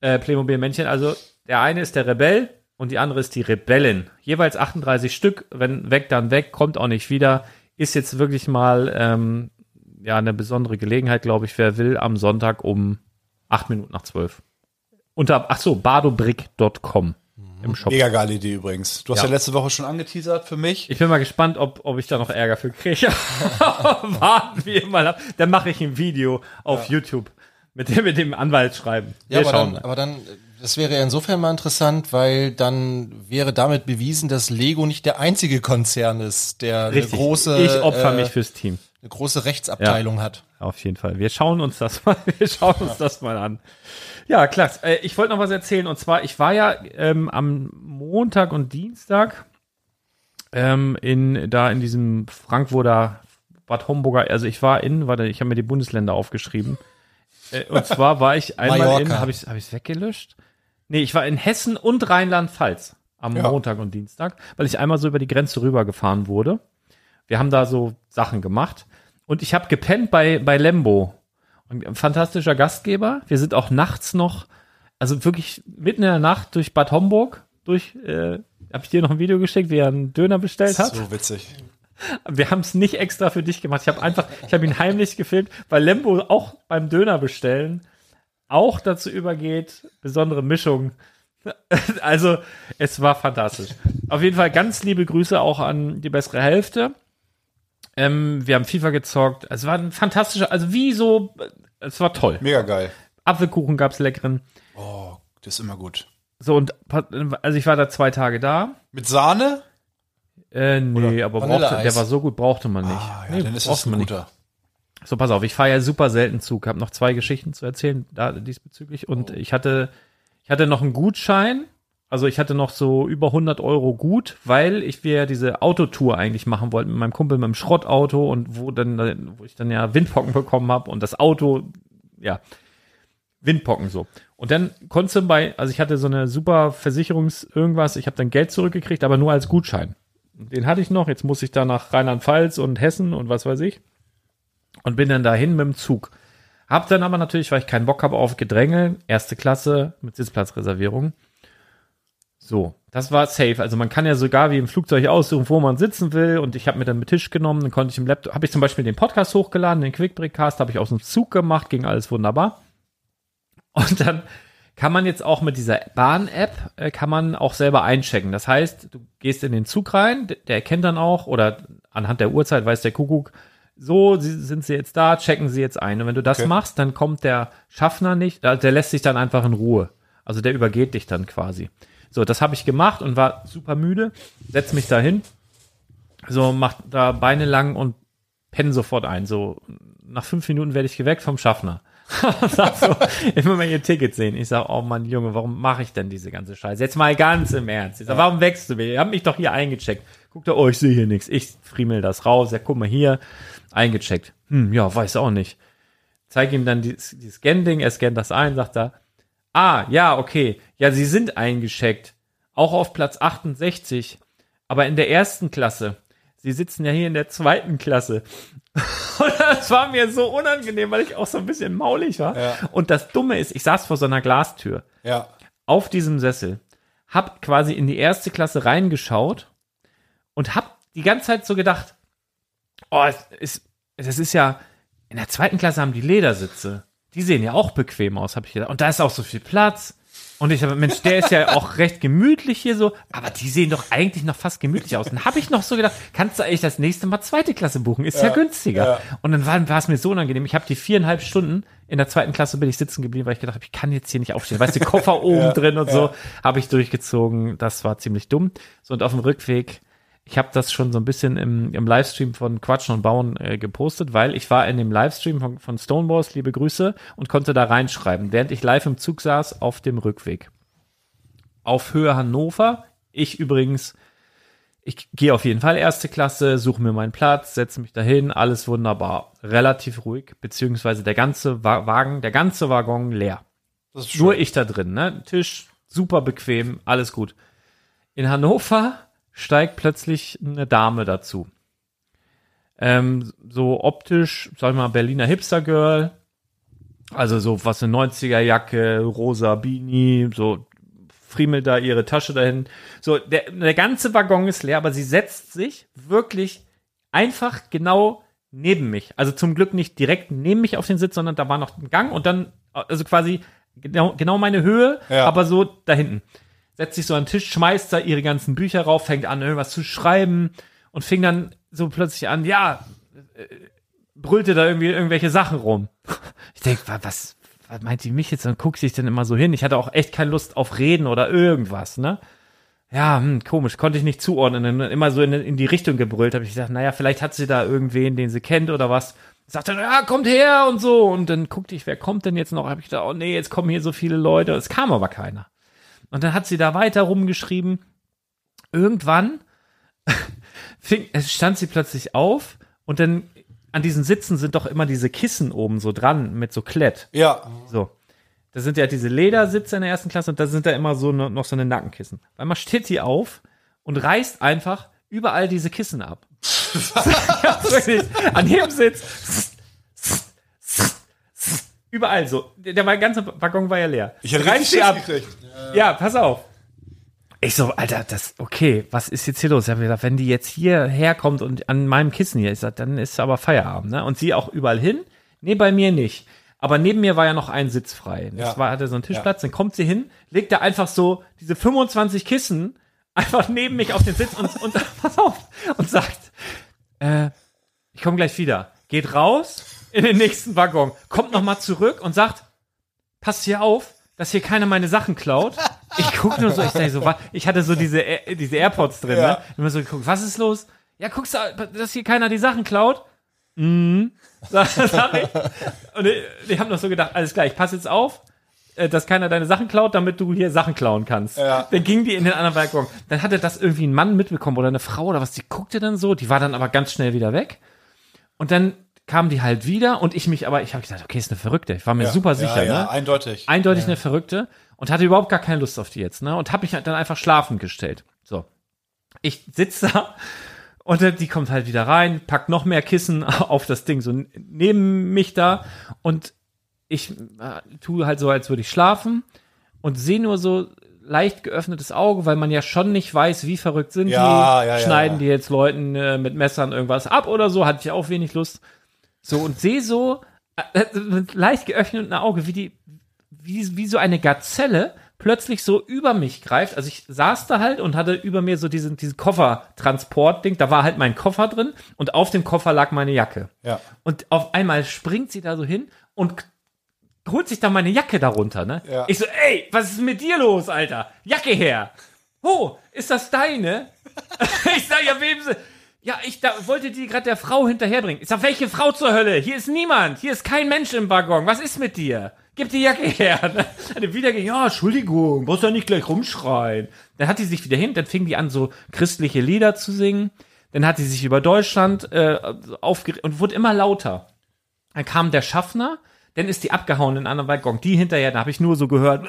C: äh, Playmobil-Männchen. Also der eine ist der Rebell und die andere ist die Rebellin. Jeweils 38 Stück. Wenn weg, dann weg. Kommt auch nicht wieder. Ist jetzt wirklich mal ähm, ja eine besondere Gelegenheit, glaube ich. Wer will, am Sonntag um 8 Minuten nach 12. Unter, ach so, bardobrick.com im Shop.
D: Mega geile Idee übrigens. Du hast ja,
C: Ja.
D: letzte Woche schon angeteasert für mich.
C: Ich bin mal gespannt, ob, ob ich da noch Ärger für kriege. Warten wir mal ab. Dann mache ich ein Video auf YouTube mit dem, mit dem Anwalt schreiben. Wir
F: Ja, aber
C: schauen
F: dann,
C: mal.
F: aber dann, das wäre ja insofern mal interessant, weil dann wäre damit bewiesen, dass Lego nicht der einzige Konzern ist, der
C: Richtig.
F: eine große,
C: ich opfer
F: äh,
C: mich fürs Team.
F: eine große Rechtsabteilung hat.
C: Auf jeden Fall. Wir schauen uns das mal, wir schauen uns das mal an. Ja, klasse. Äh, ich wollte noch was erzählen. Und zwar, ich war ja ähm, am Montag und Dienstag ähm, in, da in diesem Frankfurter Bad Homburger. Also ich war in, warte, ich habe mir die Bundesländer aufgeschrieben. Äh, und zwar war ich einmal in,
F: Mallorca.
C: habe ich es hab ich's weggelöscht? Nee, ich war in Hessen und Rheinland-Pfalz am Montag und Dienstag, weil ich einmal so über die Grenze rübergefahren wurde. Wir haben da so Sachen gemacht. Und ich habe gepennt bei, bei Lembo. Und ein fantastischer Gastgeber. Wir sind auch nachts noch, also wirklich mitten in der Nacht durch Bad Homburg, durch, äh, habe ich dir noch ein Video geschickt, wie er einen Döner bestellt hat.
D: So witzig.
C: Wir haben es nicht extra für dich gemacht. Ich habe einfach, ich habe ihn heimlich gefilmt, weil Lembo auch beim Döner bestellen auch dazu übergeht, besondere Mischung. Also, es war fantastisch. Auf jeden Fall ganz liebe Grüße auch an die bessere Hälfte. Ähm, wir haben FIFA gezockt. Es war ein fantastischer, also wie so, es war toll.
D: Mega geil.
C: Apfelkuchen gab's leckeren.
D: Oh, das ist immer gut.
C: So, und also ich war da zwei Tage da.
D: Mit Sahne?
C: Äh, nee, aber brauchte,
F: Vanilleeis.
C: der war so gut, brauchte man nicht.
D: Ah,
C: nee, braucht man nicht. So, pass auf, ich fahre ja super selten Zug, habe noch zwei Geschichten zu erzählen da, diesbezüglich und ich hatte, ich hatte noch einen Gutschein, also ich hatte noch so über 100 Euro gut, weil ich wir ja diese Autotour eigentlich machen wollten mit meinem Kumpel mit dem Schrottauto und wo dann, wo ich dann ja Windpocken bekommen habe und das Auto, ja, Windpocken so. Und dann konntest du bei, also ich hatte so eine super Versicherungs irgendwas, ich habe dann Geld zurückgekriegt, aber nur als Gutschein. Den hatte ich noch, jetzt muss ich da nach Rheinland-Pfalz und Hessen und was weiß ich und bin dann dahin mit dem Zug. Hab dann aber natürlich, weil ich keinen Bock habe auf Gedränge, erste Klasse mit Sitzplatzreservierung. So, das war safe. Also man kann ja sogar wie im Flugzeug aussuchen, wo man sitzen will. Und ich habe mir dann einen Tisch genommen, dann konnte ich im Laptop, habe ich zum Beispiel den Podcast hochgeladen, den Quickbreakcast, habe ich aus dem Zug gemacht, ging alles wunderbar. Und dann kann man jetzt auch mit dieser Bahn-App, äh, kann man auch selber einchecken. Das heißt, du gehst in den Zug rein, d- der erkennt dann auch, oder anhand der Uhrzeit weiß der Kuckuck, so sie, sind sie jetzt da, checken sie jetzt ein. Und wenn du das
D: Okay.
C: machst, dann kommt der Schaffner nicht, äh, der lässt dich dann einfach in Ruhe. Also der übergeht dich dann quasi. So, das habe ich gemacht und war super müde, setz mich dahin, so mach da Beine lang und penne sofort ein. So nach fünf Minuten werde ich geweckt vom Schaffner. Und sag so, immer mal ihr Ticket sehen. Ich sag, oh Mann, Junge, warum mache ich denn diese ganze Scheiße? Jetzt mal ganz im Ernst. Ich sag, warum wächst du mir? Ihr habt mich doch hier eingecheckt. Guckt er, oh, ich sehe hier nichts. Ich friemel das raus. Ja, guck mal hier, eingecheckt. Hm, ja, weiß auch nicht. Zeig ihm dann die, die Scan-Ding, er scannt das ein, sagt er, ah, ja, okay. Ja, sie sind eingecheckt. Auch auf Platz 68. Aber in der ersten Klasse. Sie sitzen ja hier in der zweiten Klasse. Und das war mir so unangenehm, weil ich auch so ein bisschen maulig war.
D: Ja.
C: Und das Dumme ist, ich saß vor so einer Glastür
D: Ja.
C: auf diesem Sessel, hab quasi in die erste Klasse reingeschaut und hab die ganze Zeit so gedacht, oh, es ist, das ist ja, in der zweiten Klasse haben die Ledersitze. Die sehen ja auch bequem aus, habe ich gedacht. Und da ist auch so viel Platz. Und ich habe, Mensch, der ist ja auch recht gemütlich hier so, aber die sehen doch eigentlich noch fast gemütlich aus. Und habe ich noch so gedacht, kannst du eigentlich das nächste Mal zweite Klasse buchen? Ist ja, günstiger. Und dann war war es mir so unangenehm. Ich habe die viereinhalb Stunden in der zweiten Klasse bin ich sitzen geblieben, weil ich gedacht habe, ich kann jetzt hier nicht aufstehen. Weißt du, Koffer oben drin und so habe ich durchgezogen. Das war ziemlich dumm. So und auf dem Rückweg ich habe das schon so ein bisschen im, im Livestream von Quatschen und Bauen äh, gepostet, weil ich war in dem Livestream von, von Stonewalls, liebe Grüße, und konnte da reinschreiben, während ich live im Zug saß auf dem Rückweg. Auf Höhe Hannover, ich übrigens, ich gehe auf jeden Fall erste Klasse, suche mir meinen Platz, setze mich dahin, alles wunderbar, relativ ruhig, beziehungsweise der ganze Wa Wagen, der ganze Waggon leer.
F: Das ist
C: Nur ich da drin, ne? Tisch, super bequem, alles gut. In Hannover steigt plötzlich eine Dame dazu. Ähm, so optisch, sag ich mal, Berliner Hipster Girl. Also so was eine 90er Jacke, rosa Beanie, so friemelt da ihre Tasche dahin. So, der, der ganze Waggon ist leer, aber sie setzt sich wirklich einfach genau neben mich. Also zum Glück nicht direkt neben mich auf den Sitz, sondern da war noch ein Gang und dann, also quasi genau, genau meine Höhe,
D: Ja.
C: aber so da hinten. Setzt sich so an den Tisch, schmeißt da ihre ganzen Bücher rauf, fängt an, irgendwas zu schreiben und fing dann so plötzlich an, ja, äh, brüllte da irgendwie irgendwelche Sachen rum. Ich denke, was, was meint die mich jetzt? Dann guckt sich denn immer so hin. Ich hatte auch echt keine Lust auf Reden oder irgendwas, ne? Ja, hm, komisch, konnte ich nicht zuordnen. Dann Immer so in, in die Richtung gebrüllt, habe ich gedacht, naja, vielleicht hat sie da irgendwen, den sie kennt oder was. Sagt dann, ja, kommt her und so. Und dann guckte ich, wer kommt denn jetzt noch? Habe ich gedacht, oh nee, jetzt kommen hier so viele Leute. Es kam aber keiner. Und dann hat sie da weiter rumgeschrieben. Irgendwann fing, es stand sie plötzlich auf und dann an diesen Sitzen sind doch immer diese Kissen oben so dran mit so Klett.
D: Ja.
C: So. Da sind ja diese Ledersitze in der ersten Klasse und da sind da immer so ne, noch so eine Nackenkissen. Weil man steht die auf und reißt einfach überall diese Kissen ab. ja, wirklich. An jedem Sitz. Überall so. Der, der ganze Waggon war ja leer.
D: Ich hätte
C: Reiß die
D: richtig
C: ab.
D: gekriegt.
C: Ja, pass auf. Ich so, Alter, das, okay, was ist jetzt hier los? Ich hab mir gedacht, wenn die jetzt hier herkommt und an meinem Kissen hier ist, dann ist aber Feierabend, ne? Und sie auch überall hin? Nee, bei mir nicht. Aber neben mir war ja noch ein Sitz frei. Das
D: Ja.
C: war, hatte so einen Tischplatz, dann kommt sie hin, legt da einfach so diese 25 Kissen einfach neben mich auf den Sitz und, und pass auf, und sagt, äh, ich komme gleich wieder. Geht raus in den nächsten Waggon, kommt nochmal zurück und sagt, passt hier auf, dass hier keiner meine Sachen klaut. Ich guck nur so, ich sag so, wa- ich hatte so diese, Air- diese AirPods drin,
D: Ja.
C: ne? Immer so geguckt, was ist los? Ja, guckst du, dass hier keiner die Sachen klaut? Mhm. Sag, sag ich. Und ich, ich habe noch so gedacht, alles klar, ich passe jetzt auf, äh, dass keiner deine Sachen klaut, damit du hier Sachen klauen kannst.
D: Ja.
C: Dann ging die in den anderen Balkon. Dann hatte das irgendwie ein Mann mitbekommen oder eine Frau oder was, die guckte dann so, die war dann aber ganz schnell wieder weg. Und dann kamen die halt wieder und ich mich aber, ich habe gedacht, okay, ist eine Verrückte. Ich war mir
D: Ja.
C: super sicher,
D: ja, ja,
C: ne?
D: Eindeutig.
C: eindeutig eine Verrückte und hatte überhaupt gar keine Lust auf die jetzt, ne? Und habe mich dann einfach schlafen gestellt. So. Ich sitze da und dann- die kommt halt wieder rein, packt noch mehr Kissen auf das Ding so n- neben mich da und ich äh, tue halt so, als würde ich schlafen und sehe nur so leicht geöffnetes Auge, weil man ja schon nicht weiß, wie verrückt sind
D: Ja,
C: die,
D: ja, ja,
C: schneiden
D: ja.
C: die jetzt Leuten äh, mit Messern irgendwas ab oder so, hatte ich auch wenig Lust. So und sehe so äh, äh, mit leicht geöffnetem Auge, wie die wie, wie so eine Gazelle plötzlich so über mich greift. Also ich saß da halt und hatte über mir so diesen, diesen Koffertransportding. Da war halt mein Koffer drin und auf dem Koffer lag meine Jacke.
D: Ja.
C: Und auf einmal springt sie da so hin und k- holt sich da meine Jacke darunter, ne?
D: Ja.
C: Ich so, ey, was ist mit dir los, Alter? Jacke her! Oh, ist das deine? ich sag, ja, wem sie... Ja, ich da, wollte die gerade der Frau hinterherbringen. Ich sag, welche Frau zur Hölle? Hier ist niemand. Hier ist kein Mensch im Waggon. Was ist mit dir? Gib die Jacke her. Dann wieder, ge- ja, Entschuldigung, musst ja nicht gleich rumschreien. Dann hat die sich wieder hin, dann fing die an, so christliche Lieder zu singen. Dann hat die sich über Deutschland äh, aufgeregt und wurde immer lauter. Dann kam der Schaffner, dann ist die abgehauen in einen anderen Waggon. Die hinterher, da habe ich nur so gehört,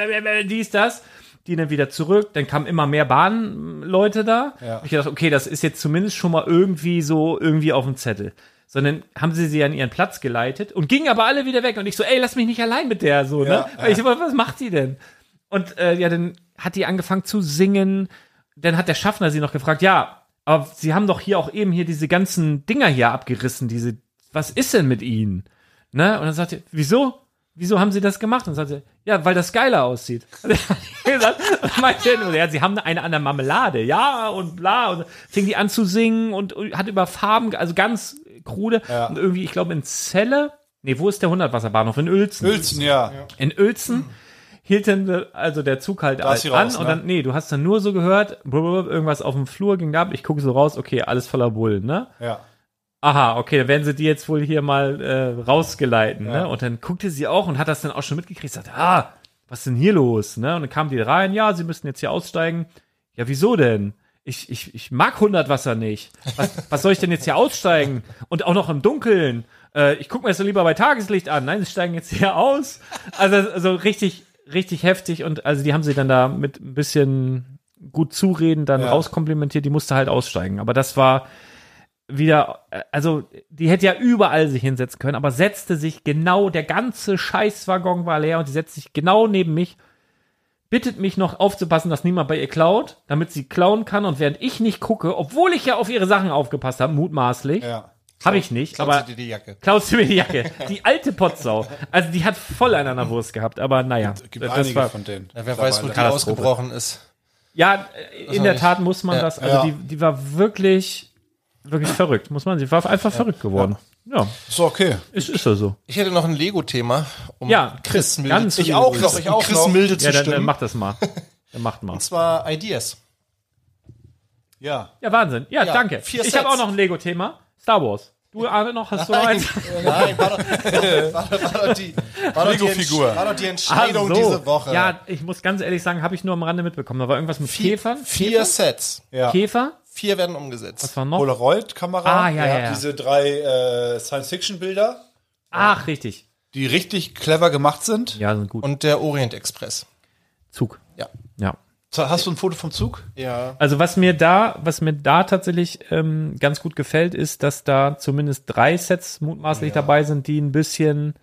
C: dies, das. Die dann wieder zurück, dann kamen immer mehr Bahnleute da.
D: Ja.
C: Ich dachte, okay, das ist jetzt zumindest schon mal irgendwie so, irgendwie auf dem Zettel. Sondern haben sie sie an ihren Platz geleitet und gingen aber alle wieder weg. Und ich so, ey, lass mich nicht allein mit der, so, ne?
D: Ja,
C: Weil ich so, was macht die denn? Und äh, ja, dann hat die angefangen zu singen. Dann hat der Schaffner sie noch gefragt, ja, aber sie haben doch hier auch eben hier diese ganzen Dinger hier abgerissen, diese, was ist denn mit ihnen? Ne? Und dann sagt sie, wieso? Wieso haben sie das gemacht? Und dann sagt sie, ja, weil das geiler aussieht. Und dann hat die gesagt, und meinte nur, ja, sie haben eine an der Marmelade, ja, und bla. Und dann fing die an zu singen und hat über Farben, ge- also ganz krude.
D: Ja.
C: Und irgendwie, ich glaube, in Celle, nee, wo ist der 100-Wasserbahnhof? In Uelzen.
D: Uelzen, ja.
C: In Uelzen hielt dann äh, also der Zug halt
D: Da ist
C: halt
D: sie
C: an
D: raus,
C: und
D: ne?
C: dann, nee, du hast dann nur so gehört, blub, irgendwas auf dem Flur ging da ab, ich gucke so raus, okay, alles voller Bullen, ne?
D: Ja.
C: Aha, okay, dann werden sie die jetzt wohl hier mal äh, rausgeleiten,
D: Ja.
C: ne? Und dann guckte sie auch und hat das dann auch schon mitgekriegt, sagte, ah, was ist denn hier los, ne? Und dann kamen die rein, ja, sie müssen jetzt hier aussteigen. Ja, wieso denn? Ich, ich, ich mag 100 Wasser nicht. Was, was soll ich denn jetzt hier aussteigen? Und auch noch im Dunkeln. Äh, ich gucke mir das doch lieber bei Tageslicht an. Nein, sie steigen jetzt hier aus. Also, also richtig, richtig heftig. Und also die haben sie dann da mit ein bisschen gut zureden, dann
D: Ja.
C: rauskomplimentiert. Die musste halt aussteigen. Aber das war wieder, äh, also die hätte ja überall sich hinsetzen können, aber setzte sich genau, der ganze Scheißwaggon war leer und die setzte sich genau neben mich bittet mich noch aufzupassen, dass niemand bei ihr klaut, damit sie klauen kann. Und während ich nicht gucke, obwohl ich ja auf ihre Sachen aufgepasst habe, mutmaßlich,
D: Ja.
C: habe ich nicht,
F: Klaut
C: aber
F: sie dir die Jacke.
C: klaut sie mir die Jacke. Die alte Potsau. Also die hat voll einen an der Wurst gehabt, aber naja.
D: Gibt einige von denen.
F: Ja, wer weiß, wo die
D: mittlerweile.
F: ausgebrochen ist.
C: ja, äh, in der
F: ich-
C: Tat muss man
F: Ja,
C: das, also
D: ja.
C: die, die war wirklich, wirklich verrückt, muss man, sie war einfach verrückt geworden. Ja,
D: Ist doch okay.
C: ist, ist ja so.
F: Ich hätte noch ein Lego-Thema, um
C: Ja,
F: Chris milde
C: ganz-
F: zu
C: Ich
D: auch noch, ich
F: um
D: auch
F: Chris
D: noch.
F: milde zu
C: Ja, dann,
F: stimmen.
C: dann macht das mal. Dann macht mal.
F: und zwar Ideas.
D: Ja.
C: Ja, Wahnsinn. Ja,
F: Ja,
C: danke.
F: vier
C: Ich habe auch
F: Sets.
C: noch ein Lego-Thema. Star Wars. Du, Arne, noch hast du noch eins?
F: Nein, war doch, war doch, war doch die, war doch die,
D: Lego-Figur.
F: Entsch- war doch die
C: Ah,
F: Entscheidung
C: so.
F: diese Woche.
C: Ja, ich muss ganz ehrlich sagen, habe ich nur am Rande mitbekommen. Da war irgendwas mit
F: vier,
C: Käfern.
F: vier Sets.
D: Ja.
C: Käfer?
F: Vier werden umgesetzt.
C: Was war noch?
D: Polaroid-Kamera.
C: Ah, ja, ja, ja.
D: Diese drei äh, Science-Fiction-Bilder,
C: Ach, richtig.
D: die richtig clever gemacht sind.
C: Ja, sind gut.
F: Und der Orient Express.
C: Zug.
F: Ja.
C: Ja.
D: Hast du ein Foto vom Zug?
F: Ja.
C: Also was mir da, was mir da tatsächlich ähm, ganz gut gefällt, ist, dass da zumindest drei Sets mutmaßlich dabei sind, die ein bisschen,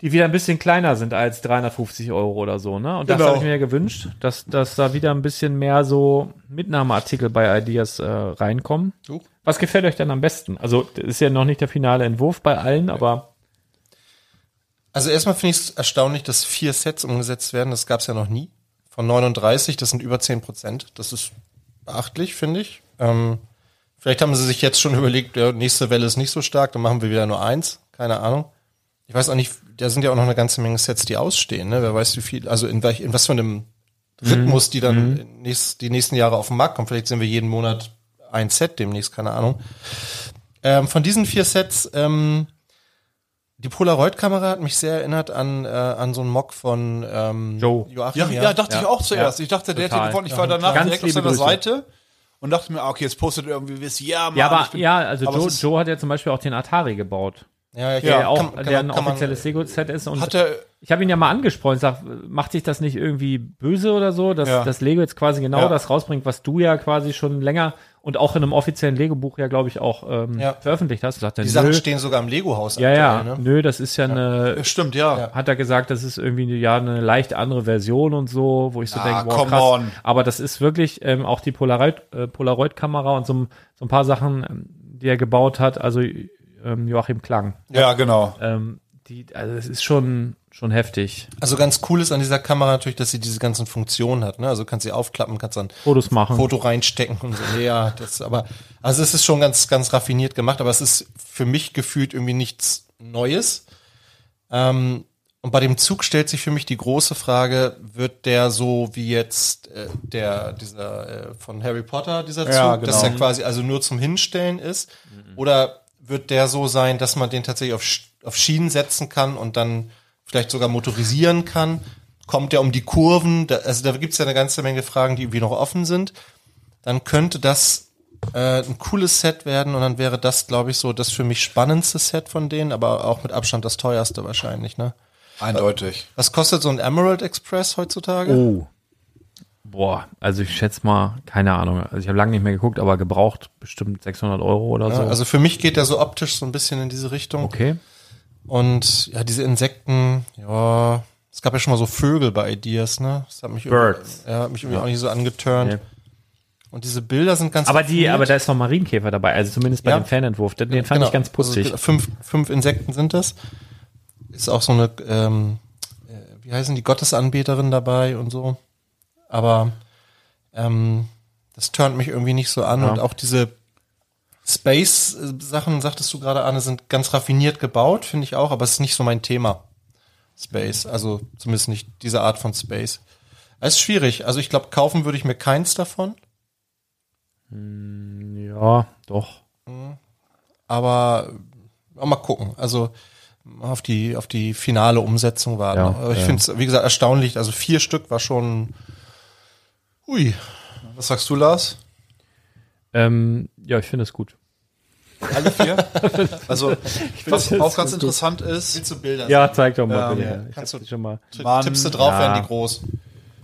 C: die wieder ein bisschen kleiner sind als 350 Euro oder so, ne? Und das
D: Genau.
C: habe ich mir gewünscht, dass, dass da wieder ein bisschen mehr so Mitnahmeartikel bei Ideas äh, reinkommen.
F: Du?
C: Was gefällt euch denn am besten? Also das ist ja noch nicht der finale Entwurf bei allen, aber
F: Also erstmal finde ich es erstaunlich, dass vier Sets umgesetzt werden. Das gab es ja noch nie. Von 39, das sind über 10 Prozent. Das ist beachtlich, finde ich. Ähm, vielleicht haben sie sich jetzt schon überlegt, ja, nächste Welle ist nicht so stark, dann machen wir wieder nur eins. Keine Ahnung. Ich weiß auch nicht, da sind ja auch noch eine ganze Menge Sets, die ausstehen. Ne? Wer weiß, wie viel, also in, welch, in was für einem
C: Mhm.
F: Rhythmus die dann nächst, die nächsten Jahre auf den Markt kommen. Vielleicht sehen wir jeden Monat ein Set demnächst, keine Ahnung. Ähm, von diesen vier Sets, ähm, die Polaroid-Kamera hat mich sehr erinnert an, äh, an so einen Mock von ähm,
C: Joe.
F: Joachim.
D: Ja, ja, dachte ich auch zuerst. ich dachte, der
C: Total.
D: hätte gewonnen. Ich war danach
C: Ganz
D: direkt auf
C: liebe
D: seiner
C: Grüße.
D: Seite und dachte mir, ah, okay, jetzt postet er irgendwie was. Ja, Mann,
C: ja, aber
D: ich bin-
C: ja, also
D: aber
C: Joe,
D: es ist-
C: Joe hat ja zum Beispiel auch den Atari gebaut,
F: ja, ja,
C: der
F: kann-
C: auch,
F: kann-
C: der ein
F: kann man-
C: offizielles Lego-Set ist und
D: Hat er
C: Ich habe ihn ja mal angesprochen, sag, macht dich das nicht irgendwie böse oder so, dass,
D: Ja.
C: dass Lego jetzt quasi genau
D: Ja.
C: das rausbringt, was du ja quasi schon länger und auch in einem offiziellen Lego-Buch ja, glaube ich, auch ähm,
F: Ja.
C: veröffentlicht hast. Sagt er,
F: Die Sachen
C: nö,
F: stehen sogar im Lego-Haus.
C: ja, ja,
F: aktuell, ne?
C: nö, das ist ja, eine,
D: Ja, äh, Stimmt, ja.
C: hat er gesagt, das ist irgendwie eine, ja eine leicht andere Version und so, wo ich so
D: Ah,
C: denke, wow,
D: come
C: krass.
D: on.
C: Aber das ist wirklich ähm, auch die Polaroid, äh, Polaroid-Kamera und so, ein- so ein paar Sachen, ähm, die er gebaut hat, also ähm, Joachim Klang.
D: Ja, genau.
C: Ähm, die, also das ist schon, schon heftig.
F: Also ganz cool ist an dieser Kamera natürlich, dass sie diese ganzen Funktionen hat. Ne? Also kannst sie aufklappen, kannst dann
C: Fotos machen.
F: Foto reinstecken und so. Ja, das aber also es ist schon ganz ganz raffiniert gemacht, aber es ist für mich gefühlt irgendwie nichts Neues. Ähm, und bei dem Zug stellt sich für mich die große Frage, wird der so wie jetzt äh, der dieser äh, von Harry Potter dieser Zug,
D: Ja,
F: dass
D: genau.
F: er quasi also nur zum Hinstellen ist oder wird der so sein, dass man den tatsächlich auf Sch- auf Schienen setzen kann und dann vielleicht sogar motorisieren kann? Kommt der um die Kurven? Da, also da gibt's ja eine ganze Menge Fragen, die irgendwie noch offen sind dann könnte das äh, ein cooles Set werden und dann wäre das, glaube ich, so das für mich spannendste Set von denen, aber auch mit Abstand das teuerste wahrscheinlich. Ne?
D: Eindeutig.
F: Was kostet so ein Emerald Express heutzutage?
C: Oh. Boah, also ich schätze mal, keine Ahnung. Also ich habe lange nicht mehr geguckt, aber gebraucht bestimmt 600 Euro oder
F: Ja,
C: so.
F: also für mich geht der so optisch so ein bisschen in diese Richtung.
C: okay.
F: Und ja, diese Insekten, ja, es gab ja schon mal so Vögel bei Ideas, ne? Das hat mich irgendwie-
C: Birds.
F: Ja, hat mich irgendwie auch nicht so angeturnt.
C: Nee.
F: Und diese Bilder sind ganz
C: Aber die,
F: raffiniert.
C: aber da ist noch Marienkäfer dabei, also zumindest bei
F: Ja.
C: dem Fanentwurf. Den, den fand
F: Genau.
C: ich ganz putzig.
F: Also fünf, fünf Insekten sind das. Ist auch so eine, ähm, äh, wie heißen die Gottesanbeterin dabei und so. Aber ähm, das turnt mich irgendwie nicht so an.
C: Ja.
F: Und auch diese Space-Sachen, sagtest du gerade, Anne, sind ganz raffiniert gebaut, finde ich auch, aber es ist nicht so mein Thema. Space, also zumindest nicht diese Art von Space. Es ist schwierig. Also ich glaube, kaufen würde ich mir keins davon.
C: ja, doch.
F: aber auch mal gucken. Also auf die auf die finale Umsetzung warten.
C: Ja,
F: aber ich finde es, wie gesagt, erstaunlich. Also vier Stück war schon. Ui.
D: Was sagst du, Lars?
C: Ähm, ja, ich finde es gut.
D: Alle vier? also, was auch ganz interessant ist,
F: Willst du Bilder?
C: Ja, zeig doch mal
D: Ja,
C: bitte.
F: Also- ja.
C: Ich
F: Kannst
C: hab
F: du-
C: die schon mal.
D: Mann,
F: Tippst du drauf,
C: ja.
F: werden die groß.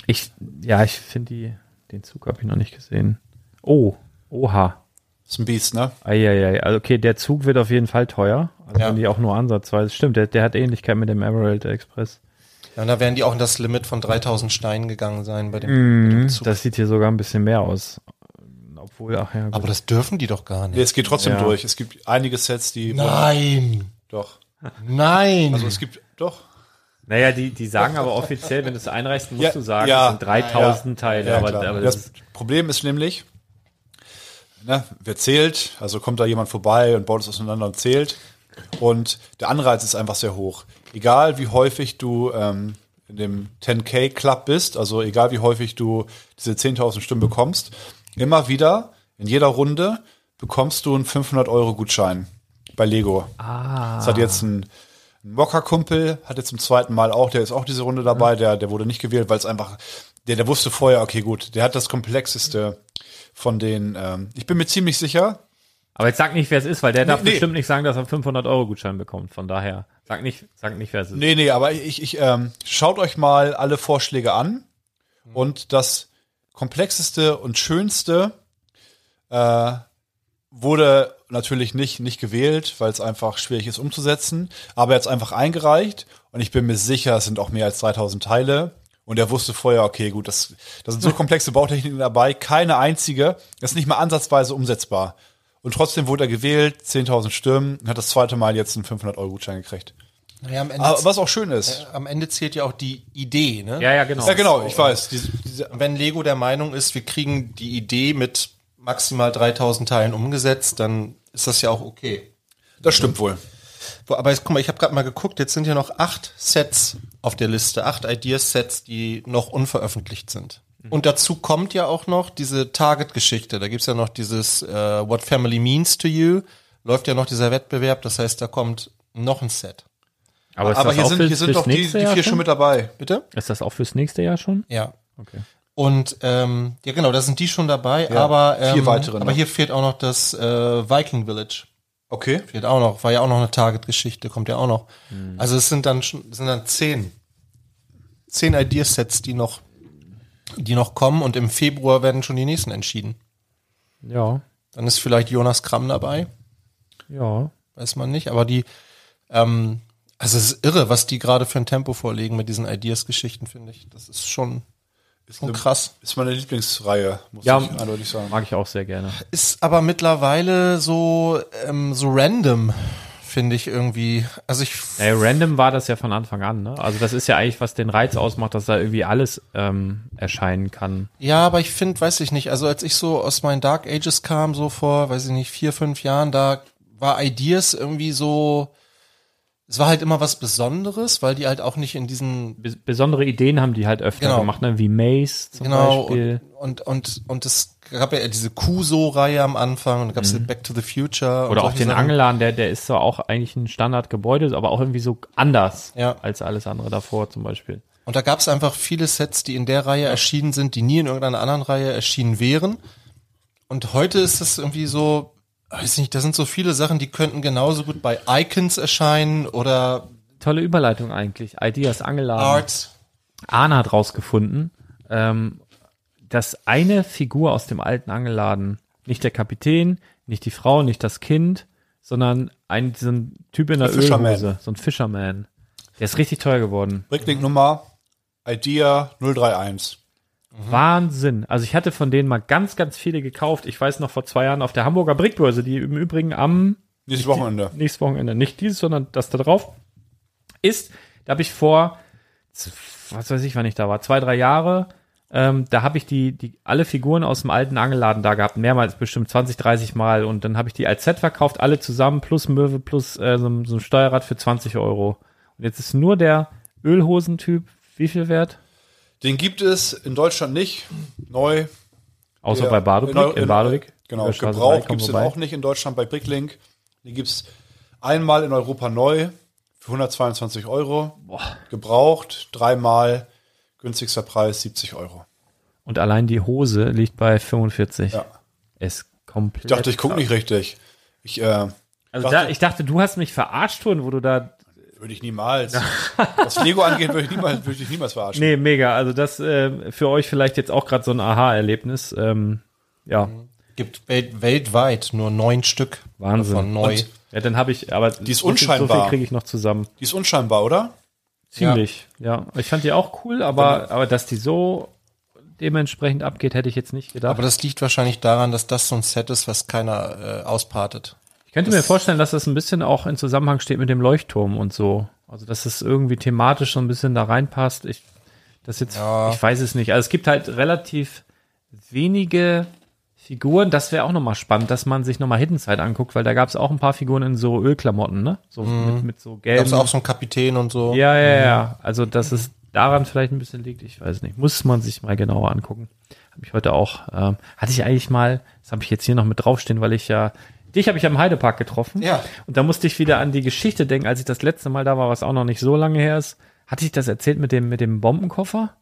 C: Ich, ja, ich finde die, den Zug habe ich noch nicht gesehen. Oh, oha.
D: ist ein Biest, ne?
C: Eieiei, also okay, der Zug wird auf jeden Fall teuer. Also
F: Ja.
C: wenn die auch nur ansatzweise. Stimmt, der, der hat Ähnlichkeit mit dem Emerald Express.
F: Ja, und da werden die auch in das Limit von 3000 Steinen gegangen sein bei
C: Mhm.
F: dem. Zug.
C: Das sieht hier sogar ein bisschen mehr aus. Obwohl, ach ja. Gut.
F: Aber das dürfen die doch gar
D: Nee,
F: nicht.
D: es geht trotzdem
C: Ja.
D: durch. Es gibt einige Sets, die.
F: Nein,
D: Doch.
F: nein.
D: Also, es gibt. Doch.
C: naja, die, die sagen aber offiziell, wenn du es einreichst, musst
D: Ja,
C: du sagen,
D: ja.
C: es sind 3000 Teile.
D: Ja,
C: aber,
D: klar.
C: aber das
D: das
C: ist,
D: Problem ist nämlich, ne, wer zählt, also kommt da jemand vorbei und baut es auseinander und zählt. Und der Anreiz ist einfach sehr hoch. Egal wie häufig du ähm, in dem 10K Club bist, also egal wie häufig du diese 10.000 Stimmen bekommst, immer wieder in jeder Runde bekommst du einen 500 Euro Gutschein bei Lego.
C: Ah.
D: Das hat jetzt ein, ein Mocker-Kumpel, hat jetzt zum zweiten Mal auch, der ist auch diese Runde dabei, der, der wurde nicht gewählt, weil es einfach, der, der wusste vorher, okay, gut, der hat das komplexeste von den, ähm, ich bin mir ziemlich sicher,
C: aber jetzt sag nicht, wer es ist, weil der darf
D: Nee, nee.
C: bestimmt nicht sagen, dass er einen 500-Euro-Gutschein bekommt. Von daher, sag nicht, sag nicht wer es ist.
D: nee, nee, aber ich, ich ähm, schaut euch mal alle Vorschläge an und das komplexeste und schönste äh, wurde natürlich nicht, nicht gewählt, weil es einfach schwierig ist umzusetzen, aber er hat es einfach eingereicht und ich bin mir sicher, es sind auch mehr als 3000 Teile und er wusste vorher, okay, gut, das, das sind so komplexe Bautechniken dabei, keine einzige, das ist nicht mal ansatzweise umsetzbar. Und trotzdem wurde er gewählt, 10.000 Stimmen, und hat das zweite Mal jetzt einen 500-Euro-Gutschein gekriegt.
F: Naja, am, Ende,
D: Aber was auch schön ist.
F: am Ende zählt ja auch die Idee, ne?
C: Ja, ja, genau.
D: Ja, genau, ich weiß. Diese, diese,
F: Und Wenn Lego der Meinung ist, wir kriegen die Idee mit maximal 3000 Teilen umgesetzt, dann ist das ja auch okay.
D: das stimmt wohl.
F: Wo- Aber jetzt, guck mal, ich habe gerade mal geguckt, jetzt sind hier noch acht Sets auf der Liste, acht Ideas-Sets, die noch unveröffentlicht sind. Und dazu kommt ja auch noch diese Target-Geschichte. Da gibt's ja noch dieses äh, What Family Means to You. Läuft ja noch dieser Wettbewerb, das heißt, da kommt noch ein Set.
C: aber ist
D: Aber
C: das
D: hier
C: auch
D: sind,
C: fürs-
D: hier sind
C: fürs
D: doch die, die
C: nächste Jahr
D: vier schon mit dabei.
F: Bitte?
C: Ist das auch fürs nächste Jahr schon?
F: Ja.
C: Okay.
F: Und ähm, ja genau, da sind die schon dabei, aber ähm,
D: vier weitere ne?
F: aber
D: noch.
F: hier fehlt auch noch das äh, Viking Village.
D: Okay. Hm.
F: Fehlt auch noch, war ja auch noch eine Target-Geschichte, kommt ja auch noch. Also es sind dann schon, es sind dann zehn. zehn Ideasets, die noch, die noch kommen und im Februar werden schon die nächsten entschieden.
C: Ja,
F: Dann ist vielleicht Jonas Kramm dabei,
C: ja.
F: weiß man nicht, aber die, ähm, also es ist irre, was die gerade für ein Tempo vorlegen mit diesen Ideas-Geschichten, finde ich. Das ist schon, schon
D: eine-
F: krass.
D: Ist meine Lieblingsreihe, muss
C: Ja.
D: ich eindeutig sagen.
C: Mag ich auch sehr gerne.
F: ist aber mittlerweile so ähm, so random finde ich irgendwie also ich
C: Ey, random war das ja von Anfang an, ne? Also das ist ja eigentlich, was den Reiz ausmacht, dass da irgendwie alles ähm, erscheinen kann.
F: ja aber ich finde weiß ich nicht also als ich so aus meinen Dark Ages kam so vor weiß ich nicht vier fünf Jahren da war Ideas irgendwie so es war halt immer was Besonderes weil die halt auch nicht in diesen
C: Bes besondere Ideen haben die halt öfter
F: Genau.
C: gemacht, ne? Wie Maze zum
F: genau
C: Beispiel.
F: und, und und und es gab ja diese Kuso-Reihe am Anfang und dann gab es Back to the Future und
C: Mhm. Oder auch
F: solche
C: den
F: Sachen.
C: Angelan, der, der ist so auch eigentlich ein Standardgebäude, aber auch irgendwie so anders
F: Ja.
C: als alles andere davor zum Beispiel.
F: Und da gab es einfach viele Sets, die in der Reihe erschienen sind, die nie in irgendeiner anderen Reihe erschienen wären. Und heute ist es irgendwie so, weiß nicht, da sind so viele Sachen, die könnten genauso gut bei Icons erscheinen oder
C: Tolle Überleitung eigentlich. Ideas angeladen.
F: Art.
C: Arne hat rausgefunden, ähm, dass eine Figur aus dem alten Angeladen, nicht der Kapitän, nicht die Frau, nicht das Kind, sondern ein, so ein Typ in der
D: Fisherman.
C: Ölhose, so ein Fisherman. Der ist richtig teuer geworden.
D: Rücklink-Nummer, Idea 031.
C: Wahnsinn. Also ich hatte von denen mal ganz, ganz viele gekauft. Ich weiß noch vor zwei Jahren auf der Hamburger Brickbörse, die im Übrigen am
D: Nächstes Wochenende.
C: nächstes Wochenende. Nicht dieses, sondern das da drauf ist. Da habe ich vor, z- was weiß ich, wann ich da war, zwei, drei Jahre, ähm, da habe ich die, die, alle Figuren aus dem alten Angeladen da gehabt, mehrmals, bestimmt 20, 30 Mal. Und dann habe ich die als Set verkauft, alle zusammen, plus Möwe, plus äh, so, ein- so ein Steuerrad für 20 Euro. Und jetzt ist nur der Ölhosentyp, wie viel wert?
D: Den gibt es in Deutschland nicht. Neu.
C: Außer
D: Der-
C: bei Badobrick, in Badobrick.
D: Genau,
C: Über Straße drei, komm
D: gebraucht gibt es den
C: vorbei.
D: auch nicht in Deutschland bei Bricklink. Den gibt es einmal in Europa neu für 122 Euro. Gebraucht, dreimal, günstigster Preis 70 Euro.
C: Und allein die Hose liegt bei 45.
D: Ja.
C: Ist komplett.
D: Ich dachte, ich gucke nicht richtig. Ich äh,
C: Also
D: Dachte-
C: da, ich dachte, du hast mich verarscht worden, wo du da.
D: würde ich niemals. Was Lego angeht, würde ich niemals, würde ich niemals verarschen.
C: Nee, mega. Also das äh, für euch vielleicht jetzt auch gerade so ein Aha-Erlebnis. Ähm, ja,
F: Gibt wel- weltweit nur neun Stück
C: Wahnsinn.
F: von neu.
D: Und-
C: ja, dann habe ich, aber die
D: ist
C: So viel
D: unscheinbar.
C: kriege ich noch zusammen.
D: Die ist unscheinbar, oder?
C: Ziemlich. Ja. ich fand die auch cool, aber aber dass die so dementsprechend abgeht, hätte ich jetzt nicht gedacht.
F: Aber das liegt wahrscheinlich daran, dass das so ein Set ist, was keiner äh, auspartet.
C: ich könnte mir vorstellen, dass das ein bisschen auch in Zusammenhang steht mit dem Leuchtturm und so. Also dass es irgendwie thematisch so ein bisschen da reinpasst. Ich das jetzt,
F: Ja.
C: ich weiß es nicht. Also es gibt halt relativ wenige Figuren, das wäre auch nochmal spannend, dass man sich nochmal Hidden Side anguckt, weil da gab es auch ein paar Figuren in so Ölklamotten, ne? So mit, mit so
F: Da
C: gelben.
F: ist Mhm. auch so ein Kapitän und so.
C: Ähm, ja, ja,
F: Mhm.
C: ja. Also, dass es daran vielleicht ein bisschen liegt, ich weiß nicht. Muss man sich mal genauer angucken. Habe ich heute auch, ähm, hatte ich eigentlich mal, das habe ich jetzt hier noch mit draufstehen, weil ich ja, dich habe ich am Heidepark getroffen.
F: Ja.
C: Und da musste ich wieder an die Geschichte denken, als ich das letzte Mal da war, was auch noch nicht so lange her ist. Hatte ich das erzählt mit dem, mit dem Bombenkoffer?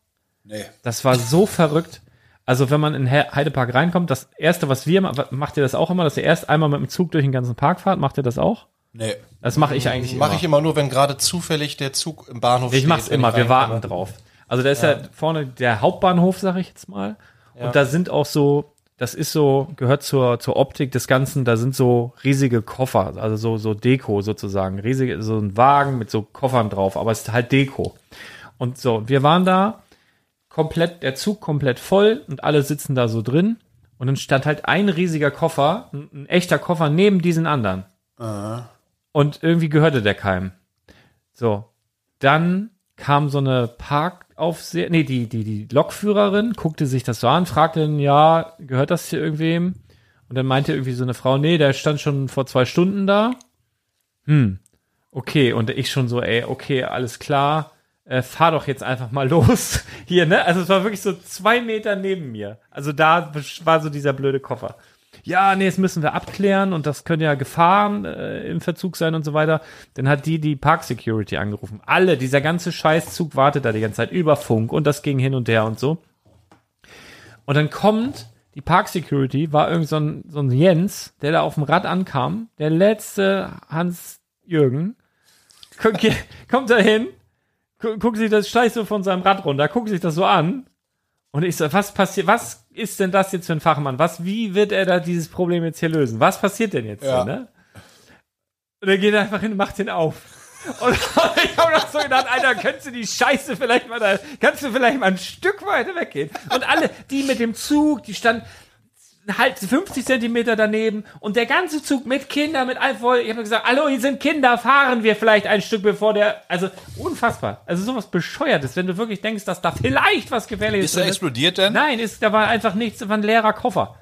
D: Nee.
C: Das war so verrückt. Also, wenn man in He- Heidepark reinkommt, das erste, was wir ma- macht ihr das auch immer, dass ihr erst einmal mit dem Zug durch den ganzen Park fahrt, macht ihr das auch?
D: Nee.
C: Das mache ich eigentlich
F: Mache
C: immer.
F: ich immer nur, wenn gerade zufällig der Zug im Bahnhof
C: Ich mach's
F: wenn
C: immer, wir
F: reinkomme.
C: warten drauf. Also da ist ja, vorne der Hauptbahnhof, sag ich jetzt mal. Und da sind auch so, das ist so, gehört zur, zur Optik des Ganzen, da sind so riesige Koffer, also so, so Deko sozusagen. Riesige, so ein Wagen mit so Koffern drauf, aber es ist halt Deko. Und so, wir waren da, komplett, der Zug komplett voll und alle sitzen da so drin. Und dann stand halt ein riesiger Koffer, ein, ein echter Koffer neben diesen anderen. Und irgendwie gehörte der Keim. So, dann kam so eine Parkaufseher, nee, die, die, die Lokführerin guckte sich das so an, fragte dann, ja, gehört das hier irgendwem? Und dann meinte irgendwie so eine Frau, nee, der stand schon vor zwei Stunden da. Hm, okay. Und ich schon so, ey, okay, alles klar. Äh, fahr doch jetzt einfach mal los hier, ne? Also es war wirklich so zwei Meter neben mir. Also da war so dieser blöde Koffer. Ja, nee, das müssen wir abklären und das können ja Gefahren äh, im Verzug sein und so weiter. Dann hat die die Park Security angerufen. Alle, dieser ganze Scheißzug wartet da die ganze Zeit über Funk und das ging hin und her und so. Und dann kommt die Park Security, war irgend so ein, so ein Jens, der da auf dem Rad ankam, der letzte Hans Jürgen, kommt, kommt da hin, gu guckt sich das, steigt so von seinem Rad runter, guckt sich das so an. Und ich so, was passiert, was ist denn das jetzt für ein Fachmann? Was, wie wird er da dieses Problem jetzt hier lösen? Was passiert denn jetzt hier,
D: Ja.
C: ne? Und er geht einfach hin und macht den auf. Und ich habe noch so gedacht, Alter, könntest du die Scheiße vielleicht mal da, kannst du vielleicht mal ein Stück weiter weggehen? Und alle, die mit dem Zug, die standen halt 50 Zentimeter daneben und der ganze Zug mit Kindern, mit allem voll. Ich habe gesagt, hallo, hier sind Kinder, fahren wir vielleicht ein Stück bevor der, also unfassbar. Also sowas bescheuertes, wenn du wirklich denkst, dass da vielleicht was gefährliches
D: Ist er
C: drin
D: explodiert denn?
C: Nein, ist, da war einfach nichts, da war ein leerer Koffer.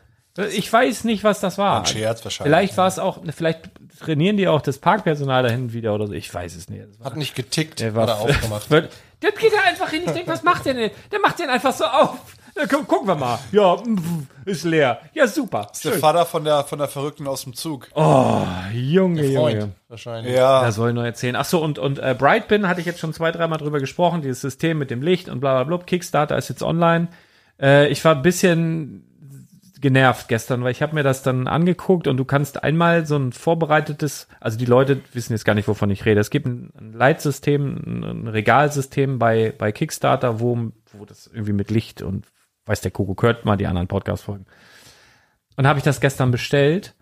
C: Ich weiß nicht, was das war.
D: Ein Scherz wahrscheinlich.
C: Vielleicht war es auch, vielleicht trainieren die auch das Parkpersonal dahin wieder oder so. Ich weiß es nicht. Das war
F: Hat nicht getickt
C: der
F: oder
C: war
F: aufgemacht.
C: Wird- Der geht da einfach hin. Ich denke, was macht der denn? Der macht den einfach so auf. Na, komm, gucken wir mal. Ja, mm, ist leer. Ja, super.
D: Ist der Vater von der, von der Verrückten aus dem Zug.
C: Oh. Junge,
F: Freund, wahrscheinlich.
D: Ja,
C: Da soll ich noch erzählen. Ach so, und, und äh, Brightbin hatte ich jetzt schon zwei, dreimal drüber gesprochen. Dieses System mit dem Licht und bla bla bla. Kickstarter ist jetzt online. Äh, ich war ein bisschen genervt gestern, weil ich habe mir das dann angeguckt und du kannst einmal so ein vorbereitetes, also die Leute wissen jetzt gar nicht, wovon ich rede. Es gibt ein, ein Leitsystem, ein, ein Regalsystem bei, bei Kickstarter, wo, wo das irgendwie mit Licht und weiß der Kuckuck, hört mal die anderen Podcast-Folgen. Und habe ich das gestern bestellt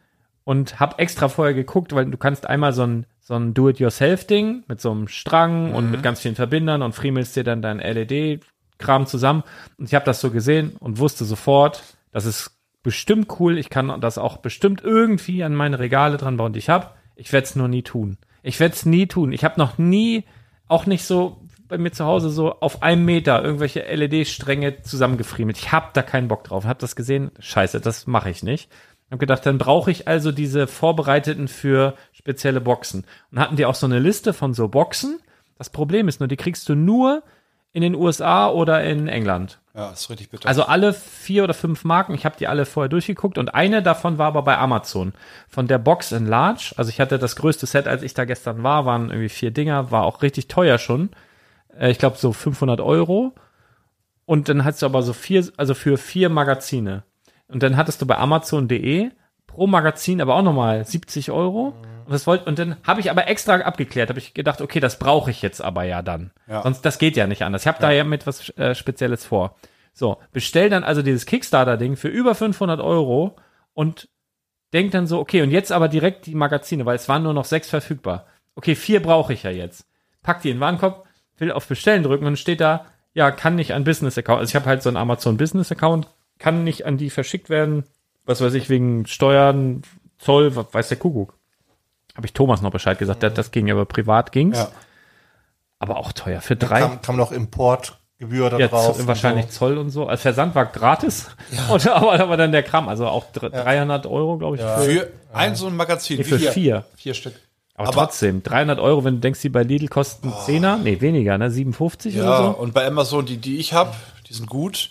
C: und habe extra vorher geguckt, weil du kannst einmal so ein, so ein Do-it-yourself-Ding mit so einem Strang und mit ganz vielen Verbindern und friemelst dir dann dein LED-Kram zusammen. Und ich habe das so gesehen und wusste sofort, das ist bestimmt cool. Ich kann das auch bestimmt irgendwie an meine Regale dran bauen, die ich habe. Ich werde es nur nie tun. Ich werde es nie tun. Ich habe noch nie, auch nicht so bei mir zu Hause, so auf einem Meter irgendwelche LED-Stränge zusammengefriemelt. Ich habe da keinen Bock drauf. Habe das gesehen. Scheiße, das mache ich nicht. Hab gedacht, dann brauche ich also diese vorbereiteten für spezielle Boxen. Und hatten die auch so eine Liste von so Boxen. Das Problem ist nur, die kriegst du nur in den USA oder in England.
D: ja ist richtig bitter.
C: Also alle vier oder fünf Marken, ich habe die alle vorher durchgeguckt und eine davon war aber bei Amazon. Von der Box in Large, also ich hatte das größte Set, als ich da gestern war, waren irgendwie vier Dinger, war auch richtig teuer schon. Äh, Ich glaube so 500 Euro. Und dann hattest du aber so vier, also für vier Magazine. Und dann hattest du bei Amazon.de pro Magazin aber auch nochmal 70 Euro. Und, das wollt, und dann habe ich aber extra abgeklärt, habe ich gedacht, okay, das brauche ich jetzt aber ja dann.
D: Ja.
C: Sonst, das geht ja nicht anders. Ich habe da ja mit was äh, Spezielles vor. So, bestell dann also dieses Kickstarter-Ding für über 500 Euro und denk dann so, okay, und jetzt aber direkt die Magazine, weil es waren nur noch sechs verfügbar. Okay, vier brauche ich ja jetzt. Pack die in den Warenkorb, will auf Bestellen drücken und steht da, ja, kann nicht an Business-Account. Also ich habe halt so einen Amazon-Business-Account, kann nicht an die verschickt werden, was weiß ich, wegen Steuern, Zoll, was weiß der Kuckuck. Habe ich Thomas noch Bescheid gesagt,
F: Mhm.
C: das, das ging, aber privat ging's.
D: Ja.
C: Aber auch teuer, für drei.
F: Kam, kam noch Importgebühr da
C: Ja,
F: drauf.
C: Zoll,
F: und
C: wahrscheinlich
F: So.
C: Zoll und so. Also Versand war gratis. Und, aber da war dann der Kram. Also auch dr- 300 Euro, glaube ich, für,
D: Für ein so ein Magazin.
C: nee, für
D: hier.
C: vier.
F: Vier Stück.
C: Aber,
D: Aber- Oh.
C: trotzdem, 300 Euro, wenn du denkst, die bei Lidl kosten 10er. Nee, weniger, ne? 57
D: Ja,
C: oder so.
D: und bei Amazon, die, die ich habe, die sind gut.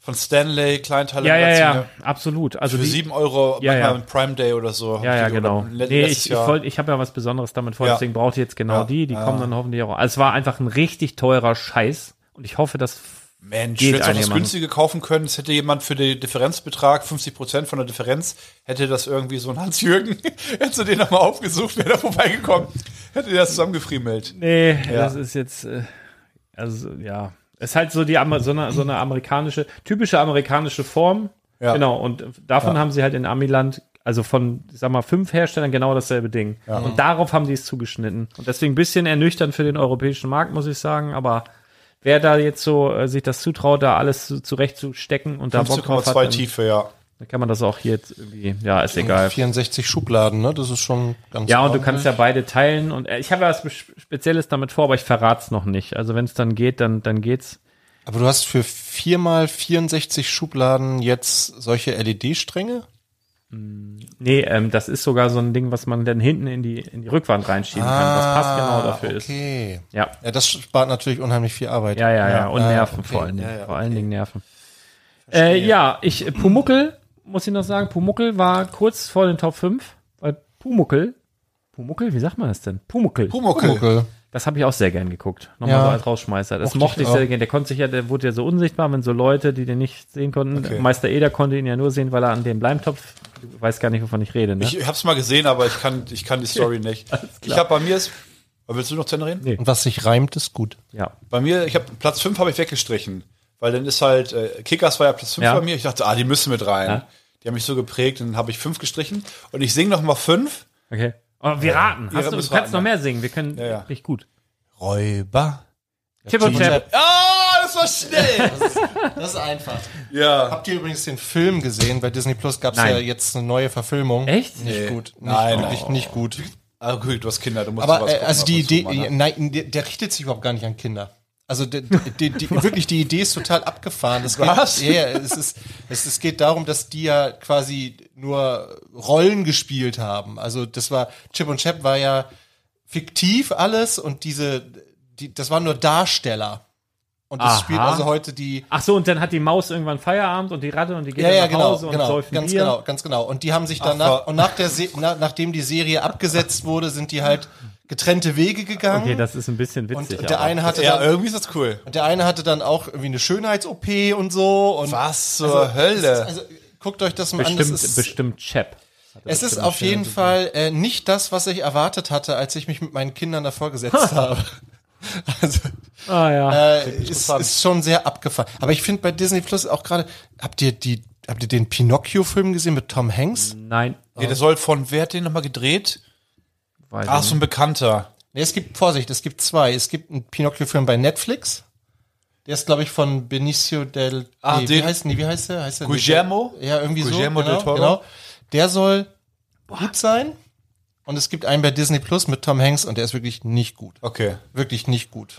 D: Von Stanley, Kleinteile
C: Ja, ja, ja, absolut. Also
D: Für
C: die,
D: 7 Euro
C: Ja, ja.
D: manchmal mit Prime Day oder so.
C: Ja, ja,
D: Oder
C: genau.
D: let-
C: Nee,
D: letztes
C: ich, ich,
D: Jahr.
C: wollt- ich habe ja was Besonderes damit vor,
D: Ja.
C: deswegen brauche ich jetzt genau
D: Ja,
C: die. Die kommen dann hoffentlich auch. Also es war einfach ein richtig teurer Scheiß. Und ich hoffe, dass
D: Mensch,
C: Geht
D: du hättest auch das
C: einigermaßen.
D: günstige kaufen können. Es hätte jemand für den Differenzbetrag, 50% von der Differenz, hätte das irgendwie so ein Hans-Jürgen, hättest du den nochmal aufgesucht, wäre da vorbeigekommen, hätte der das zusammengefriemelt.
C: Nee, das ist jetzt, äh, also ja, ist halt so die Amer so eine, so eine amerikanische, typische amerikanische Form.
D: Ja.
C: Genau, und davon haben sie halt in Amiland, also von, ich sag mal, fünf Herstellern genau dasselbe Ding. Und darauf haben die es zugeschnitten. Und deswegen ein bisschen ernüchternd für den europäischen Markt, muss ich sagen, aber wer da jetzt so äh, sich das zutraut, da alles zu, zurechtzustecken und da Bock drauf hat,
D: 15,2
C: dann,
D: Tiefe, ja.
C: dann kann man das auch hier jetzt irgendwie, ja, ist egal.
F: 64 Schubladen, ne? Das ist schon ganz
C: Ja, und du
F: ordentlich.
C: kannst ja beide teilen. Und äh, ich habe ja was Spe- Spezielles damit vor, aber ich verrate es noch nicht. Also wenn es dann geht, dann, dann geht's.
F: Aber du hast für viermal 64 Schubladen jetzt solche E LED-Stränge?
C: Nee, ähm, das ist sogar so ein Ding, was man dann hinten in die, in die Rückwand reinschieben kann, was passt genau dafür ist.
F: Ah, okay.
C: Ja.
F: Ja, das spart natürlich unheimlich viel Arbeit.
C: Ja, ja, ja. Und
F: Ah,
C: Nerven
F: okay.
C: vor allen Dingen.
F: Ja, ja,
C: vor allen Dingen Nerven. Äh, ja, ich, äh, Pumuckel, muss ich noch sagen, Pumuckel war kurz vor den Top 5, weil Pumuckel, Pumuckel, wie sagt man das denn? Pumuckel.
D: Pumuckel.
F: Dunkel.
C: Das habe ich auch sehr gern geguckt. Nochmal
F: Ja.
C: so als Rausschmeißer. Das
F: Mochte
C: mochte
F: ich
C: ich sehr
F: auch.
C: gern. Der konnte sich ja, der wurde ja so unsichtbar, wenn so Leute, die den nicht sehen konnten.
D: Okay.
C: Meister Eder konnte ihn ja nur sehen, weil er an dem Bleimtopf, du weißt gar nicht, wovon ich rede, ne?
D: Ich hab's mal gesehen, aber ich kann, ich kann die Story nicht. Ich habe bei mir ist Aber willst du noch zu Ende reden?
C: Nee.
F: Und was sich reimt, ist gut.
C: Ja.
D: Bei mir, ich habe Platz 5 habe ich weggestrichen, weil dann ist halt äh, Kickers war ja Platz 5
C: Ja.
D: bei mir. Ich dachte, ah, die müssen mit rein.
C: Ja.
D: Die haben mich so geprägt, und dann habe ich 5 gestrichen und ich singe noch mal 5.
C: Okay. Aber wir raten.
D: Ja,
C: Hast du, du
D: müssen
C: kannst
D: raten,
C: noch
F: ne?
D: ja.
C: mehr singen. Wir können
D: Ja, ja.
C: richtig gut.
D: Räuber.
C: Tip und Tap.
D: Ah, das war schnell.
F: Das ist einfach.
D: ja.
F: Habt ihr übrigens den Film gesehen? Bei Disney Plus gab es
C: Nein.
F: ja jetzt eine neue Verfilmung.
C: Echt?
F: Nicht
D: Nee.
F: gut. Nicht,
D: Nein,
F: wirklich
D: nein.
F: nicht gut.
D: Ah, gut, du hast Kinder, du musst
F: Aber
D: sowas
F: äh,
D: gucken,
F: also die
D: ab und zu
F: Idee,
D: mal, ne?
F: nein, der, der richtet sich überhaupt gar nicht an Kinder. Also der, die, die, wirklich die Idee ist total abgefahren. Das geht,
D: Was?
F: Ja, ja, es, ist, es, es geht darum, dass die ja quasi nur Rollen gespielt haben. Also das war Chip und Chap war ja fiktiv alles und diese, die, das waren nur Darsteller. Und das
C: Aha.
F: spielt also heute die
C: Ach so, und dann hat die Maus irgendwann Feierabend und die Ratte und die geht
F: ja,
C: dann
F: ja,
C: nach
F: genau,
C: Hause und
F: genau,
C: säuft
F: ganz
C: Bier.
F: genau, ganz genau. Und die haben sich danach, und nach der Se na, nachdem die Serie abgesetzt wurde, sind die halt getrennte Wege gegangen.
C: Okay, das ist ein bisschen
F: und
C: witzig.
F: der
C: aber-
F: eine hatte
D: Ja,
F: dann,
D: irgendwie ist das cool.
F: und der eine hatte dann auch irgendwie eine Schönheits-OP und so. Und
D: Was zur
F: Also,
D: Hölle?
F: Also, guckt euch das mal an.
C: bestimmt,
F: Das ist,
C: bestimmt Chap.
F: es ist auf jeden Fall äh, nicht das, was ich erwartet hatte, als ich mich mit meinen Kindern davor gesetzt habe. Also,
C: Ah ja.
F: äh, ist, ist schon sehr abgefahren. Aber ich finde bei Disney Plus auch gerade, habt ihr die, habt ihr den Pinocchio-Film gesehen mit Tom Hanks?
C: Nein.
D: Nee, der soll von, wer hat den nochmal gedreht?
C: Weiß
D: Ach,
C: ich
F: Mhm.
D: so ein Bekannter.
F: Nee, es gibt, Vorsicht, es gibt zwei. Es gibt einen Pinocchio-Film bei Netflix. Der ist, glaube ich, von Benicio del...
D: Ah,
F: wie
D: den-
F: heißt, nee, wie heißt der? Heißt der
D: Guillermo?
F: Ja, irgendwie
D: Guillermo
F: so. Genau,
D: del Toro?
F: genau. Der soll gut sein. Und es gibt einen bei Disney Plus mit Tom Hanks und der ist wirklich nicht gut.
D: Okay.
F: Wirklich nicht gut.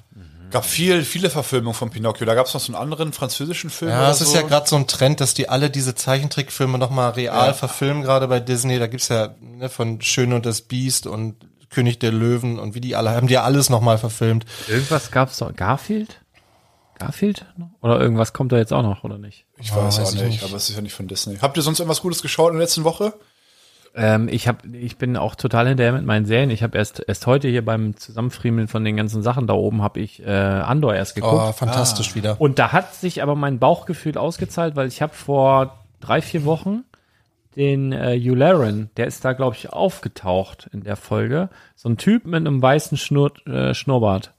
D: Gab viel, viele Verfilmungen von Pinocchio. Da gab es noch so einen anderen französischen Film.
F: Ja,
D: oder
F: es ist
D: so.
F: ja gerade so ein Trend, dass die alle diese Zeichentrickfilme nochmal real verfilmen, gerade bei Disney. Da gibt's ja ne, von Schön und das Biest und König der Löwen und wie die alle, haben die ja alles nochmal verfilmt.
C: nicht. Irgendwas gab's doch. Garfield? Garfield? Oder irgendwas kommt da jetzt auch noch, oder nicht?
D: Ich weiß
F: Ah,
D: auch
F: weiß ich
D: nicht,
F: nicht.
D: aber es ist ja nicht von Disney. Habt ihr sonst irgendwas Gutes geschaut in der letzten Woche?
C: Ähm, ich hab, ich bin auch total hinterher mit meinen Serien. Ich habe erst erst heute hier beim Zusammenfriemeln von den ganzen Sachen da oben habe ich äh, Andor erst
F: Oh,
C: geguckt.
D: ah.
F: fantastisch wieder.
C: Und da hat sich aber mein Bauchgefühl ausgezahlt, weil ich habe vor drei vier Wochen den äh, Yularen, der ist da glaube ich aufgetaucht in der Folge, so ein Typ mit einem weißen Schnur äh, Schnurrbart.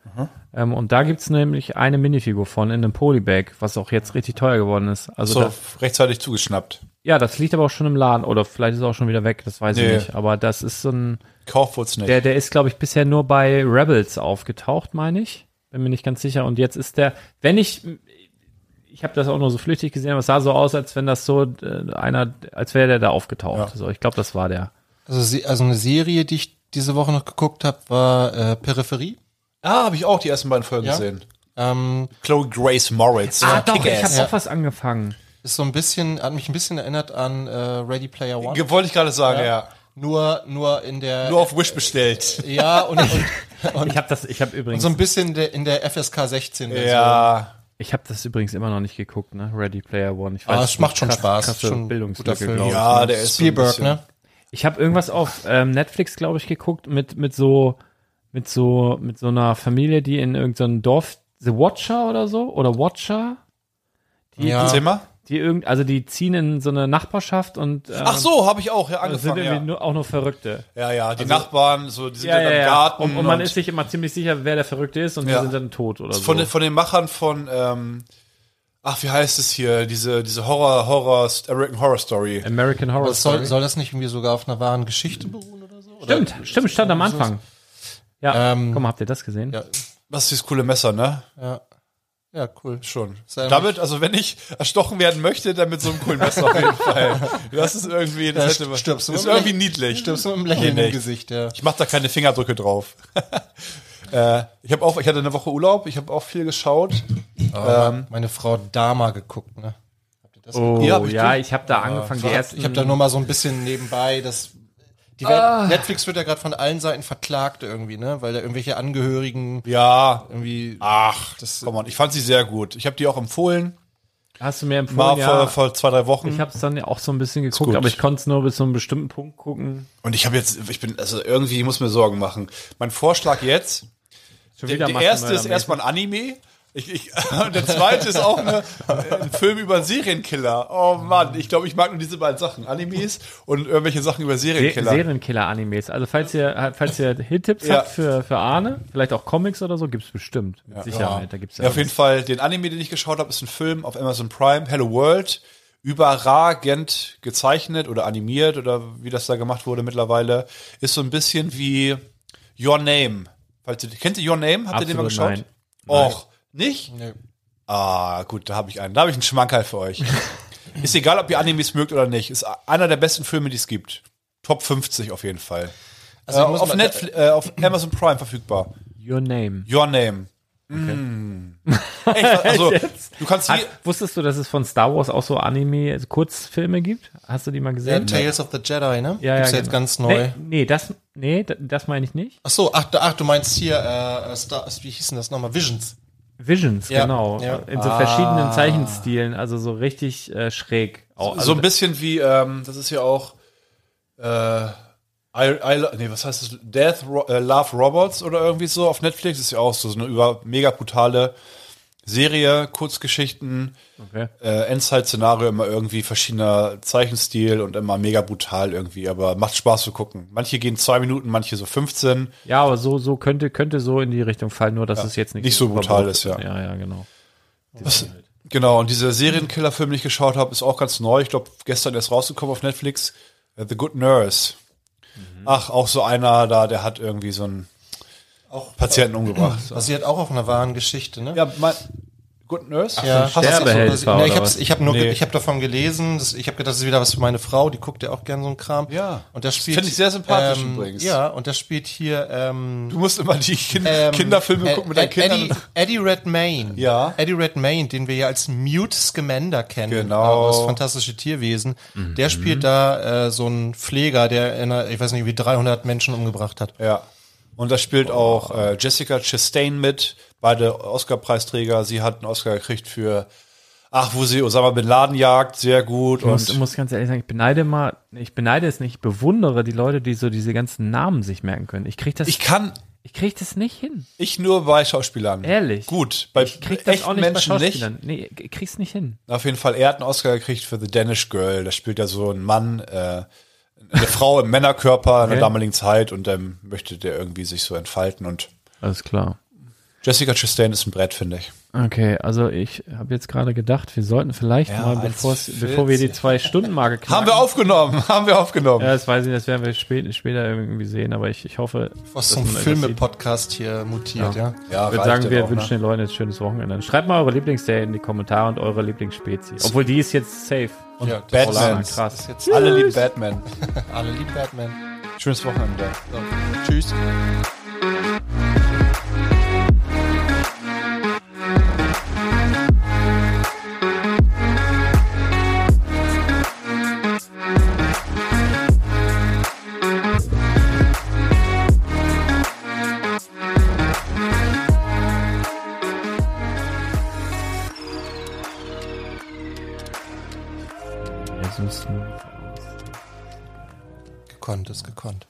C: Ähm, und da gibt's nämlich eine Minifigur von in einem Polybag, was auch jetzt richtig teuer geworden ist. Also
D: So,
C: das-
D: rechtzeitig zugeschnappt.
C: ja, das liegt aber auch schon im Laden oder vielleicht ist er auch schon wieder weg, das weiß ich
D: Nee.
C: nicht. Aber das ist so ein
D: Kauf wurd's nicht.
C: der, der ist, glaube ich, bisher nur bei Rebels aufgetaucht, meine ich. Bin mir nicht ganz sicher. Und jetzt ist der, wenn ich, ich habe das auch nur so flüchtig gesehen, aber es sah so aus, als wenn das so äh, einer, als wäre der da aufgetaucht. So, ich glaube, das war der.
F: Also, se- also eine Serie, die ich diese Woche noch geguckt habe, war äh, Peripherie.
D: ah, habe ich auch die ersten beiden Folgen
F: Ja?
D: gesehen.
F: Ähm,
D: Chloe Grace Moritz.
C: Ah, doch, ich habe
F: Ja.
C: auch was angefangen.
F: ist so ein bisschen, hat mich ein bisschen erinnert an äh, Ready Player One.
D: Ge- Wollte ich gerade sagen, ja.
F: nur, nur in der
D: Nur auf Wish bestellt.
F: ja und, und,
C: Ich habe das, ich habe übrigens,
F: so ein bisschen der, in der FSK 16 Version.
D: Ja.
C: ich habe das übrigens immer noch nicht geguckt, ne? Ready Player One. Ich
F: Aber Ah, es macht schon
C: krass-
F: Spaß.
C: krasse
F: schon ein guter
C: Bildungslücke,
F: Film.
C: glaube ich.
D: Ja, der ist so ein
F: Spielberg,
D: bisschen-
F: ne?
C: Ich habe irgendwas auf ähm, Netflix, glaube ich, geguckt mit mit so mit so mit so einer Familie, die in irgendeinem Dorf The Watcher oder so oder Watcher, die
F: Ja.
D: Zimmer?
C: die irgend also die ziehen in so eine Nachbarschaft und äh,
D: Ach so, habe ich auch, ja,
C: sind
D: angefangen.
C: irgendwie
D: Ja.
C: nur, Also- auch nur Verrückte.
D: ja, ja, die Nachbarn, so, die sind ja, dann im Garten.
C: Und, und man ist sich immer ziemlich sicher, wer der Verrückte ist und die
D: Ja.
C: sind dann tot oder so.
D: von, den, von den Machern von, ähm, ach, wie heißt es hier? Diese, diese Horror, Horror, American Horror Story.
C: American Horror
D: Oh,
F: Aber soll,
C: Story.
F: soll das nicht irgendwie sogar auf einer wahren Geschichte beruhen oder so? Oder?
C: stimmt, stimmt, stand am Anfang. Ja,
F: Ähm,
C: guck mal, habt ihr das gesehen?
F: Ja,
D: Was ist dieses coole Messer, ne?
F: ja. Ja, cool.
D: Schon.
F: ja
D: Damit, also wenn ich erstochen werden möchte, dann mit so einem coolen Messer auf jeden Fall. Das ist irgendwie, das
F: Ja,
D: hätte,
F: äh, stirbst du
D: ist
F: mit einem
D: irgendwie niedlich.
F: Stirbst du mit einem Lächeln
D: Nee, nee.
F: im Gesicht, ja.
D: Ich mache da keine Fingerdrücke drauf. äh, ich habe auch, ich hatte eine Woche Urlaub, ich habe auch viel geschaut. ähm,
F: Meine Frau Dama geguckt, ne?
C: Oh,
D: Ja,
C: ja,
D: hab ich
C: ich,
D: gesehen.
C: habe da angefangen, die
F: Ich hab-
C: ersten.
F: Ich habe da nur mal so ein bisschen nebenbei das. Die Welt,
C: Ah.
F: Netflix wird ja gerade von allen Seiten verklagt irgendwie, ne? Weil da irgendwelche Angehörigen
D: ja,
F: irgendwie.
D: ach, das, komm on, ich fand sie sehr gut. Ich habe die auch empfohlen,
C: hast du mir empfohlen?
D: war
C: ja.
D: vor, vor zwei, drei Wochen.
C: Ich habe es dann ja auch so ein bisschen geguckt,
D: gut.
C: aber ich konnte es nur bis zu einem bestimmten Punkt gucken.
D: Und ich habe jetzt, ich bin, also irgendwie ich muss mir Sorgen machen. Mein Vorschlag jetzt,
C: Schon
D: der, der erste ist erstmal ein Anime Ich, ich, der zweite ist auch eine, ein Film über einen Serienkiller. Oh Mann, ich glaube, ich mag nur diese beiden Sachen. Animes und irgendwelche Sachen über
C: Se-
D: Serienkiller.
C: Serienkiller-Animes. Also falls ihr, falls ihr Hit-Tipps
D: Ja.
C: habt für, für Arne, vielleicht auch Comics oder so, gibt's bestimmt. Mit Sicherheit, da gibt's ja.
D: Ja, auf jeden Fall, den Anime, den ich geschaut habe, ist ein Film auf Amazon Prime, Hello World, überragend gezeichnet oder animiert oder wie das da gemacht wurde mittlerweile. Ist so ein bisschen wie Your Name. Falls ihr, kennt ihr Your Name? Habt ihr den mal
C: Absolut
D: geschaut?
C: nein.
D: Och, nicht?
F: Nee.
D: Ah, gut, da habe ich einen. Da habe ich einen Schmankerl für euch. ist egal, ob ihr Animes mögt oder nicht. Ist einer der besten Filme, die es gibt. Top 50 auf jeden Fall.
F: Also
D: äh,
F: ich muss
D: auf,
F: mal-
D: Netflix, äh, auf Amazon Prime verfügbar.
C: Your Name.
D: Your Name. Mm. Echt, also, du kannst
C: Hat,
D: hier,
C: wusstest du, dass es von Star Wars auch so Anime, also Kurzfilme gibt? Hast du die mal
F: Ja,
C: gesehen?
F: Tales of the Jedi, ne? Gibt's jetzt
C: genau.
F: ganz neu.
C: Nee, nee, das, nee, da- das meine ich nicht.
F: Ach so, ach, ach, du meinst hier, äh, Star, wie hieß denn das nochmal? Visions.
C: Visions,
F: Ja,
C: genau.
F: ja.
C: In so verschiedenen Zeichenstilen, also so richtig äh, schräg. Auch, also
D: so ein bisschen wie, ähm, das ist ja auch, äh, I, I, Lo- nee, was heißt das? Death Ro äh, Love Robots oder irgendwie so auf Netflix ist ja auch so, so eine über mega brutale Serie, Kurzgeschichten,
C: okay.
D: äh, Endzeit-Szenario immer irgendwie verschiedener Zeichenstil und immer mega brutal irgendwie, aber macht Spaß zu gucken. Manche gehen zwei Minuten, manche so 15.
C: Ja, aber so, so könnte, könnte so in die Richtung fallen, nur dass es jetzt nicht,
D: nicht so brutal ist, ja.
C: Ja, ja, genau.
F: halt.
D: Genau, und
F: Mhm.
D: dieser Serienkiller-Film, den ich geschaut habe, ist auch ganz neu. Ich glaube, gestern erst rausgekommen auf Netflix. Äh, The Good Nurse.
F: Mhm.
D: Ach, auch so einer da, der hat irgendwie so einen
F: Auch
D: Patienten umgebracht.
F: basiert auch auf einer wahren Geschichte, ne?
D: Ja, mein, Good Nurse?
F: Ja,
C: so ein
F: hast du das
C: Sterbehelfer
F: auch so- nee, ich
C: oder
F: hab's,
C: was?
F: ich habe nur, ge-
D: Nee.
F: ich habe davon gelesen. Das, ich habe gedacht, das ist wieder was für meine Frau. Die guckt ja auch gern so einen Kram.
D: Ja.
F: Und der spielt.
D: Find ich sehr sympathisch
F: ähm,
D: übrigens.
F: Ja, und der spielt hier. Ähm,
D: Du musst immer die Kin
F: ähm,
D: Kinderfilme
F: Ä-
D: gucken mit deinen
F: Ä-
D: Kindern.
F: Eddie, Eddie Redmayne.
D: Ja.
F: Eddie Redmayne, den wir ja als Mute Scamander kennen.
D: Genau.
F: Aus Fantastische Tierwesen. Der
C: Mhm.
F: spielt da äh, so einen Pfleger, der in einer, ich weiß nicht, wie 300 Menschen umgebracht hat.
D: Ja. Und da
F: Oh.
D: spielt auch äh, Jessica Chastain mit, beide Oscar-Preisträger. Sie hat einen Oscar gekriegt für, ach, wo sie Osama Bin Laden jagt, sehr gut.
C: Ich muss,
D: Und
C: ich muss ganz ehrlich sagen, ich beneide mal, ich beneide es nicht, ich bewundere die Leute, die so diese ganzen Namen sich merken können. Ich krieg das,
D: ich kann,
C: ich krieg das nicht hin.
D: ich nur bei Schauspielern.
C: Ehrlich?
D: Gut, bei
C: Ich krieg das
D: echten
C: auch nicht
D: Menschen
C: bei
D: nicht.
C: Schauspielern. Nee, ich krieg's nicht hin.
D: Auf jeden Fall, er hat einen Oscar gekriegt für The Danish Girl. Da spielt ja so ein Mann, äh, eine Frau im Männerkörper in der
C: Okay.
D: damaligen Zeit und dann möchte der irgendwie sich so entfalten. Und
C: Alles klar.
D: Jessica Chastain ist ein Brett, finde ich.
C: Okay, also ich habe jetzt gerade gedacht, wir sollten vielleicht
D: Ja,
C: mal,
D: als
C: bevor's-
D: Filz.
C: bevor wir die Zwei-Stunden-Marke knacken.
D: Haben wir aufgenommen, haben wir aufgenommen.
C: Ja, das weiß ich, das werden wir spät, später irgendwie sehen, aber ich, ich hoffe,
F: Was zum
C: dass man das sieht.
F: Filme-Podcast hier mutiert,
D: Ja,
F: ja.
D: ne?
C: Ich würde
D: reicht
C: sagen,
D: dann
C: wir
D: auch,
C: wünschen den Leuten jetzt schönes Wochenende. Schreibt mal eure Lieblingsserie in die Kommentare und eure Lieblingsspezies. Obwohl die ist jetzt safe.
F: Und ja, das
D: Batman.
C: Polar, krass.
F: Ist jetzt
D: Ne? Alle lieben Batman.
F: alle lieb Batman.
D: Schönes Wochenende.
F: Tschüss.
C: Jesus.
F: Gekonnt ist gekonnt.
C: Oh, ne?